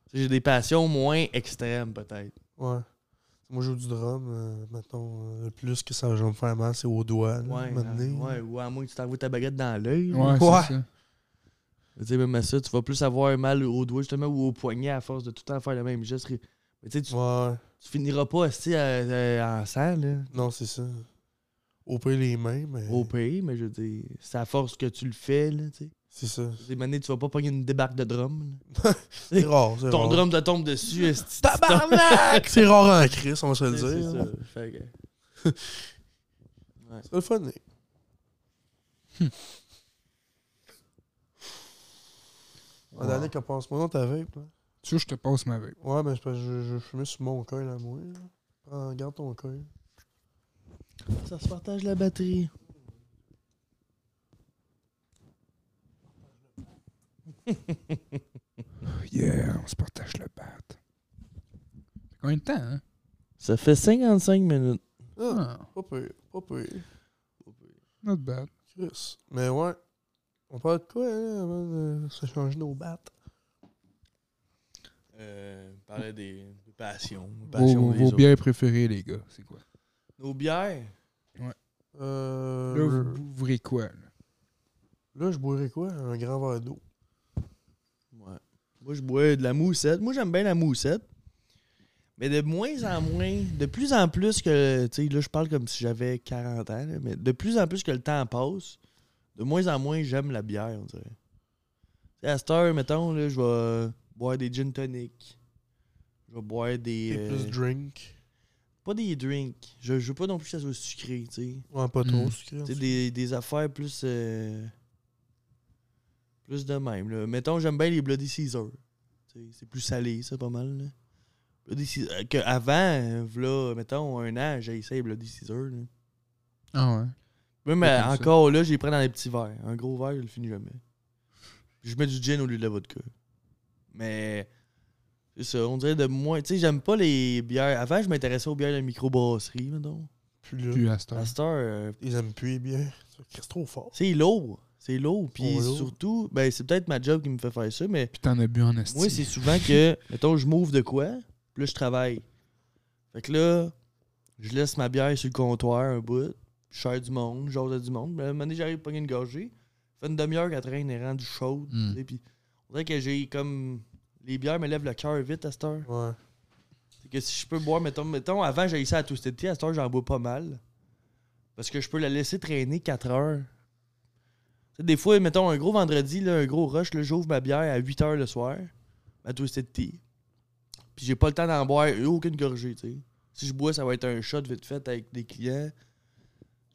[SPEAKER 2] Tu sais, J'ai des passions moins extrêmes, peut-être.
[SPEAKER 3] ouais. Moi, je joue du drum, euh, mettons. euh, le plus que ça va me faire mal, c'est aux doigts. là,
[SPEAKER 2] Ouais,
[SPEAKER 3] maintenant.
[SPEAKER 2] ouais, ou à moins que tu t'envoies ta baguette dans l'œil. là.
[SPEAKER 1] Ouais,
[SPEAKER 3] Ouais.
[SPEAKER 1] c'est ça.
[SPEAKER 2] Tu sais, même à ça, tu vas plus avoir mal au doigt, justement, ou au poignet à force de tout le temps faire le même geste. Mais tu sais, tu,
[SPEAKER 3] Ouais.
[SPEAKER 2] tu finiras pas assis à- à- en sang, là.
[SPEAKER 3] Non, c'est ça. Au pire, les mains, mais.
[SPEAKER 2] Au pays, mais je veux dire, c'est à force que tu le fais, là, tu sais.
[SPEAKER 3] C'est ça.
[SPEAKER 2] Tu sais, mané, tu vas pas pogner une débarque de drum.
[SPEAKER 3] C'est rare, c'est
[SPEAKER 2] là.
[SPEAKER 3] rare.
[SPEAKER 2] Ton drum te tombe dessus, esti.
[SPEAKER 3] *laughs* Tabarnak! c'est rare en Chris, on va se le
[SPEAKER 2] C'est c'est
[SPEAKER 3] dire.
[SPEAKER 2] ça. Fait que-
[SPEAKER 3] C'est le fun. Nick. Ah, Danick, elle pense, moi non, ta vape. là.
[SPEAKER 1] Tu veux que je te passe ma vape?
[SPEAKER 3] Ouais, ben, mais je, je, je fumais sur mon coil à moi. là. Prends, garde ton coil.
[SPEAKER 2] Ça se partage la batterie.
[SPEAKER 1] Yeah, on se partage le bat. Combien de temps, hein?
[SPEAKER 2] Ça fait 55 minutes.
[SPEAKER 3] Ah,
[SPEAKER 1] Ah,
[SPEAKER 3] pas pire, pas pire.
[SPEAKER 1] not bad.
[SPEAKER 3] Chris. Mais ouais. On parle de quoi, là, avant de se changer nos battes?
[SPEAKER 2] Euh, on parlait des, des passions. des
[SPEAKER 1] Vos,
[SPEAKER 2] passions des
[SPEAKER 1] vos
[SPEAKER 2] autres.
[SPEAKER 1] bières préférées, les gars, c'est quoi?
[SPEAKER 2] Nos bières.
[SPEAKER 3] Euh.
[SPEAKER 1] Là,
[SPEAKER 3] je-
[SPEAKER 1] vous ouvrez quoi? là?
[SPEAKER 3] Là, je boirais quoi? Un grand verre d'eau.
[SPEAKER 2] Ouais. Moi, je bois de la moussette. Moi, j'aime bien la moussette. Mais de moins en moins, de plus en plus que. Tu sais, là, je parle comme si j'avais 40 ans, là, mais de plus en plus que le temps passe, de moins en moins, j'aime la bière, on dirait. Tu sais, à cette heure, mettons, là, je vais boire des gin tonic. Je vais boire des.
[SPEAKER 3] Et plus
[SPEAKER 2] euh,
[SPEAKER 3] drink.
[SPEAKER 2] pas des drinks. Je, je veux pas non plus que ça soit sucré, tu sais.
[SPEAKER 3] Ouais, pas
[SPEAKER 1] Mm.
[SPEAKER 3] trop sucré.
[SPEAKER 2] Tu sais, des, des affaires plus. euh, plus de même. Là. Mettons, j'aime bien les Bloody Caesar. Tu sais, C'est plus salé, ça, pas mal. Là. Bloody Caesar. euh, Que avant, euh, v'là, mettons, un an, j'ai essayé Bloody Caesar. Là.
[SPEAKER 1] Ah ouais.
[SPEAKER 2] Même
[SPEAKER 1] Pas
[SPEAKER 2] euh,
[SPEAKER 1] comme ça.
[SPEAKER 2] encore là, j'ai pris dans les petits verres. Un gros verre, je le finis jamais. Puis je mets du gin au lieu de la vodka. Mais. C'est ça, on dirait de moins. Tu sais, j'aime pas les bières. Avant, je m'intéressais aux bières de microbrasserie, mettons.
[SPEAKER 3] Plus là.
[SPEAKER 1] Plus à cette heure.
[SPEAKER 2] À cette heure, euh,
[SPEAKER 3] Ils aiment puer bien. C'est trop fort.
[SPEAKER 2] C'est lourd. C'est lourd. Puis
[SPEAKER 3] Oh, lourd.
[SPEAKER 2] surtout, ben, c'est peut-être ma job qui me fait faire ça, mais
[SPEAKER 1] Puis t'en as bu en esti.
[SPEAKER 2] moi, c'est souvent que, mettons, je m'ouvre de quoi, puis là, je travaille. Fait que là, je laisse ma bière sur le comptoir un bout, je sers du monde, j'ose à du monde. Ben, à un moment donné, j'arrive à pogner une gorgée. Ça fait une demi-heure qu'elle traîne, elle est rendue chaude.
[SPEAKER 1] Mm.
[SPEAKER 2] tu sais, Puis on dirait que j'ai comme. Les bières me lèvent le cœur vite à cette heure.
[SPEAKER 3] Ouais.
[SPEAKER 2] C'est que si je peux boire, mettons, mettons avant j'ai ça à Twisted Tea, à cette heure j'en bois pas mal. Parce que je peux la laisser traîner 4 heures. Tu sais, des fois, mettons un gros vendredi, là, un gros rush, là, j'ouvre ma bière à 8 heures le soir, à Twisted Tea. Puis j'ai pas le temps d'en boire euh, aucune gorgée, tu sais. Si je bois, ça va être un shot vite fait avec des clients.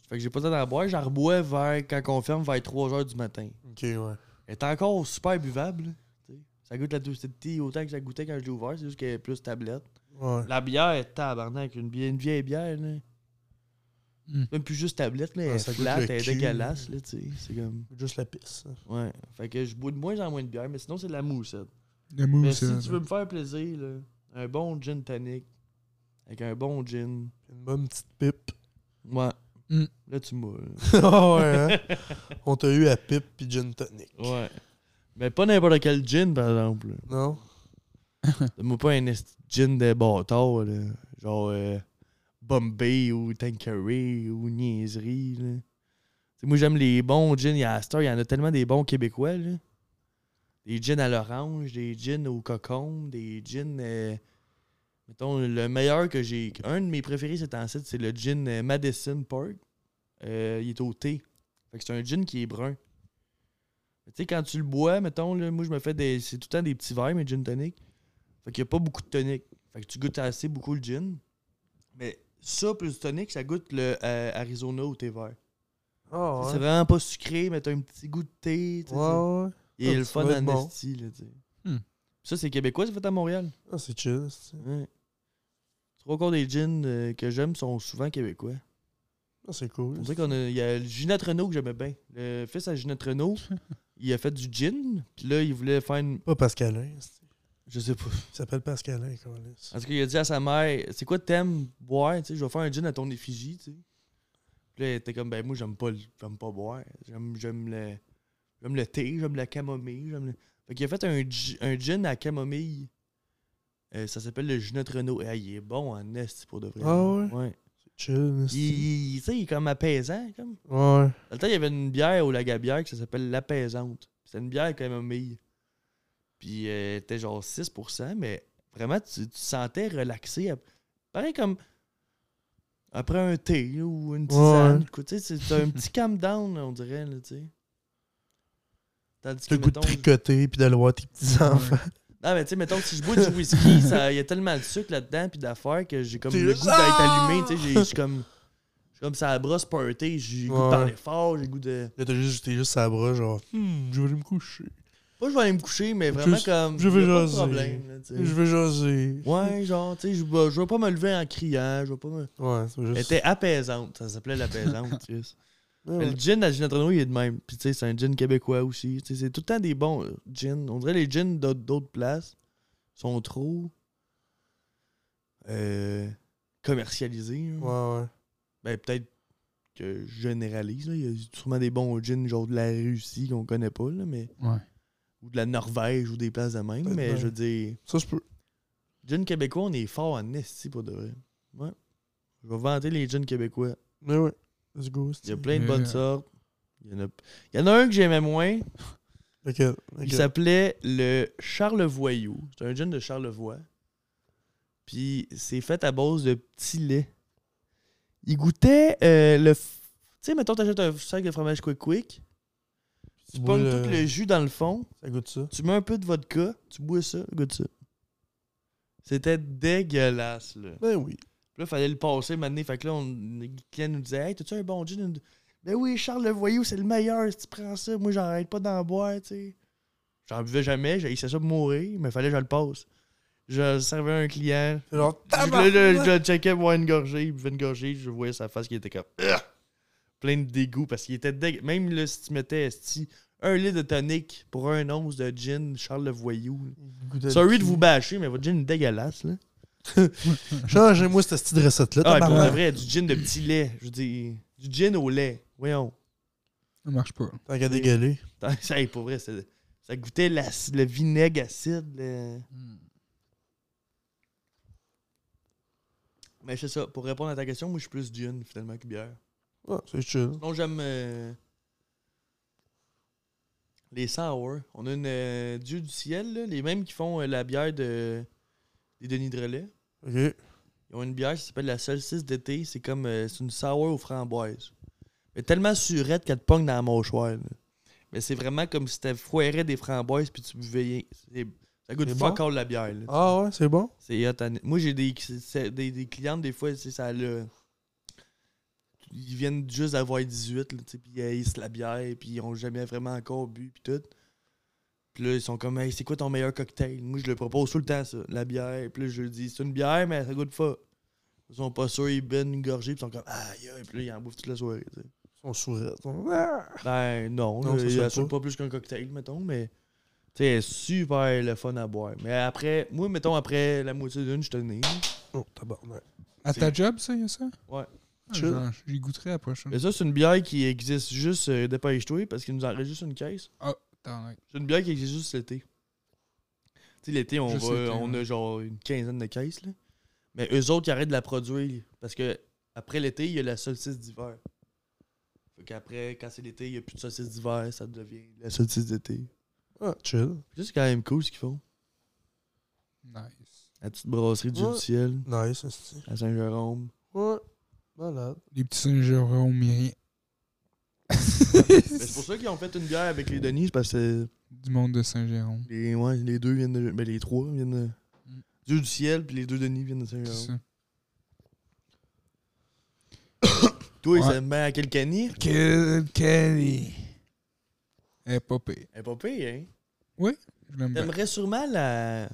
[SPEAKER 2] Fait que j'ai pas le temps d'en boire, j'en rebois vers, quand on ferme, vers 3 heures du matin.
[SPEAKER 3] Ok, ouais.
[SPEAKER 2] Elle est encore super buvable. là, tu sais. Ça goûte la Twisted Tea autant que ça goûtait quand je l'ai ouvert, c'est juste qu'elle est plus tablette.
[SPEAKER 3] Ouais.
[SPEAKER 2] La bière, tabarnak, une, vieille- une vieille bière, là.
[SPEAKER 1] Mm.
[SPEAKER 2] Même plus juste tablette, là,
[SPEAKER 3] Ah,
[SPEAKER 2] elle
[SPEAKER 3] ça
[SPEAKER 2] est
[SPEAKER 3] goûte
[SPEAKER 2] flat,
[SPEAKER 3] le
[SPEAKER 2] elle est
[SPEAKER 3] cul.
[SPEAKER 2] dégueulasse, là, tu sais. C'est comme.
[SPEAKER 3] Juste la pisse. hein.
[SPEAKER 2] Ouais. Fait que je bois de moins en moins de bière, mais sinon, c'est de la moussette.
[SPEAKER 1] Le
[SPEAKER 2] Mais
[SPEAKER 1] mousse, euh,
[SPEAKER 2] si
[SPEAKER 1] là.
[SPEAKER 2] tu veux me faire plaisir, là, un bon gin tonic, avec un bon gin,
[SPEAKER 3] Une bonne petite pipe. *laughs*
[SPEAKER 2] ouais.
[SPEAKER 1] Mm.
[SPEAKER 2] Là, tu m'as. là.
[SPEAKER 3] Ah ouais, hein? On t'a eu à pipe pis gin tonic.
[SPEAKER 2] Ouais. Mais pas n'importe quel gin, par exemple. là.
[SPEAKER 3] Non?
[SPEAKER 2] Donne-moi pas un esti de gin de bâtard, là. Genre euh, Bombay ou Tanqueray ou Niaiserie, là. T'sais, moi, j'aime les bons gins. Il y a à cette heure, il y en a tellement des bons québécois, là. Des gins à l'orange, des gins au cocon, des gins... euh, mettons, le meilleur que j'ai... Un de mes préférés, c'est en c'est le gin euh, Madison Park. Euh, il est au thé. Fait que c'est un gin qui est brun. Tu sais, quand tu le bois, mettons, là, moi, je me fais des... C'est tout le temps des petits verres, mes gin tonic. Fait qu'il n'y a pas beaucoup de tonic. Fait que tu goûtes assez beaucoup le gin. Mais ça, plus le tonic, ça goûte le euh, Arizona au thé vert.
[SPEAKER 3] Ah ouais.
[SPEAKER 2] C'est vraiment pas sucré, mais t'as un petit goût de thé. tu sais,
[SPEAKER 3] Ouais, ouais.
[SPEAKER 2] Et
[SPEAKER 3] Ah,
[SPEAKER 2] le
[SPEAKER 3] ça
[SPEAKER 2] fun
[SPEAKER 3] doit être
[SPEAKER 2] en
[SPEAKER 3] bon.
[SPEAKER 2] esti, là, tu sais.
[SPEAKER 1] Hmm.
[SPEAKER 2] Ça, c'est québécois, c'est fait à Montréal.
[SPEAKER 3] Ah, c'est chill. c'est-
[SPEAKER 2] Ouais. Trois quarts des gins euh, que j'aime sont souvent québécois.
[SPEAKER 3] Ah, c'est
[SPEAKER 2] On
[SPEAKER 3] cool.
[SPEAKER 2] dirait qu'on a. Il y a le Ginette Renault que j'aimais bien. Le fils à Ginette Renault, il a fait du gin, puis là, il voulait faire une.
[SPEAKER 3] Pas Pascalin. c'est-
[SPEAKER 2] Je sais pas.
[SPEAKER 3] Il s'appelle Pascalin, Carlis.
[SPEAKER 2] En tout cas, il a dit à sa mère C'est quoi t'aimes boire Tu sais, Je vais faire un gin à ton effigie. Tu sais. Puis là, elle était comme Ben, moi, j'aime pas, le- j'aime pas boire. J'aime, j'aime, le, j'aime le thé, j'aime la camomille. J'aime le... Fait qu'il a fait un, gi- un gin à camomille. Euh, ça s'appelle le Ginette Renault. Et ah, il est bon en Est pour de vrai.
[SPEAKER 3] Ah ouais?
[SPEAKER 2] ouais.
[SPEAKER 3] Chill.
[SPEAKER 2] Il,
[SPEAKER 3] c'est-
[SPEAKER 2] il- tu sais, il est comme apaisant. Comme.
[SPEAKER 3] Ouais.
[SPEAKER 2] Dans le temps, il y avait une bière au Lagabière qui s'appelle l'apaisante. Puis C'était une bière quand même mille. Puis euh, elle était genre 6%, mais vraiment, tu, tu te sentais relaxé. Pareil comme après un thé là, ou une tisane. Écoute, tu sais, c'est un petit calm down, là, on dirait, là, tu sais. Tandis
[SPEAKER 3] Le goût de
[SPEAKER 2] mettons,
[SPEAKER 3] tricoter puis d'aller voir tes petits-enfants.
[SPEAKER 2] Non, mais tu sais, mettons, si je bois du
[SPEAKER 3] *laughs*
[SPEAKER 2] whisky, ça- il y a tellement de sucre là-dedans puis d'affaires que j'ai comme
[SPEAKER 3] T'es
[SPEAKER 2] le
[SPEAKER 3] juste,
[SPEAKER 2] goût d'être
[SPEAKER 3] Ah!
[SPEAKER 2] allumé. Tu sais, j'ai- je suis comme. Je suis comme ça à la brosse party, j'ai le goût
[SPEAKER 3] Ouais.
[SPEAKER 2] de parler fort, j'ai le goût de.
[SPEAKER 3] Là, t'es juste, t'es juste à la bras, genre, Hmm, je vais aller me coucher.
[SPEAKER 2] Pas je vais aller me coucher, mais vraiment
[SPEAKER 3] Juste,
[SPEAKER 2] comme.
[SPEAKER 3] je vais
[SPEAKER 2] y a pas de
[SPEAKER 3] jaser.
[SPEAKER 2] problème, là, tu sais.
[SPEAKER 3] Je vais jaser.
[SPEAKER 2] Ouais, genre, tu sais, je vais je vais pas me lever en criant, je vais pas me.
[SPEAKER 3] Ouais, c'est
[SPEAKER 2] Elle
[SPEAKER 3] juste.
[SPEAKER 2] était apaisante, ça s'appelait
[SPEAKER 3] *laughs*
[SPEAKER 2] l'apaisante, Chris.
[SPEAKER 3] Ouais,
[SPEAKER 2] Mais
[SPEAKER 3] ouais.
[SPEAKER 2] Le gin à Ginatrano, il est de même. Puis tu sais, c'est un gin québécois aussi. Tu sais, c'est tout le temps des bons euh, gins. On dirait les gins d'autres- d'autres places sont trop euh, commercialisés. là.
[SPEAKER 3] Ouais, ouais.
[SPEAKER 2] Ben peut-être que je généralise. là. Il y a sûrement des bons gins genre de la Russie qu'on connaît pas, là, mais
[SPEAKER 1] Ouais.
[SPEAKER 2] ou de la Norvège ou des places de même.
[SPEAKER 3] Peut-être
[SPEAKER 2] Mais
[SPEAKER 3] bien.
[SPEAKER 2] je veux dire,
[SPEAKER 3] Ça, je peux.
[SPEAKER 2] gin québécois, on est fort en esti pour de vrai. Ouais. Je vais vanter les gins québécois.
[SPEAKER 3] Mais ouais. Let's go.
[SPEAKER 2] Il y a plein de
[SPEAKER 1] Mais-
[SPEAKER 2] bonnes sortes. Il y, en a... il y en a un que j'aimais moins.
[SPEAKER 3] Ok,
[SPEAKER 2] Il
[SPEAKER 3] ok.
[SPEAKER 2] s'appelait le Charlevoyou. C'est un jeune de Charlevoix. Puis c'est fait à base de petits lait. Il goûtait euh, le. f- Tu sais, mettons, t'achètes un sac de fromage Quick Quick. Tu
[SPEAKER 3] Tu bois
[SPEAKER 2] pognes
[SPEAKER 3] le-
[SPEAKER 2] tout le jus dans le fond.
[SPEAKER 3] Ça goûte ça.
[SPEAKER 2] Tu mets un peu de vodka. Tu bois ça. Goûte ça. C'était dégueulasse, là.
[SPEAKER 3] Ben oui.
[SPEAKER 2] Puis là, fallait le passer maintenant. Fait que là, on, le client nous disait Hey, t'as-tu un bon gin Une- Ben oui, Charles le Voyou, c'est le meilleur. Si tu prends ça, moi, j'arrête pas d'en boire, tu sais. J'en buvais jamais, j'ai ça pour mourir, mais fallait que je le passe. Je servais à un client.
[SPEAKER 3] C'est genre,
[SPEAKER 2] Je, le-
[SPEAKER 3] bah,
[SPEAKER 2] le- je le checkais boire une gorgée, il buvait une gorgée, je voyais sa face qui était comme. Ugh! Plein de dégoût parce qu'il était dégueu. Même là, si tu mettais esti, un litre de tonic pour un once de gin, Charles le Voyou. Sorry de vous bâcher, mais votre gin est dégueulasse, là.
[SPEAKER 3] Changez-moi cette petite recette-là.
[SPEAKER 2] Ah, et pour
[SPEAKER 3] tabarnak.
[SPEAKER 2] de vrai, du gin de petit lait. Je veux dire, du gin au lait. Voyons. *laughs*
[SPEAKER 1] Ça marche pas.
[SPEAKER 3] Tant qu'à dégueuler.
[SPEAKER 2] Attends, Ça, hey, pour vrai, ça, ça goûtait l'acide- le vinaigre acide. le- Mais c'est ça. Pour répondre à ta question, moi, je suis plus gin, finalement, que bière.
[SPEAKER 3] Ouais, c'est chill.
[SPEAKER 2] Sinon, j'aime euh, les sour. On a une euh, Dieu du ciel, là, les mêmes qui font euh, la bière de des Denis de relais.
[SPEAKER 3] Ok.
[SPEAKER 2] Ils ont une bière qui s'appelle la solstice d'été. C'est comme. euh, c'est une sour aux framboises. Mais tellement surette qu'elle te pogne dans la mâchoire. là. Mais c'est vraiment comme si tu foirais des framboises puis tu buvais. rien. C'est- Ça goûte
[SPEAKER 3] C'est
[SPEAKER 2] fuck
[SPEAKER 3] bon?
[SPEAKER 2] all la bière. là.
[SPEAKER 3] Ah ouais, c'est bon?
[SPEAKER 2] C'est hot. en- Moi, j'ai des, c'est- des, des clientes, des fois, tu sais, ça le. Ils viennent juste d'avoir 18, là, tu sais, puis euh, ils se la bière, puis ils ont jamais vraiment encore bu, puis tout. Puis là, ils sont comme, hey, c'est quoi ton meilleur cocktail? Moi, je le propose tout le temps, ça, la bière. Puis là, je leur dis, c'est une bière, mais ça goûte pas. Ils sont pas sûrs, ils bennent une gorgée, puis ils sont comme, aïe, aïe, puis là, ils en bouffent toute la soirée, tu sais.
[SPEAKER 3] Ils sont sourds. Ah!
[SPEAKER 2] Ben non,
[SPEAKER 3] Non,
[SPEAKER 2] là,
[SPEAKER 3] ça
[SPEAKER 2] il
[SPEAKER 3] sonne
[SPEAKER 2] assume
[SPEAKER 3] pas.
[SPEAKER 2] pas plus qu'un cocktail, mettons, mais tu sais, elle est super le fun à boire. Mais après, moi, mettons, après la moitié d'une, je tenais.
[SPEAKER 3] Oh, tabarnak.
[SPEAKER 1] À
[SPEAKER 2] C'est-
[SPEAKER 1] ta job, ça, il y a ça?
[SPEAKER 2] Ouais.
[SPEAKER 1] Ah,
[SPEAKER 3] Chill.
[SPEAKER 1] genre, J'y goûterai la prochaine.
[SPEAKER 2] Mais ça, c'est une bière qui existe juste, euh, dépêche-toi, parce qu'il nous en reste juste une caisse.
[SPEAKER 1] Attends, like,
[SPEAKER 2] C'est une bière qui existe juste l'été. Tu sais, l'été, on,
[SPEAKER 1] Juste
[SPEAKER 2] va,
[SPEAKER 1] l'été,
[SPEAKER 2] on a
[SPEAKER 1] ouais.
[SPEAKER 2] genre une quinzaine de caisses, là. Mais eux autres, ils arrêtent de la produire, parce que après l'été, il y a la solstice d'hiver. Fait qu'après, quand c'est l'été, il n'y a plus de solstice d'hiver, ça devient la solstice d'été.
[SPEAKER 3] Ah, chill.
[SPEAKER 2] Ça, C'est quand même cool ce qu'ils font.
[SPEAKER 1] Nice.
[SPEAKER 2] La petite brasserie du
[SPEAKER 3] Ouais.
[SPEAKER 2] ciel
[SPEAKER 3] Nice, c'est
[SPEAKER 1] *laughs*
[SPEAKER 2] à Saint-Jérôme.
[SPEAKER 3] Ouais. Malade.
[SPEAKER 1] Les petits Saint-Jérôme, rien.
[SPEAKER 2] Mais Ben, c'est pour ça qu'ils ont fait une bière avec les Denis, c'est parce que
[SPEAKER 1] Du monde de Saint-Jérôme.
[SPEAKER 2] les, ouais, les deux viennent de. Ben, les trois viennent de.
[SPEAKER 1] Mm.
[SPEAKER 2] Dieu du ciel, puis les deux Denis viennent de
[SPEAKER 1] C'est
[SPEAKER 2] Saint-Jérôme.
[SPEAKER 1] ça.
[SPEAKER 2] Toi, ils
[SPEAKER 1] Ouais.
[SPEAKER 2] se mettent à quel cani?
[SPEAKER 1] Kill Kelly. Elle est pas pire.
[SPEAKER 2] Elle est pas pire, hein?
[SPEAKER 1] Je l'aime bien.
[SPEAKER 2] T'aimerais sûrement la.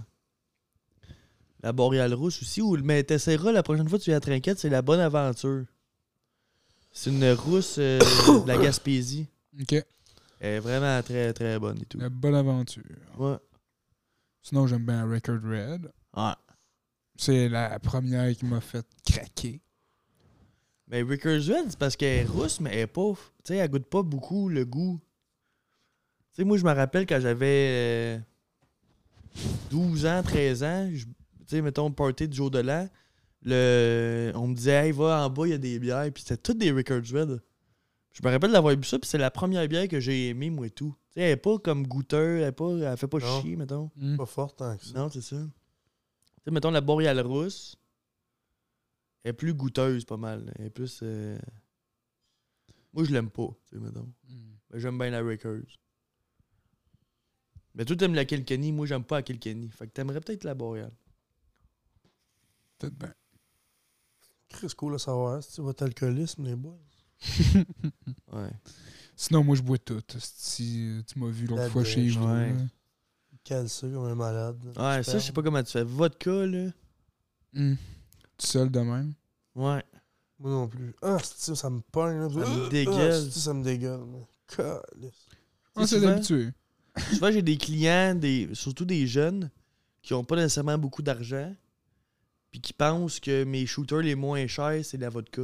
[SPEAKER 2] La Boréale Rousse aussi, ou... mais t'essaieras la prochaine fois que tu viens à Trinquette, c'est la Bonne Aventure. C'est une rousse euh, de la Gaspésie.
[SPEAKER 1] Ok.
[SPEAKER 2] Elle est vraiment très très bonne et tout.
[SPEAKER 1] La bonne aventure.
[SPEAKER 2] Ouais.
[SPEAKER 1] Sinon, j'aime bien Record Red.
[SPEAKER 2] Ouais.
[SPEAKER 1] C'est la première qui m'a fait craquer.
[SPEAKER 2] Mais Rickerswood, c'est parce qu'elle est rousse, mais elle est pas. Tu sais, elle goûte pas beaucoup le goût. Tu sais, moi, je me rappelle quand j'avais euh, 12 ans, 13 ans, je- tu sais, mettons, party du jour de l'an, le, on me disait, hey, va en bas, il y a des bières, puis c'était toutes des Rickerswood. Je me rappelle d'avoir bu ça, puis c'est la première bière que j'ai aimée, moi et tout. Tu sais, elle est pas comme goûteur, elle, est pas, elle fait pas
[SPEAKER 3] Non.
[SPEAKER 2] chier, mettons.
[SPEAKER 1] Mm.
[SPEAKER 3] Pas fort tant que ça.
[SPEAKER 2] Hmm. Non, c'est ça. Tu sais, mettons la boréale rousse, elle est plus goûteuse, pas mal. Elle est plus. euh, Moi, je l'aime pas, tu sais, mettons. Mais j'aime bien la Rakers. Mais toi, t'aimes la Kilkenny, moi, j'aime pas la Kilkenny. Fait que t'aimerais peut-être la boréale.
[SPEAKER 1] Peut-être bien.
[SPEAKER 3] Chris, cool à savoir, c'est votre alcoolisme, les boys.
[SPEAKER 2] *laughs* Ouais.
[SPEAKER 1] Sinon, moi, je bois tout. Si euh, tu m'as vu l'autre
[SPEAKER 3] La
[SPEAKER 1] fois chez
[SPEAKER 3] dèche,
[SPEAKER 1] vous.
[SPEAKER 2] ouais.
[SPEAKER 1] là.
[SPEAKER 3] Calcé comme un malade.
[SPEAKER 2] Ouais, ça, je sais pas comment tu fais. Vodka, là.
[SPEAKER 1] Mm. Tout seul de même.
[SPEAKER 2] Ouais.
[SPEAKER 3] Moi non plus. Ah, c'est ça me pogne. là.
[SPEAKER 2] Ça me
[SPEAKER 3] Ah,
[SPEAKER 2] dégueule.
[SPEAKER 3] c'est-tu, ça me dégueule. man. Calisse.
[SPEAKER 1] On s'est
[SPEAKER 2] souvent-
[SPEAKER 1] habitué.
[SPEAKER 2] Souvent, j'ai des clients, des, surtout des jeunes, qui ont pas nécessairement beaucoup d'argent, puis qui pensent que mes shooters les moins chers, c'est de la vodka.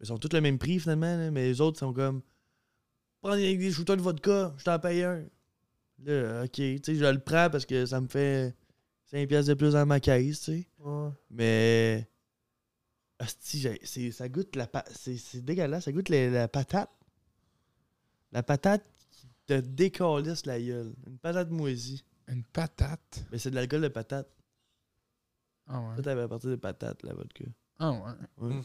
[SPEAKER 2] Ils sont tous le même prix, finalement, là, mais les autres sont comme Prends avec des shooters de vodka, je t'en paye un. Là, ok, tu sais, je le prends parce que ça me fait 5 piastres de plus dans ma caisse, tu sais.
[SPEAKER 3] Ouais.
[SPEAKER 2] Mais. Asti, j'ai- c'est- ça goûte la pa- c'est c'est dégueulasse, ça goûte la, la patate. La patate qui te décalisse la gueule. Une patate moisie.
[SPEAKER 1] Une patate.
[SPEAKER 2] Mais c'est de l'alcool de patate.
[SPEAKER 1] Ah ouais.
[SPEAKER 2] Toi, t'avais à partir de patate, la vodka.
[SPEAKER 1] Ah ouais.
[SPEAKER 2] Ouais.
[SPEAKER 3] Mhm.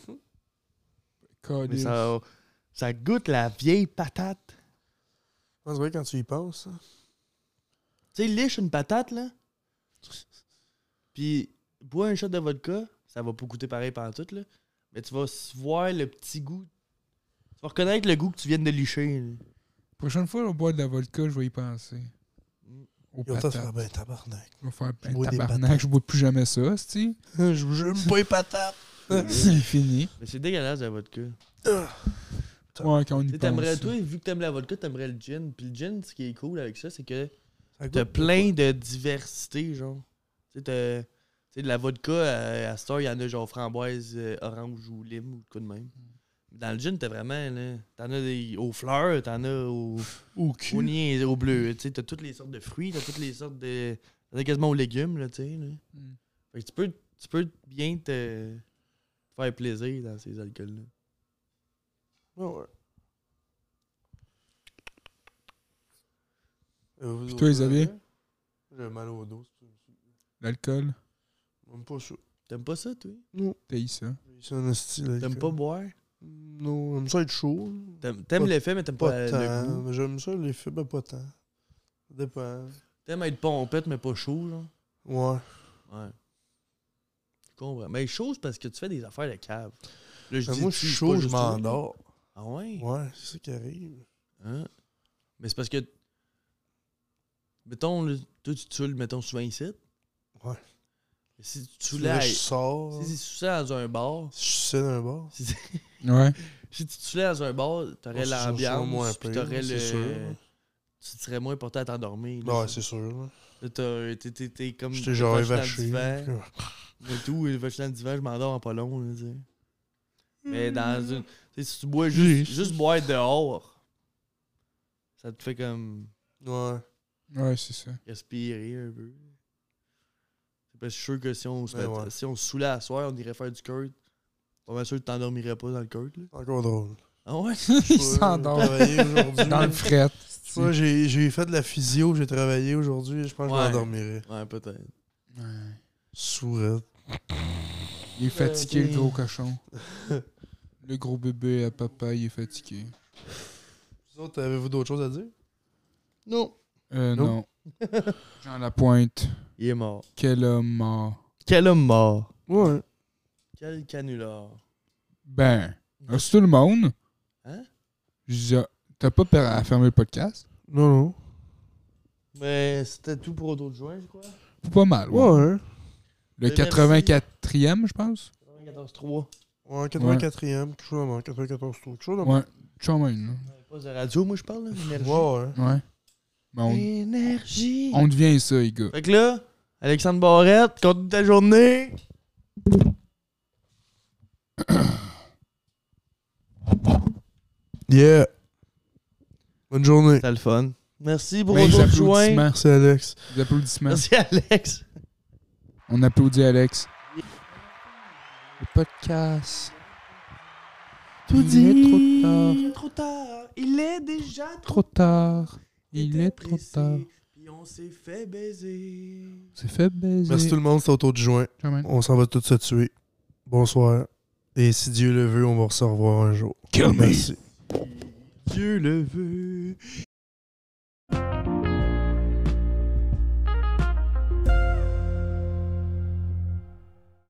[SPEAKER 2] Mais
[SPEAKER 1] Câlisse.
[SPEAKER 2] ça, ça goûte la vieille patate.
[SPEAKER 3] On dirait quand tu y penses. hein.
[SPEAKER 2] Tu sais, liche une patate, là. Puis, bois un shot de vodka. Ça va pas goûter pareil pendant tout, là. Mais tu vas s- voir le petit goût. Tu vas reconnaître le goût que tu viens de licher. là.
[SPEAKER 1] Prochaine fois, on boit de la vodka, je vais y penser.
[SPEAKER 2] Mm.
[SPEAKER 1] Aux
[SPEAKER 3] Yo, toi,
[SPEAKER 1] patates.
[SPEAKER 3] ça fait ben tabarnak. *laughs*
[SPEAKER 1] Je vais faire
[SPEAKER 3] Je
[SPEAKER 1] ben,
[SPEAKER 3] bois des
[SPEAKER 1] tabarnak,
[SPEAKER 3] patates.
[SPEAKER 1] je bois plus jamais ça,
[SPEAKER 3] *laughs*
[SPEAKER 1] c'ti.
[SPEAKER 3] Je j'aime pas les patates.
[SPEAKER 1] C'est fini.
[SPEAKER 2] Mais c'est dégueulasse la vodka.
[SPEAKER 1] Ouais, quand on y
[SPEAKER 2] Tu sais, t'aimerais,
[SPEAKER 1] pense.
[SPEAKER 2] toi, vu que t'aimes la vodka, t'aimerais le gin. Puis le gin, ce qui est cool avec ça, c'est que
[SPEAKER 3] Ça
[SPEAKER 2] t'as
[SPEAKER 3] goûte
[SPEAKER 2] plein de diversité, genre. Tu sais, t'as- tu sais, de la vodka, euh, à cette heure, il y en a genre framboise, euh, orange ou lime ou quoi de même. Dans le gin, t'as vraiment, là, t'en as des, aux fleurs, t'en as *laughs* aux,
[SPEAKER 1] Au
[SPEAKER 2] aux
[SPEAKER 1] cul.
[SPEAKER 2] niais, aux bleus. Tu sais, t'as toutes les sortes de fruits, t'as toutes les sortes de... T'en as quasiment aux légumes, là, tu sais. là.
[SPEAKER 1] Mm.
[SPEAKER 2] Fait que tu peux, tu peux bien te faire plaisir dans ces alcools-là.
[SPEAKER 3] pas. Ouais, ouais. Euh, vous
[SPEAKER 1] Puis
[SPEAKER 3] autres,
[SPEAKER 1] toi,
[SPEAKER 3] vous
[SPEAKER 1] Xavier?
[SPEAKER 3] avez? J'ai mal au dos. c'est tout.
[SPEAKER 1] L'alcool,
[SPEAKER 3] Même pas ça.
[SPEAKER 2] T'aimes pas ça, toi?
[SPEAKER 1] t'as ça.
[SPEAKER 3] C'est un style.
[SPEAKER 2] T'aimes pas boire?
[SPEAKER 3] Non, j'aime ça être chaud.
[SPEAKER 2] T'aimes t'aimes
[SPEAKER 3] Pas-
[SPEAKER 2] l'effet, mais t'aimes pas,
[SPEAKER 3] Pas
[SPEAKER 2] la- le
[SPEAKER 3] tant.
[SPEAKER 2] goût.
[SPEAKER 3] mais J'aime ça, les fibres, pas tant. Ça dépend.
[SPEAKER 2] T'aimes être pompette, mais pas chaud, genre.
[SPEAKER 3] Ouais.
[SPEAKER 2] Ouais. Je comprends. Mais chaud, c'est parce que tu fais des affaires de cave. Là,
[SPEAKER 3] Mais
[SPEAKER 2] dis
[SPEAKER 3] Ben, moi, je
[SPEAKER 2] tu,
[SPEAKER 3] suis
[SPEAKER 2] c'est
[SPEAKER 3] chaud,
[SPEAKER 2] pas
[SPEAKER 3] je
[SPEAKER 2] juste toi.
[SPEAKER 3] m'endors.
[SPEAKER 2] Ah ouais?
[SPEAKER 3] Ouais, c'est ça qui arrive.
[SPEAKER 2] Hein? Mais c'est parce que. Mettons, là, toi, tu tues, mettons, souvent ici.
[SPEAKER 3] Ouais.
[SPEAKER 2] Mais Si tu
[SPEAKER 3] Tu
[SPEAKER 2] tues
[SPEAKER 3] là,
[SPEAKER 2] là,
[SPEAKER 3] je
[SPEAKER 2] si
[SPEAKER 3] sors.
[SPEAKER 2] tu tues dans un bar, *laughs*
[SPEAKER 3] Si je suis dans un bar.
[SPEAKER 2] si, tu-
[SPEAKER 1] Ouais.
[SPEAKER 2] si tu tues dans un bar,
[SPEAKER 3] Ouais,
[SPEAKER 2] t'aurais
[SPEAKER 3] c'est sûr, c'est moins
[SPEAKER 2] l'ambiance, puis
[SPEAKER 3] pire,
[SPEAKER 2] t'aurais
[SPEAKER 3] c'est
[SPEAKER 2] le.
[SPEAKER 3] sûr.
[SPEAKER 2] Tu te serais moins porté à t'endormir. là.
[SPEAKER 3] Ouais, c'est sûr.
[SPEAKER 2] Là, t'as- T'es t'es- t'es comme.
[SPEAKER 3] J'étais genre
[SPEAKER 2] vache dans le
[SPEAKER 3] évaché.
[SPEAKER 2] divan. Mais tout, il va chez le divan, je m'endors en pas long, là, tu sais. Mais dans une. Tu sais, si tu bois
[SPEAKER 1] Oui.
[SPEAKER 2] juste, juste boire dehors, ça te fait comme
[SPEAKER 3] Ouais.
[SPEAKER 1] Ouais, c'est ça. *laughs*
[SPEAKER 2] respirer un peu. C'est parce que je suis sûr que si on se,
[SPEAKER 3] Ben
[SPEAKER 2] met-
[SPEAKER 3] ouais.
[SPEAKER 2] si on se saoulait à soir, on irait faire du Kurt. Pas mal sûr que t'endormirais pas dans le Kurt, là.
[SPEAKER 3] Encore drôle.
[SPEAKER 2] Ah ouais?
[SPEAKER 1] *laughs* Il s'endort
[SPEAKER 2] *laughs*
[SPEAKER 3] Travaillé aujourd'hui.
[SPEAKER 1] dans le fret.
[SPEAKER 3] Tu vois, j'ai j'ai fait de la physio, j'ai travaillé aujourd'hui, je pense que
[SPEAKER 2] Ouais.
[SPEAKER 3] je m'endormirai.
[SPEAKER 2] Ouais, peut-être.
[SPEAKER 1] Ouais.
[SPEAKER 3] Sourette.
[SPEAKER 1] Il est fatigué, le
[SPEAKER 2] t'es-
[SPEAKER 1] gros cochon. Le gros bébé à papa, il est fatigué.
[SPEAKER 3] Vous autres, avez-vous d'autres choses à dire? Non.
[SPEAKER 1] Euh,
[SPEAKER 3] Non.
[SPEAKER 1] non. Jean Lapointe,
[SPEAKER 2] Il est mort.
[SPEAKER 1] quel homme mort.
[SPEAKER 2] Quel homme mort?
[SPEAKER 3] Ouais.
[SPEAKER 2] Quel canular?
[SPEAKER 1] Ben, euh, c'est tout le monde.
[SPEAKER 2] Hein?
[SPEAKER 1] Je disais, T'as pas peur à fermer le podcast?
[SPEAKER 3] Non, non.
[SPEAKER 2] Mais Ben, c'était tout pour d'autres juin, je crois.
[SPEAKER 1] Pas mal, ouais.
[SPEAKER 3] Ouais.
[SPEAKER 1] Le
[SPEAKER 2] Merci.
[SPEAKER 1] 84e, je pense.
[SPEAKER 2] 94-3.
[SPEAKER 3] Ouais, 84e, quelque chose de 94 tours, quelque chose de
[SPEAKER 1] Ouais, quand même.
[SPEAKER 2] Pas de radio, moi, je parle, là. Énergie.
[SPEAKER 3] Ouais, ouais.
[SPEAKER 1] là. Ouais. Ben,
[SPEAKER 2] Énergie.
[SPEAKER 1] on, on devient ça, les gars.
[SPEAKER 2] Fait que là, Alexandre Barrette, compte ta journée.
[SPEAKER 3] Yeah. Bonne journée.
[SPEAKER 2] C'était le fun. Merci pour
[SPEAKER 1] Ben,
[SPEAKER 2] votre
[SPEAKER 1] applaudissements,
[SPEAKER 2] joint.
[SPEAKER 3] Merci, Alex.
[SPEAKER 1] des applaudissements.
[SPEAKER 2] Merci Alex.
[SPEAKER 1] On applaudit Alex. Le podcast.
[SPEAKER 3] tout
[SPEAKER 1] Il est
[SPEAKER 3] dit.
[SPEAKER 1] trop tard.
[SPEAKER 2] Il est trop tard. Il est déjà
[SPEAKER 1] Trop tard. Il est trop tard.
[SPEAKER 2] Puis on s'est fait baiser.
[SPEAKER 1] C'est fait baiser.
[SPEAKER 3] Merci tout le monde, c'est autour du joint.
[SPEAKER 1] Quand même.
[SPEAKER 3] On s'en va tous se tuer. Bonsoir. Et si Dieu le veut, on va se revoir un jour.
[SPEAKER 1] Kill me.
[SPEAKER 3] Merci.
[SPEAKER 2] Dieu le veut.